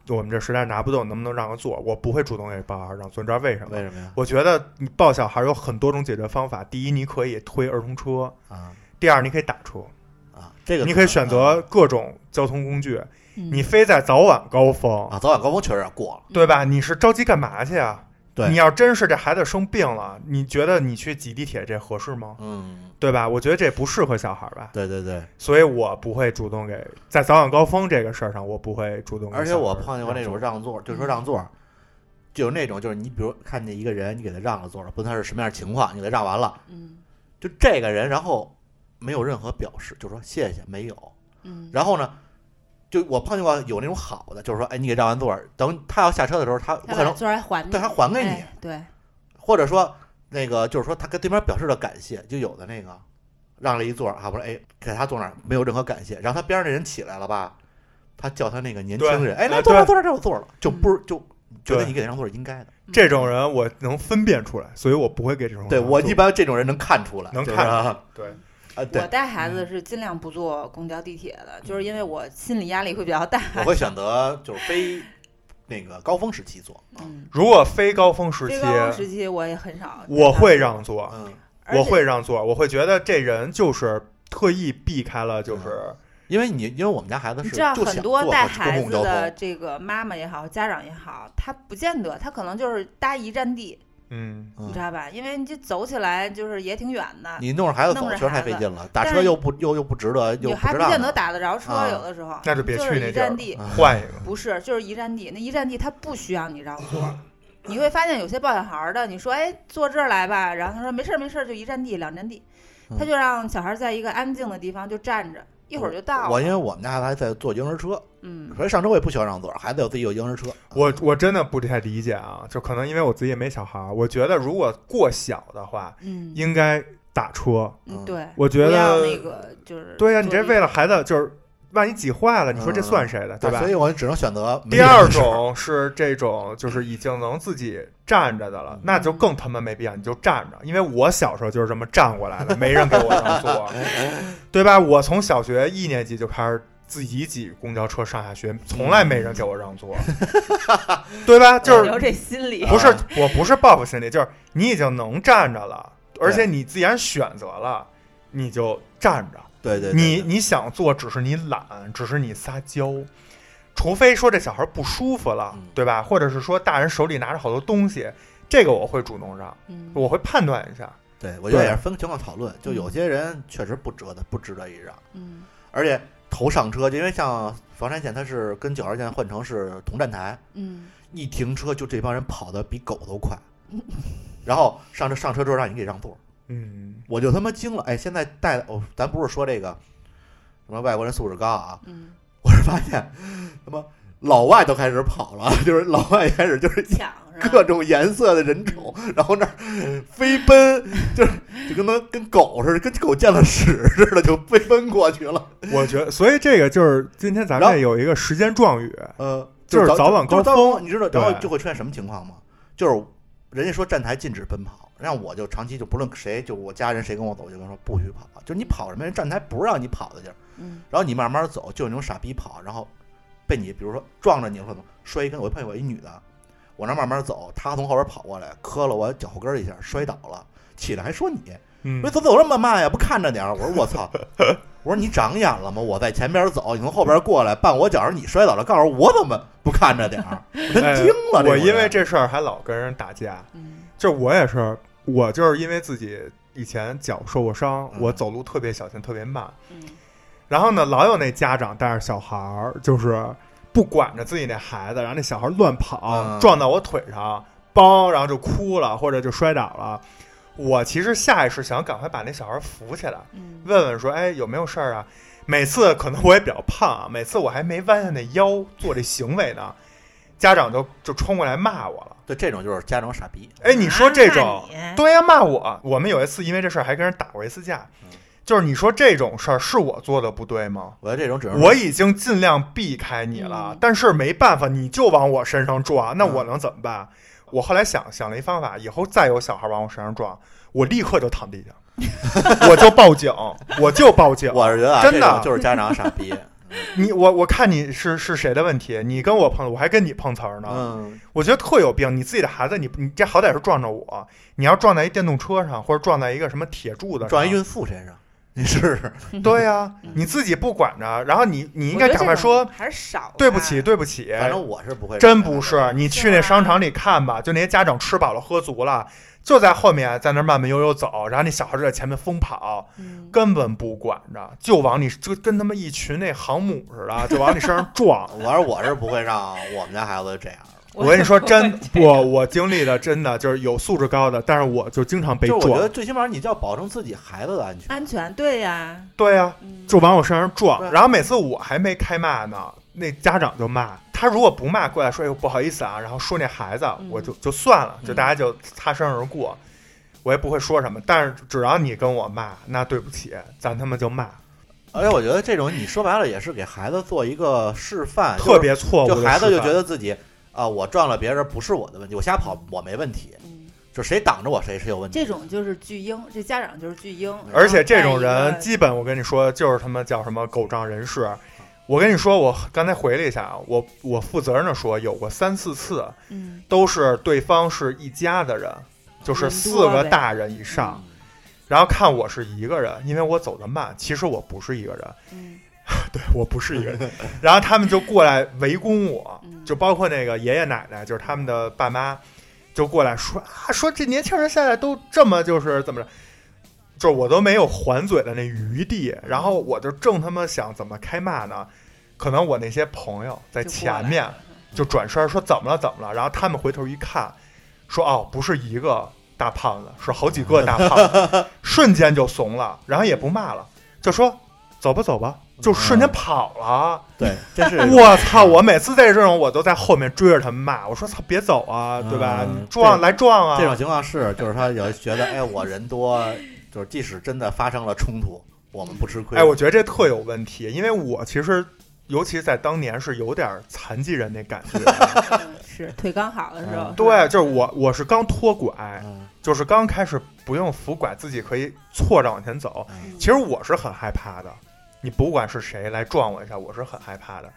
C: 我们这实在拿不动，能不能让个座？我不会主动给抱孩儿让座，你知道为什么
B: 为
C: 吗？
B: 什么呀？
C: 我觉得你抱小孩儿有很多种解决方法，第一，你可以推儿童车；
B: 啊
C: 第二，你可以打车，
B: 啊，这个
C: 你可
B: 能
C: 以
B: 啊
C: 选择各种交通工具。
A: 嗯
C: 你非在早晚高峰，
B: 啊，早晚高峰确实有点过了，
C: 对吧？你是着急干嘛去啊？
B: 对
C: 你要真是这孩子生病了，你觉得你去挤地铁这合适吗？
B: 嗯，
C: 对吧？我觉得这不适合小孩儿吧，
B: 对对对，
C: 所以我不会主动给在早晚高峰这个事儿上，我不会主动给小
B: 而
C: 孩儿让
B: 且
C: 座。
B: 我碰见过那种让座，就说让座，就有那种就是你比如看见一个人，你给他让了座了，不论他是什么样的情况，你给他让完了，
A: 嗯
B: 就这个人然后没有任何表示，就说谢谢没有，
A: 嗯，
B: 然后呢，就我碰见过有那种好的，就是说哎你给让完座，等他要下车的时候，他我
A: 他
B: 可
A: 把
B: 能
A: 座儿还还你，
B: 对他还给你，
A: 哎对，
B: 或者说那个就是说他跟对面表示了感谢，就有的那个让了一座啊，我说哎给他坐那儿没有任何感谢，然后他边上那人起来了吧，他叫他那个年轻
C: 对
B: 人哎来
C: 啊
B: 坐这儿
C: 对
B: 坐这儿这儿有座了，
A: 嗯
B: 就不是就觉得
C: 对
B: 你给让座是应该的。
C: 这种人，我能分辨出来，所以我不会给这种人
B: 对
C: 让
B: 我
C: 座
B: 一般这种人能看出来，
C: 能
B: 就是
C: 看
B: 啊
C: 对
B: 啊
A: 我
B: 对，
A: 带孩子是尽量不坐公交、地铁的，就是因为我心理压力会比较大。
B: 我会选择就是非那个高峰时期做啊， [laughs]
A: 嗯，
C: 如果非高峰时期
A: 非，高峰时期我也很少带他们。
C: 我会让座，
B: 嗯，
A: 而且，
C: 我会让座，我会觉得这人就是特意避开了，就是
B: 因为你因为我们家孩子
A: 你
B: 是
A: 知道
B: 就
A: 很
B: 想
A: 多
B: 坐
A: 带
B: 公
A: 孩
B: 共
A: 子
B: 交
A: 的
B: 通，
A: 这个妈妈也好，家长也好，他不见得，他可能就是搭一站地，
C: 嗯，
A: 你
B: 嗯
A: 知道吧？因为你这走起来就是也挺远的，
B: 你弄着孩子走
A: 弄着
B: 确实太
A: 孩子
B: 费劲了，打
A: 但
B: 车
A: 是
B: 又不又又不值得，又
A: 你
B: 不
A: 还
B: 值
A: 不
B: 当
A: 见得
B: 的。
A: 打得着车，
B: 啊
A: 有的时候
C: 那就别
A: 就
C: 去
A: 是
C: 那
A: 一
C: 地儿
A: 站
C: 了
A: 地，
B: 啊
C: 换一个，
A: 不是，就是一站地。那一站地他不需要你让座，你会发现有些抱小孩儿的，你说哎坐这儿来吧，然后他说没事儿没事儿，就一站地两站地，他
B: 嗯
A: 就让小孩儿在一个安静的地方就站着，一会儿就到
B: 我
A: 了。
B: 因为我们家孩子还在坐婴儿车，
A: 嗯，
B: 所以上周我也不喜欢让座，孩子有自己有婴儿车。
C: 我我真的不太理解啊，就可能因为我自己也没小孩儿，我觉得如果过小的话，
A: 嗯
C: 应该打车。
A: 嗯，对，
C: 我觉
A: 不要
C: 得，
A: 那个就是
C: 对呀、你这
A: 坐一
C: 为了孩子，就是万一挤坏了，你说这
B: 嗯
C: 算谁的，对吧
B: 所？以我只能选择没
C: 第
B: 有
C: 二
B: 事儿
C: 种是这种，就是已经能自己站着的了
B: 嗯，
C: 那就更他妈没必要，你就站着。因为我小时候就是这么站过来的，没人给我
B: [laughs]
C: 让座，对吧？我从小学一年级就开始自己挤公交车上下学，从来没人给我
B: [laughs]
C: 让座，对吧？就
A: 有
C: 是
A: 这心理，
C: 不是
B: 啊
C: 我不是报复心理，就是你已经能站着了，而且你既然选择了，你就站着。
B: 对对，对
C: 你
B: 对
C: 你想做，只是你懒，只是你撒娇，除非说这小孩不舒服了
B: 嗯，
C: 对吧？或者是说大人手里拿着好多东西，这个我会主动让，
A: 嗯
C: 我会判断一下。
B: 对，我觉得
C: 对
B: 也是分情况讨论，就有些人确实不值得不值得一让，
A: 嗯
B: 而且头上车，因为像房山线它是跟九号线换成是同站台，
A: 嗯
B: 一停车就这帮人跑得比狗
A: [laughs]
B: 都快，然后上车上车之后让你给让座，
C: 嗯，
B: 我就他妈惊了，哎，现在带哦，咱不是说这个什么外国人素质高啊，
A: 嗯，
C: [laughs]
B: 我是发现他妈老外都开始跑了，就是老外开始就是
A: 抢是啊
B: 各
A: 吧？
B: 种颜色的人种，然后那儿飞奔，就是就跟他妈跟狗似的，跟狗见了屎似的就飞奔过去了。[laughs]
C: 我觉得，所以这个就是今天咱
B: 然
C: 们
B: 后
C: 也有一个时间状语，
B: 呃，
C: 就是
B: 是
C: 早晚
B: 就是
C: 高
B: 高
C: 峰
B: 你知道，然后
C: 对
B: 就会出现什么情况吗？就是人家说站台禁止奔跑，让我就长期就不论谁，就我家人谁跟我走，我就跟他说不许跑，啊就是你跑什么呀？站台不让你跑的地儿，
A: 嗯
B: 然后你慢慢走，就有那种傻逼跑，然后被你比如说撞着你或者摔一跟，我碰见我一女的，我那慢慢走，她从后边跑过来，磕了我脚后跟儿一下，摔倒了，起来还说你。
C: 嗯
B: 我说，走走这么慢呀，不看着点儿？我说我操！ [laughs] 我说你长眼了吗？我在前边走，你从后边过来绊我脚，让你摔倒了，告诉我我怎么不看着点儿？我真
C: 哎
B: 惊了！
C: 我
B: 种
C: 因为
B: 人
C: 这事儿还老跟人打架，
A: 嗯
C: 就是我也是，我就是因为自己以前脚受过伤，
B: 嗯
C: 我走路特别小心，特别慢，
A: 嗯
C: 然后呢，老有那家长带着小孩儿，就是不管着自己那孩子，然后那小孩儿乱跑，
B: 嗯
C: 撞到我腿上，梆，然后就哭了，或者就摔倒了。我其实下意识想赶快把那小孩儿扶起来，
A: 嗯
C: 问问说：“哎，有没有事儿啊？”每次可能我也比较胖啊，每次我还没弯下那腰做这行为呢，家长就就冲过来骂我了。
B: 对这种就是家长傻逼，
C: 哎，你说这种，
A: 啊那你
C: 对呀、骂我。我们有一次因为这事儿还跟人打过一次架
B: 嗯，
C: 就是你说这种事儿是我做的不对吗？
B: 我觉得这种只能
C: 我已经尽量避开你了，
A: 嗯
C: 但是没办法，你就往我身上撞，那
B: 嗯
C: 我能怎么办？我后来想想了一方法，以后再有小孩往我身上撞，我立刻就躺地下，
B: [laughs]
C: 我就报警，我就报警。
B: 我是觉得啊，
C: 真
B: 这
C: 的
B: 种就是家长傻逼。
C: 你我我看你是是谁的问题，你跟我碰，我还跟你碰瓷儿呢，
B: 嗯，
C: 我觉得特有病。你自己的孩子，你你这好歹是撞着我，你要撞在一电动车上，或者撞在一个什么铁柱子上，
B: 撞一孕妇身上，你试试。
C: 对呀、
A: 嗯
C: 你自己不管着，然后你你
A: 你
C: 应该赶快说
A: 还是少吧
C: 对不起，，对不起。
B: 哎反正我是啊不会，
C: 哎真不。是，你去那商场里看吧，就那些家长吃饱了喝足了，就在后面在那儿慢慢悠悠走，然后那小孩就在前面疯跑，
A: 嗯
C: 根本不管着，就往你就跟他们一群那航母
B: [laughs]。
C: 似的，就往你身上撞
B: 我说我是不会让我们家孩子这样的，
C: 我跟你说，真
A: 这
C: 我我经历的真的就是有素质高的，但是我就经常被
B: 就是我觉得
C: 撞。
B: 最起码你就要保证自己孩子的安全。
A: 安全，对呀，
C: 对呀、
A: 嗯
C: 就往我身上
B: 对
C: 撞，然后每次我还没开骂呢，那家长就骂他。如果不骂过来说，哎呦不好意思啊，然后说那孩子，
A: 嗯
C: 我就就算了，
B: 嗯
C: 就大家就擦身而过，我也不会说什么。但是只要你跟我骂，那对不起，咱他妈就
B: 啊
C: 骂，
B: 而且我觉得这种你说白了也是给孩子做一个示范，
C: 特别错误
B: 就是
C: 的示范。
B: 就孩子就觉得自己啊，我撞了别人不是我的问题，我瞎跑我没问题，
A: 嗯
B: 就谁挡着我谁是有问题。
A: 这种就是巨婴，这家长就是巨婴，
C: [laughs] 而且这种
A: 然后带
C: 人，
A: 一个
C: 基本我跟你说，就是他妈叫什么狗仗人势。我跟你说，我刚才回了一下啊，我我负责任的说，有过三四次，
A: 嗯
C: 都是对方是一家的人，就是四个大人以上，然后看我是一个人，因为我走得慢，其实我不是一个人，
A: 嗯
C: 对我不是一个人，然后他们就过来围攻我，
A: 嗯
C: 就包括那个爷爷奶奶，就是他们的爸妈，就过来说啊，说这年轻人现在都这么就是怎么着。就是我都没有还嘴的那余地，然后我就正他妈想怎么开骂呢，可能我那些朋友在
A: 就过
C: 前
A: 来
C: 面，就转身说怎么了怎么了，然后他们回头一看，说哦不是一个大胖子，是好几个大胖
A: [laughs]
C: 子，瞬间就怂了，然后也不骂了，就说走吧走吧，
B: 嗯
C: 就瞬间跑了。
B: 对，这
C: [laughs]
B: 是
C: 我操！我每次在这种我都在后面追着他们骂，我说操别走啊，
B: 嗯
C: 对吧？
B: 对
C: 你撞来撞啊！
B: 这种情况是，就是他有觉得，哎，我人多，就是即使真的发生了冲突，我们不吃亏。
C: 哎，我觉得这特有问题，因为我其实。尤其在当年是有点残疾人那感觉，
B: [laughs]
A: 嗯是 [laughs] 腿刚好的时候，
B: 嗯
C: 对，就是我我是刚脱拐，
B: 嗯，
C: 就是刚开始不用扶拐，自己可以错着往前走。
B: 嗯
C: 其实我是很害怕的，你不管是谁来撞我一下，我是很害怕的。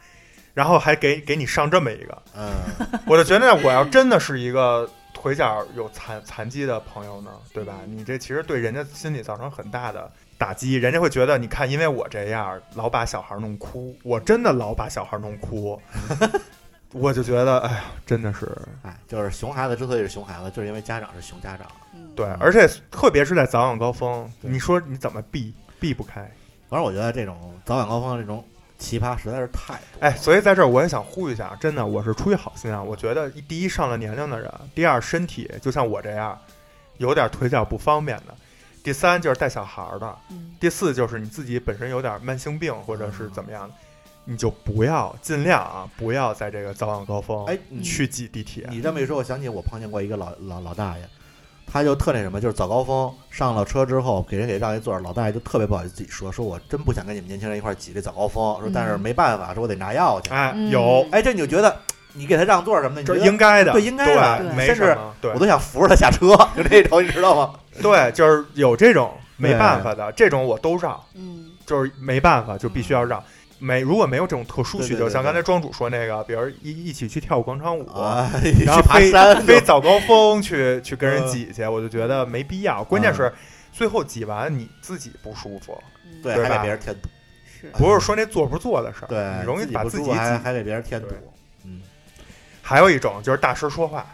C: 然后还给给你上这么一个，
B: 嗯，
C: [laughs] 我就觉得我要真的是一个腿脚有残残疾的朋友呢，对吧？你这其实对人家心理造成很大的打击，人家会觉得你看，因为我这样老把小孩弄哭，我真的老把小孩弄
B: [laughs]
C: 哭，我就觉得哎呀，真的是
B: 哎，就是熊孩子之所以是熊孩子，就是因为家长是熊家长。
A: 嗯
C: 对
B: 嗯，
C: 而且特别是在早晚高峰，
B: 对
C: 你说你怎么避避不开？
B: 反正我觉得这种早晚高峰这种奇葩实在是太多。
C: 哎，，所以在这儿我也想呼吁一下，啊真的，我是出于好心啊。我觉得第一上了年龄的人，第二身体就像我这样，有点腿脚不方便的，第三就是带小孩儿的，
A: 嗯
C: 第四就是你自己本身有点慢性病或者是怎么样的，你就不要尽量啊，不要在这个早晚高峰
B: 哎，你
C: 去挤地铁。
B: 你这么一说，我想起我碰见过一个老老老大爷，他就特那什么，就是早高峰上了车之后，给人给让一座儿，老大爷就特别不好意思自己说，说我真不想跟你们年轻人一块儿挤这早高峰，说但是
A: 嗯
B: 没办法，说我得拿药去。
C: 哎，
A: 嗯
C: 有，
B: 哎，这你就觉得你给他让座儿什么的，你觉
C: 这
B: 得
C: 应该的，
B: 对应该的
A: 对
C: 没
B: 甚
C: 什
B: 至
C: 么，对
B: 我，都想扶着他下车，就这种，你知道
C: [laughs]
B: 吗？
C: 对，就是有这种没
B: 对
C: 办法的，这种我都让，
A: 嗯
C: 就是没办法就必须要让。没如果没有这种特殊需
B: 嗯对对
C: 求，
B: 对
C: 像刚才
B: 对
C: 庄主说那个，比如一一起去跳广场舞，
B: 啊，去
C: 然后
B: 爬
C: 非
B: 山，
C: 非早高峰去去跟人
B: 嗯
C: 挤去，我就觉得没必要。关键是最后挤完你自己不舒服，
A: 嗯
B: 对，
C: 对
B: 还给
C: 吧
B: 别人添堵，
A: 是
C: 不是说那做不做的事儿，
B: 对，
C: 你容易
B: 己
C: 把
B: 不
C: 自
B: 舒
C: 己
B: 服还
C: 挤。
B: 还给别人添堵
C: 对，
B: 嗯，
C: 还有一种就是大声说话，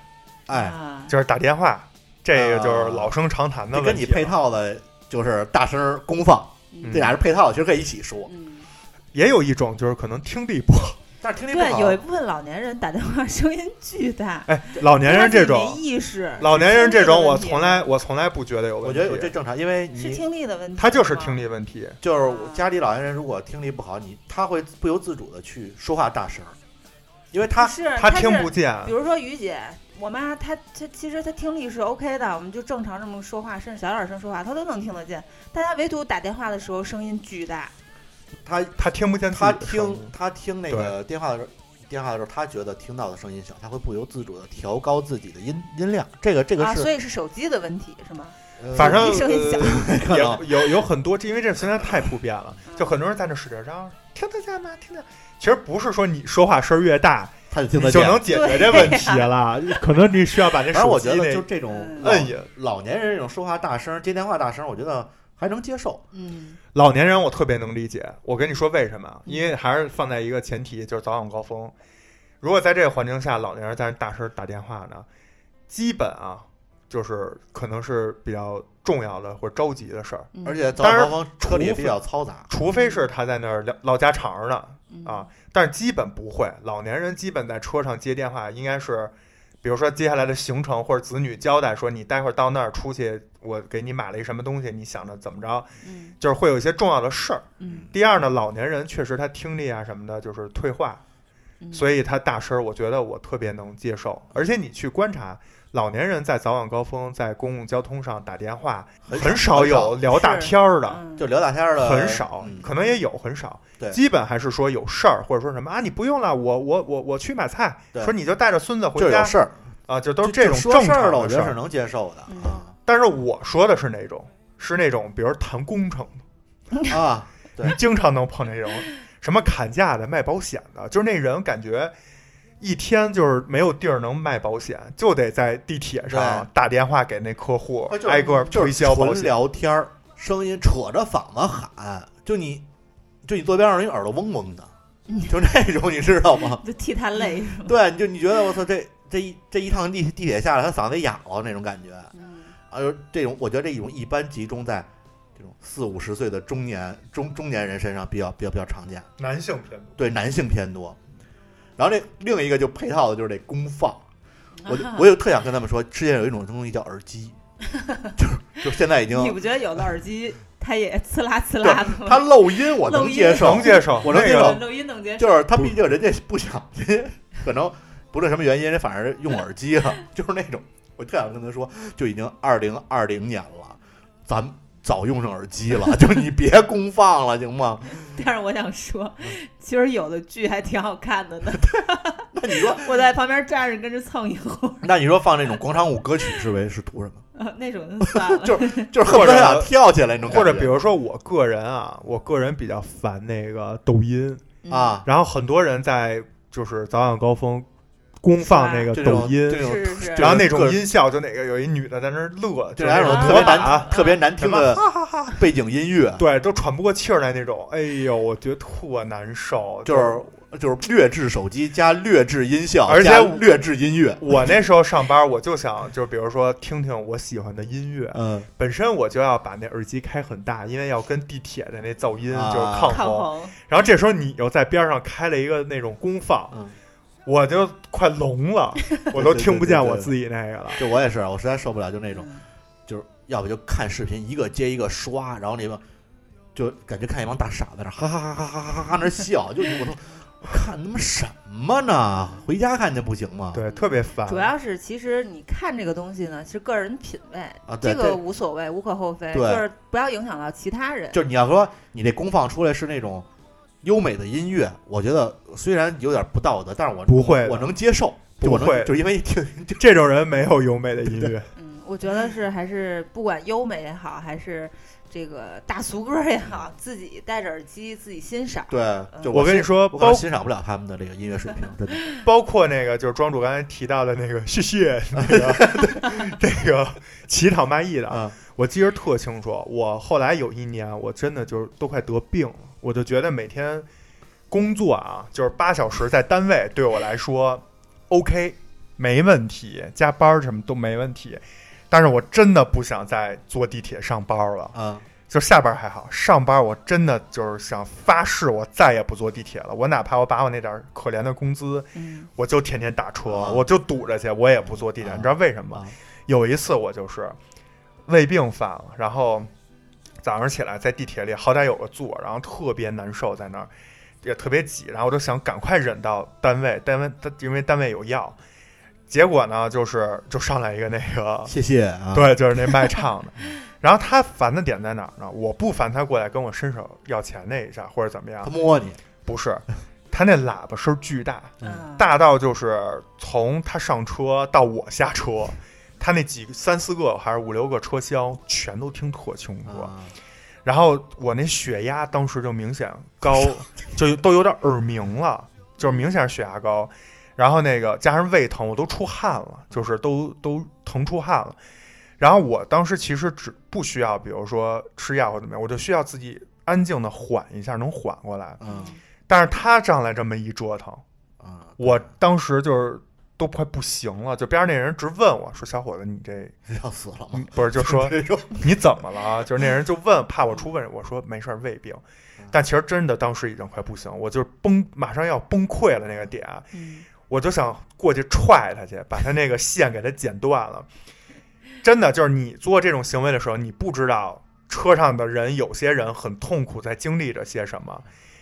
B: 哎，
A: 啊
C: 就是打电话，这个就是
B: 啊
C: 老生常谈的
B: 这
C: 问题了。
B: 跟你配套的就是大声儿公放，
A: 嗯
B: 这俩是配套，其实可以一起说，
A: 嗯
C: 也有一种就是可能听力不好， [laughs]
B: 但是听力不
A: 对，
B: 好，
A: 有一部分老年人打电话声音巨大，
C: 哎，老年人这
A: 因
B: [laughs]
A: 为自己
C: 种
A: 没意识，
C: 老年人这种，我从
A: 是
C: 来我从来不觉得有
B: 我
C: 问
B: 觉
C: 题。
B: 得这正常，因为
A: 听力的问题是听力的
B: 你
A: 问题，
C: 他就是听，力问题，
B: 就是我家里老年人如果听力不好，你他会不由自主的去说话大声儿，因为他
A: 不是
C: 他听
A: 是
C: 不见，
B: 啊
A: 比如说于姐，我妈她她其实她听力是 OK 的，我们就正常这么说话，甚至小点声说话，她都能听得见。但她唯独打电话的时候声音巨大，
B: 他
C: 他听不见自己
B: 他
C: 的声
B: 听
C: 音。
B: 他听那个电话的时候，电话的时候，他觉得听到的声音小，他会不由自主的调高自己的音音量。这个这个
A: 啊，
B: 是，
A: 所以是手机的问题是吗？
B: 呃
C: 反正
A: 一 [laughs] 声一响
C: 呃
B: 可能
C: 有有有很多，这因为这现在太普遍了，就很多人在那使劲张，听得见吗？听得见。其实不是说你说话声儿越大，
B: 他就听
C: 你
B: 得
C: 就
B: 见。
C: 能解决这问题了。可能你需要把这
B: 反正我
C: 手机
B: 觉得
C: 那
B: 就这种
A: 嗯
B: 老
C: 摁一摁。
B: 老年人这种说话大声、接电话大声，我觉得还能接受。
A: 嗯，
C: 老年人我特别能理解，我跟你说为什么？因为还是放在一个前提，就是早晚高峰。如果在这个环境下，老年人在那大声打电话呢，基本啊，就是可能是比较重要的或者着急的事儿，
A: 嗯
B: 而且早
C: 当
B: 晚
C: 然
B: 高峰车里也
C: 除非
B: 比较嘈杂，
C: 除非是他在那儿唠唠家常儿呢，
A: 嗯
C: 啊，但是基本不会。老年人基本在车上接电话，应该是，比如说接下来的行程或者子女交代说，你待会儿到那儿出去，我给你买了一什么东西，你想着怎么着，
A: 嗯
C: 就是会有一些重要的事儿。
A: 嗯
C: 第二呢，老年人确实他听力啊什么的，就是退化，
A: 嗯，
C: 所以他大声儿，我觉得我特别能接受。而且你去观察，老年人在早晚高峰在公共交通上打电话，
B: 很
C: 很少有聊大天儿的。
A: 嗯
B: 就聊大天儿的
C: 很少，
B: 嗯
C: 可能也有很少，
B: 对
C: 基本还是说有事儿或者说什么啊，你不用了，我我我我去买菜，
B: 对
C: 说你就带着孙子
B: 就
C: 回
B: 有
C: 家
B: 事儿，
C: 啊，就都是
B: 就
C: 这种
B: 就说
C: 正
B: 事儿
C: 常
B: 了，我
C: 的
B: 觉
C: 事
B: 得是
C: 儿。
B: 能接受的
A: 嗯
B: 啊
C: 但是我说的是哪种，是那种比如谈工程 [laughs]
B: 啊，
C: 的，
B: 对
C: 你经常能碰那种什么砍价的、卖保险的，就是那人感觉。一天就是没有地儿能卖保险，就得在地铁上
B: 对
C: 打电话给那客户
B: 他就是
C: [laughs] 挨个
B: 就
C: 推
B: 是
C: 销保
B: 纯
C: 险。
B: 聊天儿，声音扯着嗓子喊，就你就你坐边上人耳朵嗡嗡的， [laughs] 就那种你知道吗？
A: 就替她累是吗？
B: 对，你就你觉得我操，这这一这一趟地地铁下来，他嗓子哑了那种感觉。
A: 嗯
B: 啊，就是这种我觉得这种一般集中在这种四五十岁的中年中中年人身上比较比较比较常见，
C: 男性偏多，
B: 对男性偏多。然后这另一个就配套的就是这功放，
A: 嗯
B: [laughs] 我就我就特想跟他们说，世界上有一种东西叫耳
A: [laughs]
B: 机，就是就现在已经
A: 你不觉得有的耳机它也呲啦呲
B: 对
A: 啦的吗？
B: 他漏音我
A: 漏
B: 能
A: 音
B: 接受
C: 能，接受，
B: 我能
C: 那
B: 接
A: [laughs]
C: 个
B: 受
A: 录音能接受，
B: 就是他毕竟人家不想，可能不论什么原因，人反而用耳机了， [laughs] 就是那种。我特想跟他说，就已经二零二零年了，咱早用上耳机了， [laughs] 就你别公放了，行吗？ [laughs]
A: 但是我想说，其实有的剧还挺好看
B: [laughs]
A: 的呢。
B: 嗯那你说，
A: [laughs] 我在旁边站着跟着蹭一会儿，
B: 那你说放那种广场舞歌曲是为是图什么？ [laughs]
A: 呃 [laughs] 那种就算了。
B: 就是恨不得
C: 或者
B: 想跳起来那种感觉，
C: 或者比如说我个人啊，我个人比较烦那个抖音，
A: 嗯，
B: 啊，
C: 然后很多人在就是早晚高峰公放那个
B: 这种
C: 抖音，
B: 这种
A: 是是是，
C: 然后那
B: 这
C: 种
B: 个
C: 音效就哪个有一女的在那儿乐，
B: 这
C: 就哎
B: 两
C: 是
B: 种
A: 啊
B: 特别
C: 打
B: 难特别难听的
A: [laughs]
B: [laughs] 背景音乐，
C: 对，都喘不过气儿来那种，哎呦，我觉得特难受，
B: 就是。就是劣质手机加劣质音效，
C: 而且
B: 加
C: 我
B: 劣质音乐，
C: 我那时候上班，我就想，就比如说听听我喜欢的音乐，
B: 嗯，
C: 本身我就要把那耳机开很大，因为要跟地铁的那噪音
B: 啊
C: 就是抗
A: 抗
C: 衡。
A: 洪，
C: 然后这时候你又在边上开了一个那种功放，
B: 嗯
C: 我就快聋了，我都听不见我自己那个了。
B: 就我也是，我实在受不了，就那种。
A: 嗯
B: 就是要不就看视频，一个接一个刷，然后那帮就感觉看一帮大傻子那儿哈哈哈哈哈哈哈哈那儿笑，就
A: [laughs]
B: 我说我看他妈什么呢？回家看去不行吗？
C: 对，特别
B: 啊
C: 烦。
A: 主要是其实你看这个东西呢，是个人品味，
B: 啊，对
A: 这个
B: 对，
A: 无所谓，无可厚非，
B: 对
A: 就是不要影响到其他人。
B: 就是你要说你这功放出来是那种优美的音乐，我觉得虽然有点不道德，但是我
C: 不会的
B: 我能接受，就我能
C: 不会
B: 就是因为听就
C: 这种人没有优美的音乐，
A: 嗯，我觉得是还是不管优美也好，还是这个大俗歌也好，自己戴着耳机自己欣赏。
B: 对，
A: 嗯
B: 就
C: 我跟你
B: 欣。
C: 说，
B: [laughs] 我可
C: 包
B: 能欣赏不了他们的这个音乐水 [laughs] 平，真的。
C: 包括那个就是庄主刚才提到的那个谢谢那个 [laughs] 那个乞讨卖艺的，啊
B: 嗯
C: 我记着特清楚。我后来有一年，我真的就是都快得病了，我就觉得每天工作啊，就是八小时在单位对我来说 OK，没问题，加班儿什么都没问题。但是我真的不想再坐地铁上班了，
B: 啊，
C: 就下班还好，上班我真的就是想发誓，我再也不坐地铁了。我哪怕我把我那点儿可怜的工资，
A: 嗯
C: 我就天天打车，
B: 啊
C: 我就堵着去，我也不坐地铁。
B: 啊
C: 你知道为什么？
B: 啊
C: 有一次我就是胃病犯了，然后早上起来在地铁里好歹有个座，然后特别难受在那儿。也特别挤，然后我就想赶快忍到单位，单位因为单位有药，结果呢就是就上来一个那
B: [laughs]
C: 个
B: 谢谢啊，，
C: 对，就是那卖唱的。然后他烦的点在哪儿呢？我不烦他过来跟我伸手要钱那一下，或者怎么样
B: 他，摸你，
C: 不是，他那喇叭声儿巨大，
A: 嗯，
C: 大到就是从他上车到我下车，他那几三四个还是五六个车厢全都听特清楚。
B: 啊
C: 然后我那血压当时就明显高，就都有点耳鸣了，就是明显是血压高。然后那个加上胃疼，我都出汗了，就是都都疼出汗了。然后我当时其实只不需要，比如说吃药或怎么样，我就需要自己安静的缓一下，能缓过来。
B: 嗯
C: 但是他上来这么一折腾，
B: 啊，
C: 我当时就是都快不行了，就边上那人直问我说：“小伙子，你这
B: 要死了
C: 嗯
B: 吗？
C: 不是就说
B: 这种
C: 你怎么了？”啊就是那人就问，怕我出问，我说没事儿，胃病。但其实真的当时已经快不行，我就是崩，马上要崩溃了那个点，
A: 嗯
C: 我就想过去踹他去，把他那个线给他剪断了。真的就是你做这种行为的时候，你不知道车上的人有些人很痛苦，在经历着些什么，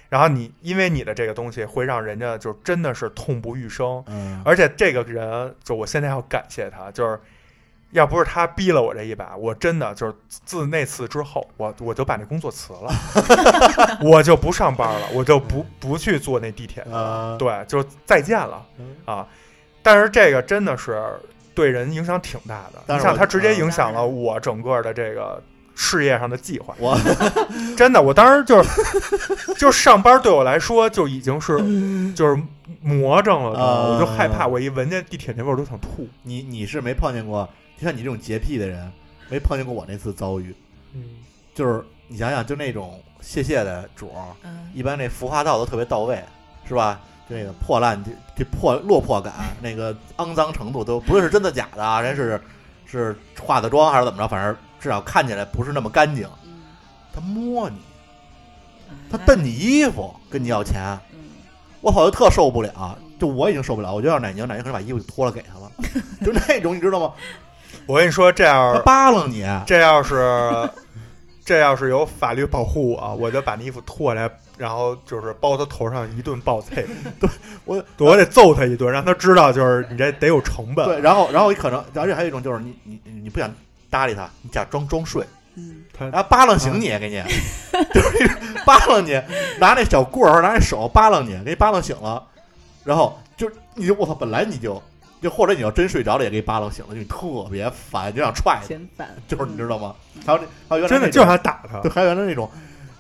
C: 然后你因为你的这个东西会让人家就真的是痛不欲生。
B: 嗯，
C: 而且这个人，就我现在要感谢他，就是要不是他逼了我这一把，我真的就是自那次之后，我我就把那工作辞
B: [laughs]
C: 了，我就不上班了，我就
B: 嗯
C: 不不去坐那地铁了，
B: 呃，
C: 对，就再见了
B: 嗯
C: 啊。但是这个真的是对人影响挺大的，
B: 但
C: 你
B: 是
C: 像
B: 我嗯
C: 他直接影响了我整个的这个事业上的计划。
B: 我 [laughs]
C: 真的，我当时就是就是 [laughs] 上班对我来说就已经是就是魔怔了，
B: 嗯啊
C: 我就害怕，我一闻见地铁那味儿我都想吐。
B: 你你是没碰见过，就像你这种洁癖的人，没碰见过我那次遭遇，
C: 嗯，
B: 就是你想想，就那种谢谢的主儿，
A: 嗯，
B: 一般那服化道都特别到位，是吧？就那个破烂，这这破落魄感，那个肮脏程度都不论是真的假的啊，人是是化的妆还是怎么着，反正至少看起来不是那么干净。
A: 嗯
B: 他摸你，他
A: 那
B: 蹬你衣服，跟你要钱，
A: 嗯
B: 我操，就特受不了，就我已经受不了，我就让奶牛，奶牛可能把衣服脱了给他了， [laughs] 就那种你知道吗？
C: 我跟你说，这
B: 他
C: 要
B: 扒拉你，
C: 这要是 [laughs] 这要是有法律保护我，我就把那衣服脱下来，然后就是包他头上一顿暴揍，
B: 我
C: 我得揍他一顿，让他知道就是你这得有成本。
B: 对，然后然后可能，而且还有一种就是你你你你不想搭理他，你假装装睡，
A: 嗯
C: 他
B: 然后啊扒拉醒你，给你， [laughs] 就是扒拉你，拿那小棍儿或者拿那手扒拉你，给你扒拉醒了，然后就你就我操，本来你就就或者你要真睡着了也给你扒拉醒了，就你特别烦，就想踹他，
A: 嫌烦，
B: 啊
A: 嗯
B: 就是你知道吗？还有那还有原来
C: 真的
B: 那
C: 就
B: 种
C: 想打他
B: 对，。还有原来那种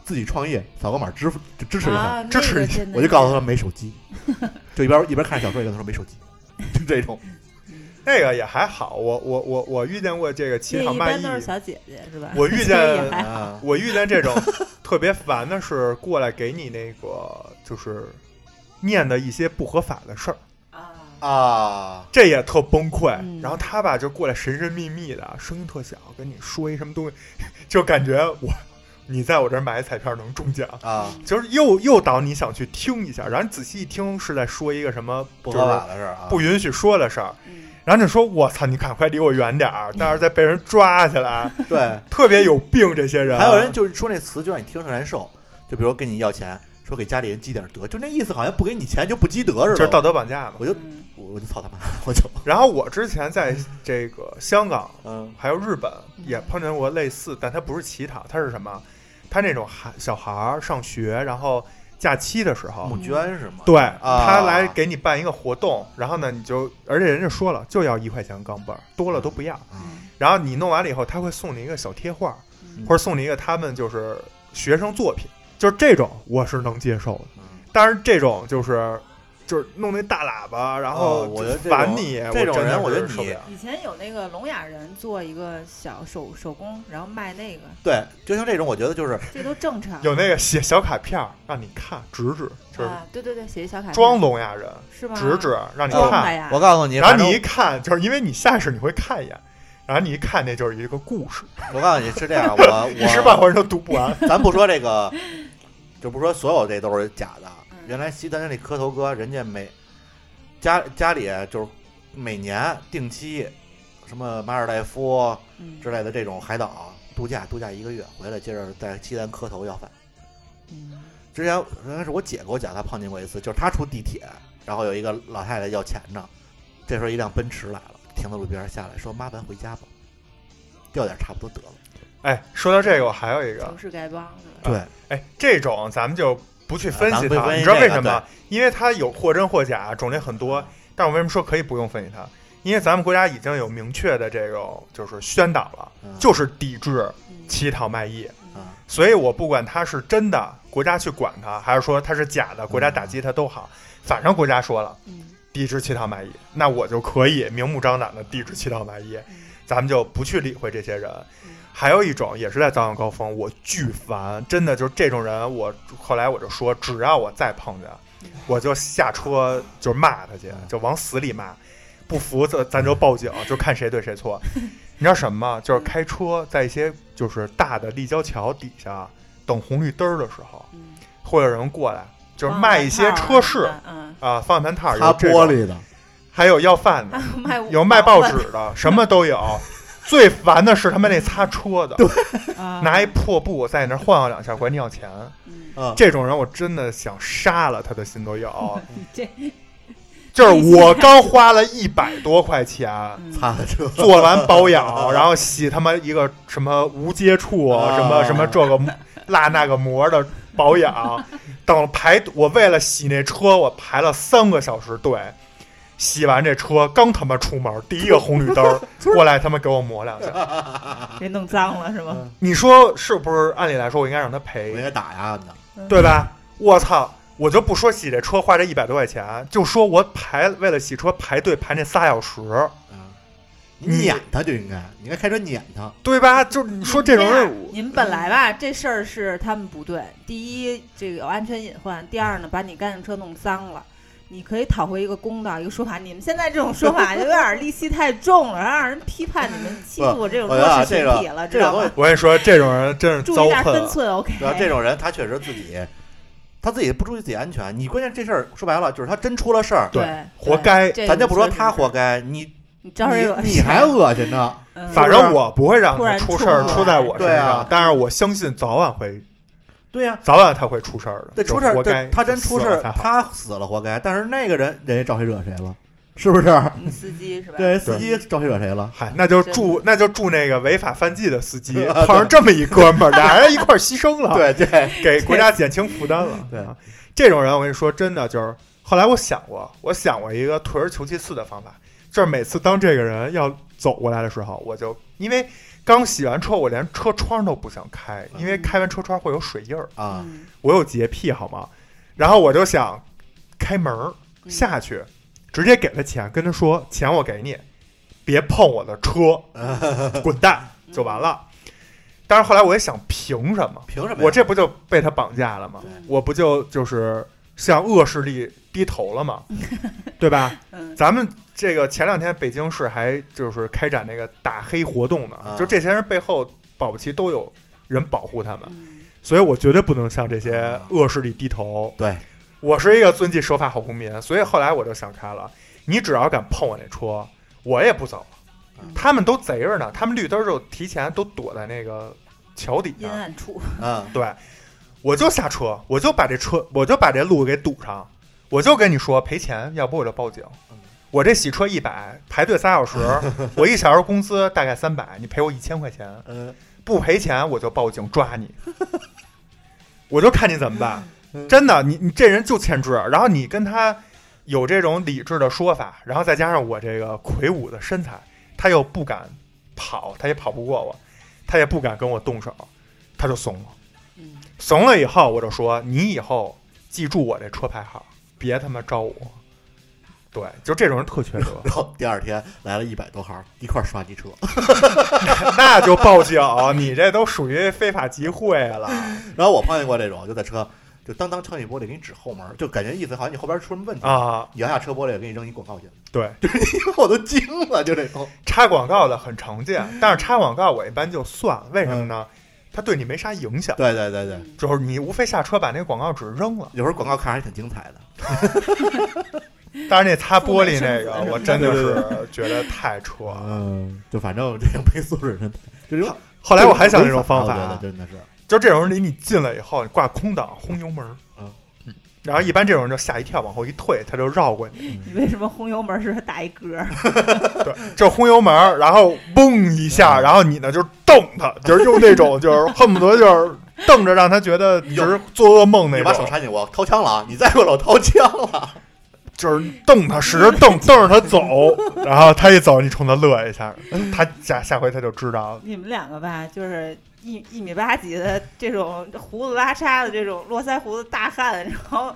B: 自己创业扫个码支付就支持一下，
A: 啊
B: 支持一下，我就告诉他没手
A: [laughs]
B: 机，就一边一边看小说一边跟他说没手机，就这种
C: 那个也还好，我我我我遇见过这
A: 这
C: 个欺上
A: 一
C: 卖
A: 般
C: 艺
A: 都，是小姐姐是吧？
C: 我遇见
A: 这也还好
B: 啊，
C: 我遇见这种 [laughs] 特别烦的是过来给你那个就是念的一些不合法的事儿，
A: 啊
B: 啊，
C: 这也特崩溃。
A: 嗯
C: 然后他吧就过来神神秘秘的，声音特小，跟你说一什么东西， [laughs] 就感觉我你在我这儿买彩票能中奖。
B: 啊，
C: 就是诱诱导你想去听一下，然后你仔细一听是在说一个什么，
B: 不
C: 就
B: 合
C: 是
B: 法的事儿啊，
C: 不允许说的事儿，
A: 嗯
C: 然后你说我操，你赶快离我远点儿，待会儿再被人抓起来，
B: [laughs] 对。
C: 特别有病这些人。啊
B: 还有人就是说那词就让你听着难受，就比如跟你要钱，说给家里人积点德，就那意思好像不给你钱就不积德似
C: 就
B: 的。
C: 是道德绑架嘛。
B: 我就
A: 嗯
B: 我我就操他妈，我就
C: 然后我之前在这个香港
B: 嗯
C: 还有日本
A: 嗯
C: 也碰见过类似，但它不是乞讨，它是什么？它那种孩小孩儿上学，然后假期的时候
B: 募，捐是吗？
C: 对、
B: 啊
C: 他来给你办一个活动，然后呢你就，而且人家说了就要一块钱钢镚儿，多了都不要。
B: 嗯
C: 然后你弄完了以后，他会送你一个小贴画，
A: 嗯
C: 或者送你一个他们就是学生作品，就是这种我是能接受的。
B: 嗯
C: 当然这种就是就是弄那大喇叭，然后
B: 哦我觉得这种
C: 烦你，
B: 这种
C: 真的
B: 人我觉得
C: 是受不
B: 你
C: 了
A: 以前有那个聋哑人做一个小手手工，然后卖那个，
B: 对，就像这种，我觉得就是
A: 这都正常。
C: 有那个写小卡片儿让你看，指指就是
A: 啊，对对对，写一小卡片
C: 装聋哑人，
A: 是吗？
C: 指指让你
A: 装的
C: 看，
A: 呀，
B: 我告诉你，
C: 然
B: 反
C: 后
B: 正
C: 你一看就是因为你下意识你会看一眼，然后你一看那就是一个故事，
B: 我告诉你是这
C: [laughs]
B: 样，我
C: 一时半
B: 我
C: 会儿都读不完。
B: 咱不说这个，就不说所有这都是假的
A: 嗯。
B: 原来西单那磕头哥，人家每家家里就是每年定期什么马尔代夫。
A: 嗯
B: 之类的这种海岛度假，度假一个月回来，接着在西单磕头要饭。
A: 嗯
B: 之前应该是我姐给我讲，她碰见过一次，就是她出地铁，然后有一个老太太要钱呢，这时候一辆奔驰来了，停到路边儿下来说：“妈，咱回家吧，掉点儿差不多得了。
C: 哎，说到这个，我还有一个
A: 城，市丐帮是吧？”
B: 对，
C: 哎，这种咱们就不去分析
B: 啊咱们不
C: 它，
B: 分析
C: 你知道为
B: 这个
C: 什么？因为它有或真或假，种类很多。但我为什么说可以不用分析它？因为咱们国家已经有明确的这种就是宣导了，
B: 嗯
C: 就是抵制
A: 嗯
C: 乞讨卖艺。
B: 啊，
C: 所以我不管它是真的，国家去管它，还是说它是假的，国家打击它都好。反正国家说了
A: 嗯
C: 抵制乞讨卖艺，那我就可以明目张胆的抵制乞讨卖艺。
A: 嗯
C: 咱们就不去理会这些人
A: 嗯。
C: 还有一种也是在早晚高峰，我巨烦，真的就是这种人，我后来我就说，只要我再碰见
A: 嗯，
C: 我就下车就骂他去
B: 嗯，
C: 就往死里骂，不服咱咱就报警，
A: [laughs]
C: 就看谁对谁错。你知道什么吗？就是开车在一些就是大的立交桥底下等红绿灯儿的时候，
A: 嗯
C: 会有人过来，
A: 哦
C: 就是卖一些车饰
A: 啊，嗯， [laughs]
C: 啊，方向盘套儿，
B: 擦
C: 有这种
B: 玻，璃的，
C: 还有要饭的，
A: 嗯卖
C: 有卖报
A: [laughs]
C: 纸的，什么都有。最烦的是他们那擦车的，拿一破布在你那儿晃悠两下，管你要钱。
A: 啊嗯 [laughs]
B: 嗯，
C: 这种人我真的想杀了他的心都有。
F: 这
C: 就是我刚花了一百多块钱
A: 嗯
B: 擦的车，
C: 做完保养，然后洗他妈一个什么无接触，
B: 啊
C: 什么什么这个蜡那个膜的保 [laughs] 养，等排我为了洗那车，我排了三个小时队。洗完这车，刚他妈出门，第一个红绿灯 [laughs] 儿过来，他妈给我磨两下。
A: 给弄脏了是吗？
C: 你说是不是？按理来说，我应该让他
B: 我应
C: 赔，
B: 该打呀你呢。
C: 对吧？我操！我就不说洗这车花这一百多块钱，就说我排为了洗车排队排那仨小时，
B: 啊，你
C: 你
B: 撵他就应该，你应该开车撵他。
C: 对吧？就是你说这种
A: 嗯样
C: 人，嗯
A: 您本来吧，这事儿是他们不对。第一，这个有安全隐患；第二呢，把你干净车弄脏了。你可以讨回一个公道，一个说法。你们现在这种说法有点儿戾气太重了，让人批判你们欺负这种弱
B: 我觉得啊
A: 势群
B: 这个
A: 体了，
B: 这
A: 知
B: 个
A: 道
B: 东
A: 吗
B: 西？
C: 我跟你说，这种人真是
A: 注
C: 遭
A: 意点
C: 恨
A: 分
C: 了。
A: 寸，OK。
C: 哎
B: 然后这种人他确实自己，他自己不注意自己安全。你关键这事儿说白了就是他真出了事儿，
C: 对
A: 对，
C: 活该
A: 对
B: 咱就不说他活，该，你 [laughs]
A: 你招人嗯
B: 你你 [laughs] 还恶心呢。
C: 反正我不会让他出事儿
A: 突然
C: 出在我身
B: 对
C: 上
B: 啊，
C: 但是我相信早晚会，
B: 对呀，
C: 早晚他会出事儿的。
B: 对，出事儿，
C: 活
B: 对
C: 该，
B: 他真出事
C: 死了
B: 儿
C: 才，好
B: 他死了活该。但是那个人，人家招谁惹谁了？是不是？
A: 嗯司机是吧？
B: 对，司机招谁惹谁了？
C: 嗨，那就祝那就祝那个违法犯纪的
B: [laughs]
C: 司机碰上这么一哥们儿，俩人一块儿牺牲了，，
B: 对对， [laughs]
C: 给国家减轻负担了。
B: 对
C: 啊，这种人我跟你说，真的就是后来我想过，我想过一个退而求其次的方法，就是每次当这个人要走过来的时候，我就因为刚洗完车，我连车窗都不想开，因
B: 嗯
C: 为开完车窗会有水印儿，
B: 啊，
A: 嗯
C: 我有洁癖好吗？然后我就想开门儿
A: 嗯
C: 下去，直接给他钱，跟他说钱我给你，别碰我的车，
B: [laughs]
C: 滚蛋就完了。但是后来我也想，凭什么？
B: 凭什么呀？
C: 我这不就被他绑架了吗
B: 对？
C: 我不就就是向恶势力低头了
B: [laughs]
C: 吗？对吧？
A: 嗯
C: 咱们这个前两天北京市还就是开展那个打黑活动呢，
B: 啊
C: 就这些人背后保不齐都有人保护他们，
A: 嗯
C: 所以我绝对不能向这些恶势力低头。
B: 啊对，
C: 我是一个遵纪守法好公民，所以后来我就想开了，你只要敢碰我那车，我也不走
B: 嗯。
C: 他们都贼着呢，他们绿灯就提前都躲在那个桥底
A: 阴
C: 下，
A: 暗处，
B: 啊，
C: 对，我就下车，我就把这车，我就把这路给堵上，我就跟你说赔钱，要不我就报警
B: 嗯。
C: 我这洗车一百，排队仨小时，我一小时工资大概三百，你赔我一千块钱，
B: 嗯，
C: 不赔钱我就报警抓你，我就看你怎么办
B: 嗯。，
C: 真的，你你这人就欠治，然后你跟他有这种理智的说法，然后再加上我这个魁梧的身材，他又不敢跑，他也跑不过我，他也不敢跟我动手，他就怂了。
A: 嗯
C: 怂了以后，我就说你以后记住我这车牌号，别他妈招我。对，就这种人特缺
B: [laughs]
C: 德
B: 然后第二天来了一百多号，一块儿刷机车。
C: 那就报警，你这都属于非法集会了。
B: 然后我碰见过这种，就在车就当当敲你玻璃，给你指后门，就感觉意思好像你后边出什么问题，
C: 啊，
B: 摇下车玻璃给你扔一广告去，
C: 对，
B: [laughs] 我都惊了，就这种。
C: 插广告的很常见，但是插广告我一般就算，为什么呢？
B: 嗯
C: 它对你没啥影响，
B: 对对对对，
C: 就是你无非下车把那个广告纸扔了。
B: 有时候广告看着还挺精彩的。
C: 但是那擦玻璃那
A: 父母生
C: 个，
A: 子
B: [laughs]
C: 我真的是觉得太扯
B: 啊
C: 了。
B: 嗯，就反正这个没素质，真的就这种。
C: 后来我还想这种方
B: 我觉得
C: 法，
B: 真的是
C: 就这种人离你近了以后，你挂空档轰油门，
B: 嗯
C: 嗯，然后一般这种人就吓一跳，往后一退，他就绕过你，
A: 你为什么轰油门时候打一嗝？
C: 对，这轰油门，然后嘣一下，
B: 嗯
C: 然后你呢就是瞪他，就是用那种就是恨不得就是瞪着让他觉得只是做噩梦那
B: 你把手
C: 种，
B: 插进去，我掏枪了啊！你再给我老掏枪了，
C: 就是瞪他，使劲
B: [laughs]
C: 瞪，瞪着他走，然后他一走，你冲他乐一下，他下下回他就知道了。
A: 你们两个吧，就是一一米八几的这种胡子拉碴的这种络腮胡子大汉，然后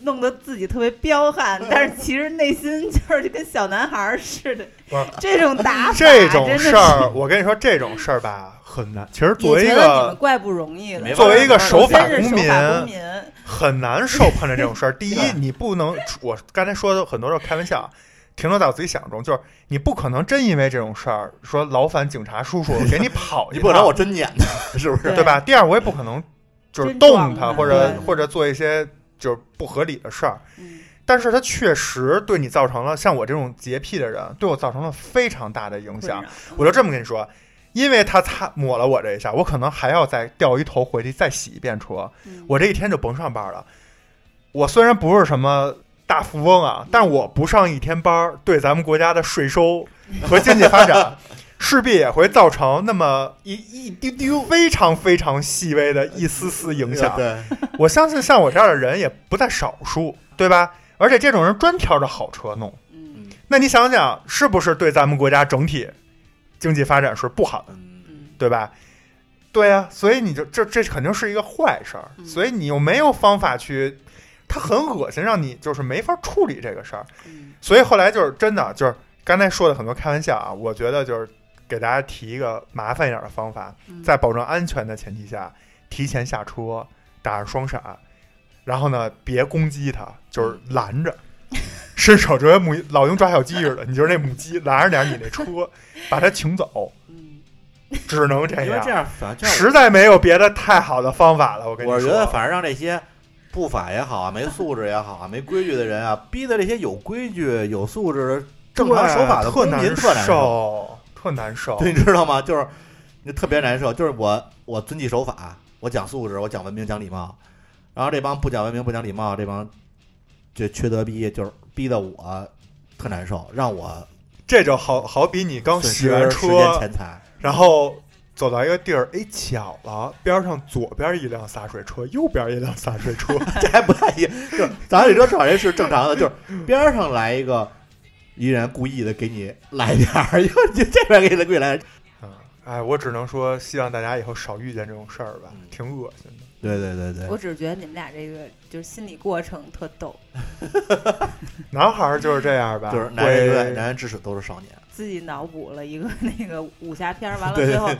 A: 弄得自己特别彪
C: [laughs]
A: 悍，但是其实内心就是跟小男孩儿似的
C: 不是。
A: 这种打法，
C: 这种事
A: 啊真的
C: 儿，我跟你说，这种事儿吧很难。其实
A: 是，
C: 作
A: 我
C: 为一
A: 觉得你们
C: 个
A: 怪不容易
B: 没
A: 的。
C: 作为一个
B: 办法
C: 守法
A: 真是
C: 公
A: 守
C: 民，
A: 法公民，
C: 很难受碰见这
B: [laughs]
C: 种事儿。第一
B: 对，
C: 你不能，我刚才说的很多都是开玩笑啊，停留在我自己想象中，就是你不可能真因为这种事儿说劳烦警察叔叔给你跑
B: [laughs]
C: 一
B: 你不能
C: 趟，
B: 我嗯真撵他，是不是？
A: 对
C: 对吧？第二，我也不可能就是
A: 真
C: 动
A: 撞
C: 他，
A: 他
C: 或者
A: 对
C: 或者做一些就是不合理的事儿。
A: 嗯
C: 但是他确实对你造成了像我这种洁癖的人，对我造成了非常大的影响。我就这么跟你说，因为他擦抹了我这一下，我可能还要再掉一头回去再洗一遍车，
A: 嗯
C: 我这一天就甭上班了。我虽然不是什么大富翁啊，但我不上一天班儿，对咱们国家的税收和经济发展。势必也会造成那么一一丢丢非常非常细微的一丝丝影响。
B: 对，
C: 我相信像我这样的人也不在少数，对吧？而且这种人专挑着好车弄，
A: 嗯
C: 那你想想，是不是对咱们国家整体经济发展是不好的，
B: 嗯，
A: 嗯
C: 对吧？对呀、所以你就这这肯定是一个坏事儿，
A: 嗯
C: 所以你又没有方法去，它很恶心，让你就是没法处理这个事儿。
A: 嗯
C: 所以后来就是真的就是刚才说的很多开玩笑啊，我觉得就是给大家提一个麻烦一点的方法，
A: 嗯，
C: 在保证安全的前提下，提前下车，打着双闪，然后呢，别攻击他，就是
A: 嗯
C: 拦着，伸手就跟母老鹰抓小鸡似的，你就是那母鸡拦着点儿你那车，把它请走，
A: 嗯
C: 只能这
B: 你说 [laughs]
C: 样。
B: 这样，反正
C: 实在没有别的太好的方法了，我跟你说。
B: 我觉得，反正让这些不法也好啊，没素质也好啊，没规矩的人啊，逼得这些有规矩、有素质、正常守法的
C: 特
B: 公民
C: 难
B: 特难受。
C: 受，特难
B: [laughs]
C: 受。
B: 对，你知道吗？就是你特别难受，就是我我遵纪守法，我讲素质，我讲文明，讲礼貌，然后这帮不讲文明、不讲礼貌，这帮就缺德逼，就是逼得我特难受，让我
C: 这就好好比你刚
B: 损
C: 洗
B: 失
C: 完
B: 时间、
C: 车，
B: 钱
C: [laughs]
B: 财。
C: 然后走到一个地儿，哎，巧了，边上左边一辆洒水车，右边一辆洒
B: [laughs]
C: 水车，
B: 这还不太一样，就是咱这车至少人是正常的，就是边儿上来一个，依然故意的给你来点儿， [laughs] 因为你这边给你故意来点儿，
C: 嗯，哎，我只能说，希望大家以后少遇见这种事儿吧，
B: 嗯
C: 挺恶心的。
B: 对对对对
A: 我，只是觉得你们俩这个就是心理过程特逗，
C: 男孩儿就是这样吧，
B: 就是男人永远
C: 会
B: 男人至始都是少
C: [laughs]
B: 年，
A: 自己脑补了一个 [laughs] 那个武侠片儿，完了
B: 对
A: 最后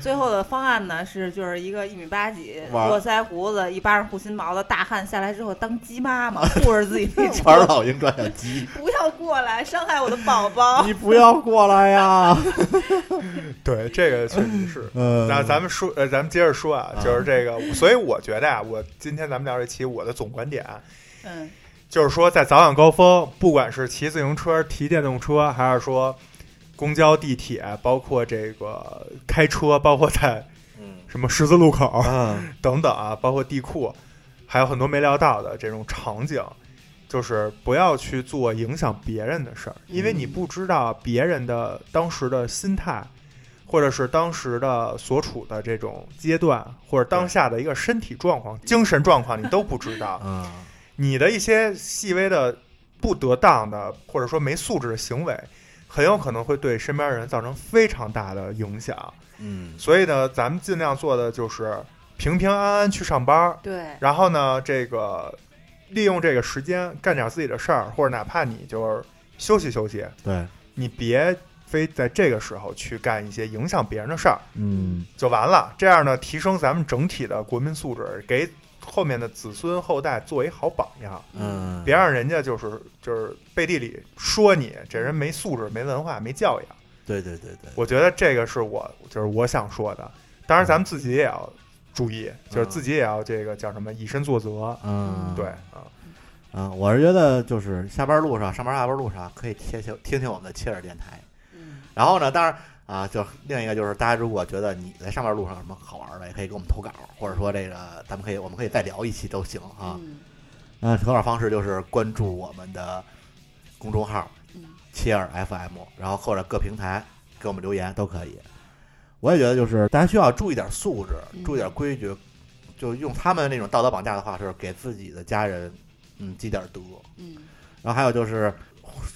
A: 最后的方案呢是就是一个一米八几、
B: 玩儿
A: 络腮胡子、一巴掌护心毛的大汉下来之后当鸡妈
B: [laughs]
A: 妈，护着自己那
B: 全是
A: 车，
B: 老鹰抓小鸡，
A: 不要过来伤害我的宝宝。
B: 你不要过来呀，
C: 对这个确实是。
B: 呃，
C: [laughs] 那咱们说，呃，咱们接着说啊，
B: 啊
C: 就是这个，所以我觉得啊，我今天咱们聊这期，我的总观点啊
A: 嗯，
C: 就是说，在早晚高峰，不管是骑自行车、骑电动车，还是说公交、地铁，包括这个开车，包括在
B: 嗯
C: 什么十字路口，
B: 嗯
C: 等等啊，包括地库，还有很多没聊到的这种场景，就是不要去做影响别人的事儿，因为你不知道别人的当时的心态，或者是当时的所处的这种阶段，或者当下的一个身体状况、精神状况，你都不知道。
B: 啊，
C: 你的一些细微的不得当的，或者说没素质的行为，很有可能会对身边人造成非常大的影响。
B: 嗯
C: 所以呢，咱们尽量做的就是平平安安去上班儿，
A: 对，
C: 然后呢，这个利用这个时间干点自己的事儿，或者哪怕你就是休息休息，
B: 对，
C: 你别非在这个时候去干一些影响别人的事儿
B: 嗯
C: 就完了。这样呢，提升咱们整体的国民素质，给后面的子孙后代做一好榜样。
B: 嗯，
C: 别让人家就是就是背地里说你这人没素质、没文化、没教养。
B: 对对对对，
C: 我觉得这个是我就是我想说的。当然，咱们自己也要注意，就是自己也要这个叫什么以身作则。
B: 嗯
C: 对啊，
B: 啊，我是觉得就是下班路上、上班下班路上可以听听听听我们的切尔电台。
A: 嗯
B: 然后呢，当然啊，就是另一个就是大家如果觉得你在上班路上有什么好玩的，也可以给我们投稿，或者说这个咱们可以我们可以再聊一期都行啊。
A: 嗯
B: 嗯，投稿方式就是关注我们的公众号
A: 嗯
B: “切尔 FM”，然后或者各平台给我们留言都可以。我也觉得就是大家需要注意点素质，
A: 嗯
B: 注意点规矩，就用他们那种道德绑架的话是给自己的家人嗯积点德。
A: 嗯
B: 然后还有就是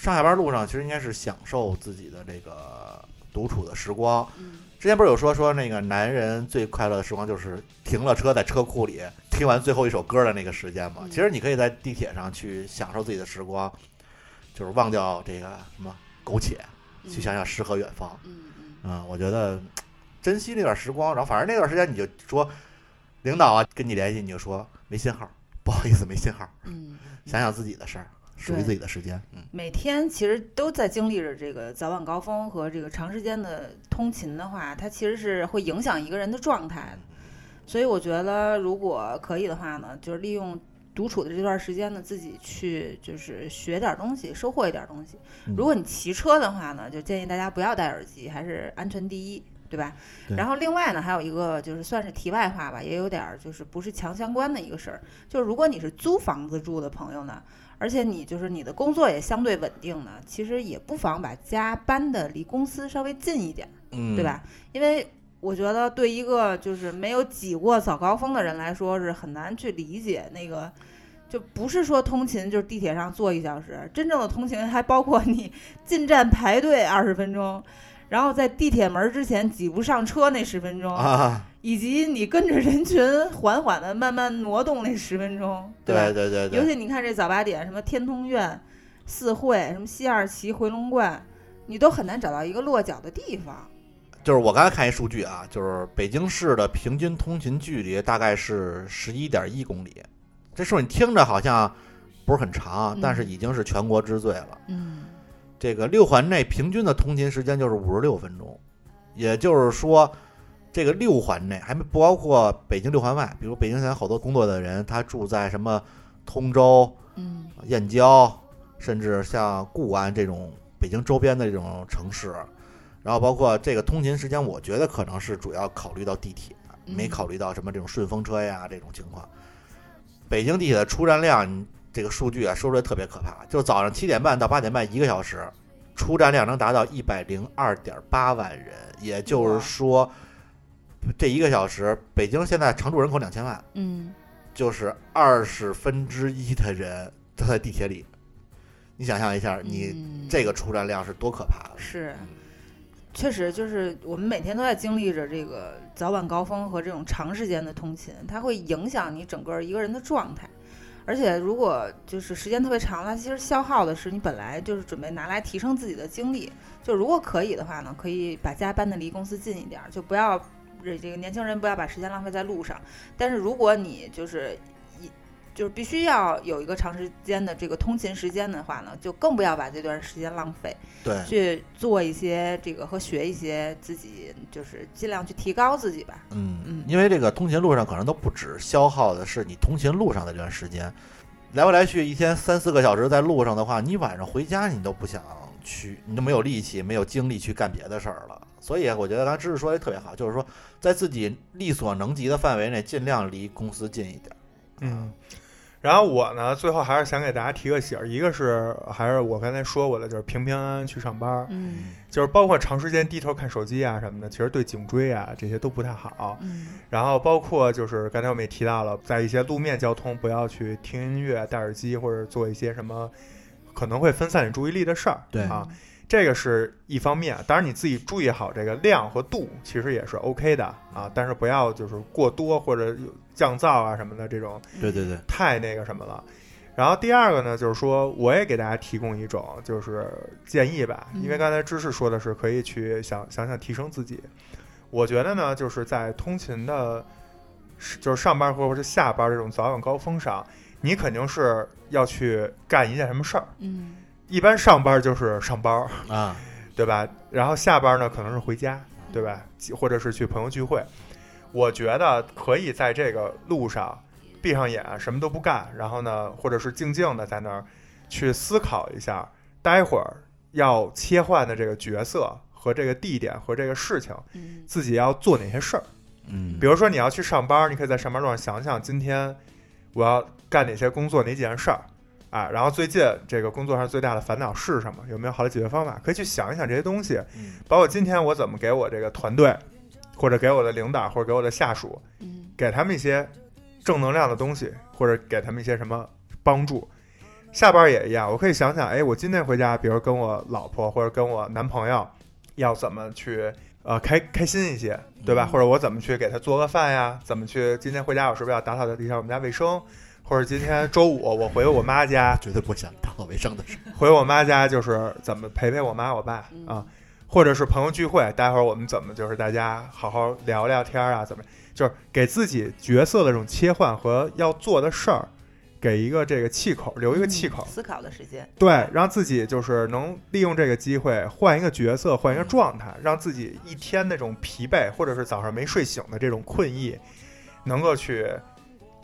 B: 上下班路上其实应该是享受自己的这个独处的时光。
A: 嗯，
B: 之前不是有说说那个男人最快乐的时光就是停了车在车库里听完最后一首歌的那个时间嘛？
A: 嗯
B: 其实你可以在地铁上去享受自己的时光，就是忘掉这个什么苟且，
A: 嗯
B: 去想想诗和远方。
A: 嗯嗯
B: 嗯，我觉得珍惜那段时光，然后反正那段时间你就说，领导啊跟你联系你就说没信号，不好意思没信号，
A: 嗯，
B: 想想自己的事儿，属于
A: 对
B: 自己的时间。嗯，
A: 每天其实都在经历着这个早晚高峰和这个长时间的通勤的话，它其实是会影响一个人的状态
B: 嗯
A: 的。所以我觉得，如果可以的话呢，就是利用独处的这段时间呢，自己去就是学点东西，收获一点东西。
B: 嗯
A: 如果你骑车的话呢，就建议大家不要戴耳机，还是安全第一，对吧？
E: 对
A: 然后另外呢，还有一个就是算是题外话吧，也有点儿就是不是强相关的一个事儿，就是如果你是租房子住的朋友呢，而且你就是你的工作也相对稳定呢，其实也不妨把家搬的离公司稍微近一点儿，
B: 嗯
A: 对？吧？因为我觉得对一个就是没有挤过早高峰的人来说，是很难去理解那个。就不是说通勤就是地铁上坐一小时，真正的通勤还包括你进站排队二十分钟，然后在地铁门儿之前挤不上车那十分钟，
B: 啊，
A: 以及你跟着人群缓缓的慢慢挪动那十分钟，吧？
B: 对对对对，
A: 尤其你看这早八点，什么天通苑、四惠、什么西二旗、回龙观，你都很难找到一个落脚的地方。
B: 就是我刚才看一数据啊，就是北京市的平均通勤距离大概是十一点一公里，这数你听着好像不是很长啊
A: 嗯，
B: 但是已经是全国之最了。
A: 嗯
B: 这个六环内平均的通勤时间就是五十六分钟，也就是说，这个六环内还没不包括北京六环外，比如北京现在好多工作的人，他住在什么通州、
A: 嗯
B: 燕郊，甚至像固安这种北京周边的这种城市，然后包括这个通勤时间，我觉得可能是主要考虑到地铁，
A: 嗯
B: 没考虑到什么这种顺风车呀这种情况。北京地铁的出站量，你这个数据啊，说出来特别可怕，就早上七点半到八点半一个小时，出站量能达到一百零二点八万人，也就是
A: 哇
B: 说，这一个小时，北京现在常住人口两千万，
A: 嗯
B: 就是二十分之一的人都在地铁里。你想象一下，你这个出站量是多可怕的？
A: 嗯是
B: 嗯
A: 确实就是我们每天都在经历着这个早晚高峰和这种长时间的通勤，它会影响你整个一个人的状态。而且如果就是时间特别长，它其实消耗的是你本来就是准备拿来提升自己的精力。就如果可以的话呢，可以把家搬的离公司近一点儿，就不要这这个年轻人不要把时间浪费在路上。但是如果你就是一就是必须要有一个长时间的这个通勤时间的话呢，就更不要把这段时间浪费。
B: 对，
A: 去做一些这个和学一些自己，就是尽量去提高自己吧。
B: 嗯
A: 嗯，
B: 因为这个通勤路上可能都不止消耗的是你通勤路上的这段时间，来回来去一天三四个小时在路上的话，你晚上回家你都不想去，你都没有力气、没有精力去干别的事儿了。所以我觉得刚才知识说的特别好，就是说在自己力所能及的范围内，尽量离公司近一点。
C: 嗯，然后我呢，最后还是想给大家提个醒儿，一个是还是我刚才说过的，就是平平安安去上班儿，
A: 嗯
C: 就是包括长时间低头看手机啊什么的，其实对颈椎啊这些都不太好。
A: 嗯
C: 然后包括就是刚才我们也提到了，在一些路面交通不要去听音乐、戴耳机或者做一些什么可能会分散你注意力的事儿。
A: 嗯
B: 对
C: 啊，这个是一方面，当然你自己注意好这个量和度，其实也是 OK 的啊，但是不要就是过多或者有降噪啊什么的这种
B: 对对对，
C: 太那个什么了。然后第二个呢，就是说我也给大家提供一种就是建议吧，
A: 嗯
C: 因为刚才知识说的是可以去想想想提升自己，我觉得呢，就是在通勤的，是就是上班或者是下班这种早晚高峰上，你肯定是要去干一件什么事儿。
A: 嗯
C: 一般上班就是上班，
B: 啊，
C: 对吧？然后下班呢，可能是回家，对吧？或者是去朋友聚会。我觉得可以在这个路上闭上眼，啊什么都不干，然后呢，或者是静静的在那儿去思考一下，待会儿要切换的这个角色和这个地点和这个事情，
A: 嗯
C: 自己要做哪些事儿。
B: 嗯
C: 比如说你要去上班，你可以在上班路上想想今天我要干哪些工作，哪几件事儿
B: 嗯
C: 啊，然后最近这个工作上最大的烦恼是什么，有没有好的解决方法，可以去想一想这些东西。
B: 嗯
C: 包括今天我怎么给我这个团队，或者给我的领导，或者给我的下属，
A: 嗯
C: 给他们一些正能量的东西，或者给他们一些什么帮助。下班也一样，我可以想想，哎，我今天回家，比如跟我老婆或者跟我男朋友，要怎么去呃开开心一些，对吧？
A: 嗯
C: 或者我怎么去给他做个饭呀？怎么去今天回家，我是不是要打扫一下我们家卫生？或者今天周五我回我妈家，
B: 绝对不想打扫卫生的事。
C: 回我妈家就是怎么陪陪我妈我爸
A: 嗯
C: 啊，或者是朋友聚会，待会儿我们怎么就是大家好好聊聊天儿啊，怎么就是给自己角色的这种切换和要做的事儿，给一个这个气口，留
A: 嗯
C: 一个气口，
A: 思考的时间，
C: 对，让自己就是能利用这个机会换一个角色，换一个
B: 嗯
C: 状态，让自己一天那种疲惫或者是早上没睡醒的这种困意，能够去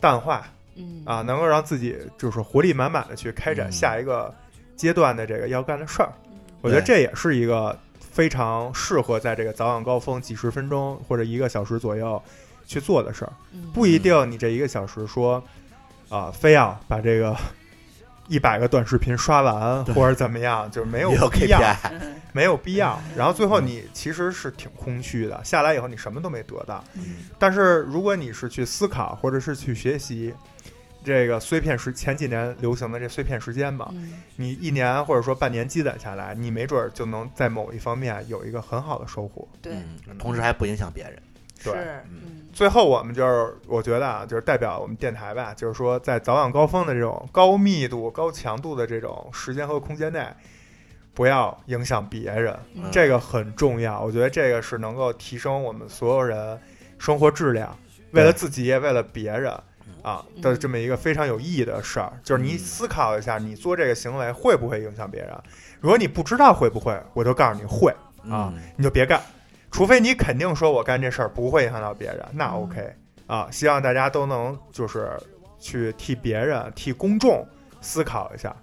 C: 淡化，
A: 嗯
C: 啊，能够让自己就是活力满满的去开展
B: 嗯
C: 下一个阶段的这个要干的事儿。
A: 嗯
C: 我觉得
B: 对
C: 这也是一个非常适合在这个早晚高峰几十分钟或者一个小时左右去做的事儿。
A: 嗯
C: 不一定你这一个小时说啊、非要把这个 [laughs] 一百个短视频刷完
B: 对
C: 或者怎么样，就是没有
B: 也有
C: 必要，
B: KPI，
A: 嗯嗯
C: 没有必要。然后最后你其实是挺空虚的，下来以后你什么都没得到。
B: 嗯
C: 但是如果你是去思考或者是去学习，这个碎片时前几年流行的这碎片时间嘛，
A: 嗯
C: 你一年或者说半年积攒下来，你没准儿就能在某一方面有一个很好的收获。
A: 对，
B: 嗯同时还不影响别人。
C: 对
A: 是，
B: 嗯
A: 嗯
C: 最后，我们就是我觉得啊，就是代表我们电台吧，就是说在早晚高峰的这种高密度、高强度的这种时间和空间内，不要影响别人，
A: 嗯
C: 这个很重要。我觉得这个是能够提升我们所有人生活质量，为了自己也为了别人啊
A: 嗯
C: 的这么一个非常有意义的事儿。就是你
B: 嗯
C: 思考一下，你做这个行为会不会影响别人？如果你不知道会不会，我就告诉你会。啊
B: 嗯，
C: 你就别干，除非你肯定说我干这事儿不会影响到别人，那
A: 嗯
C: OK 啊。希望大家都能就是去替别人、替公众思考一下，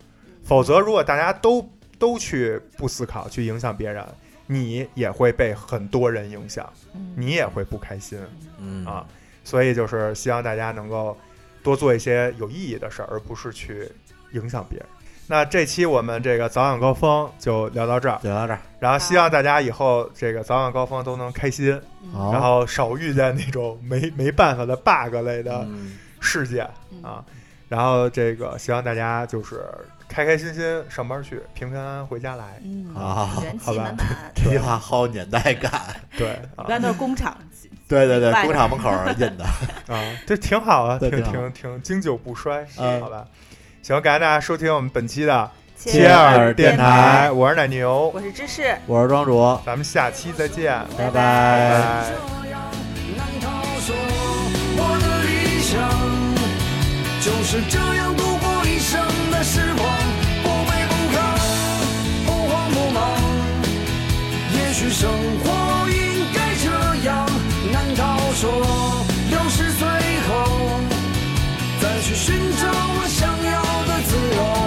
C: 否则如果大家都都去不思考、去影响别人，你也会被很多人影响，
A: 嗯
C: 你也会不开心
B: 嗯
C: 啊。所以就是希望大家能够多做一些有意义的事儿，而不是去影响别人。那这期我们这个早晚高峰就聊到这儿。
B: 聊到这儿，
C: 然后希望大家以后这个早晚高峰都能开心，
A: 嗯
B: 好
C: 然后少遇见那种没没办法的 bug 类的
B: 嗯
C: 事件
A: 嗯
C: 啊。然后这个希望大家就是开开心心上班去，平平安安回家来。
A: 嗯
B: 好
A: 元
C: 好
A: 气
C: 吧
A: 满
B: [laughs]
A: 满，
B: 这句话好有年代感。
C: 对
A: 一
C: 啊
A: 般都是工厂，
B: 对对
A: 明，
B: 对
A: 白
B: 工厂门口儿印的，
C: 啊，这挺好啊，
B: 对
C: 挺
B: 挺好
C: 挺挺经久不衰，
B: 嗯
C: 好吧。行，感谢大家收听我们本期的
A: 切
B: 尔
C: 尔
B: 电
C: 台，
A: 台
C: 我是奶牛，
A: 我是芝士，
B: 我是庄主，
C: 咱们下期再见，
A: 拜
B: 拜拜
C: 拜拜
D: 这样难逃说，我的理想就是这样度过一生的时光，不卑不亢，不慌不忙。也许生活应该这样，难逃说，六十岁后再去寻找我想要的自由。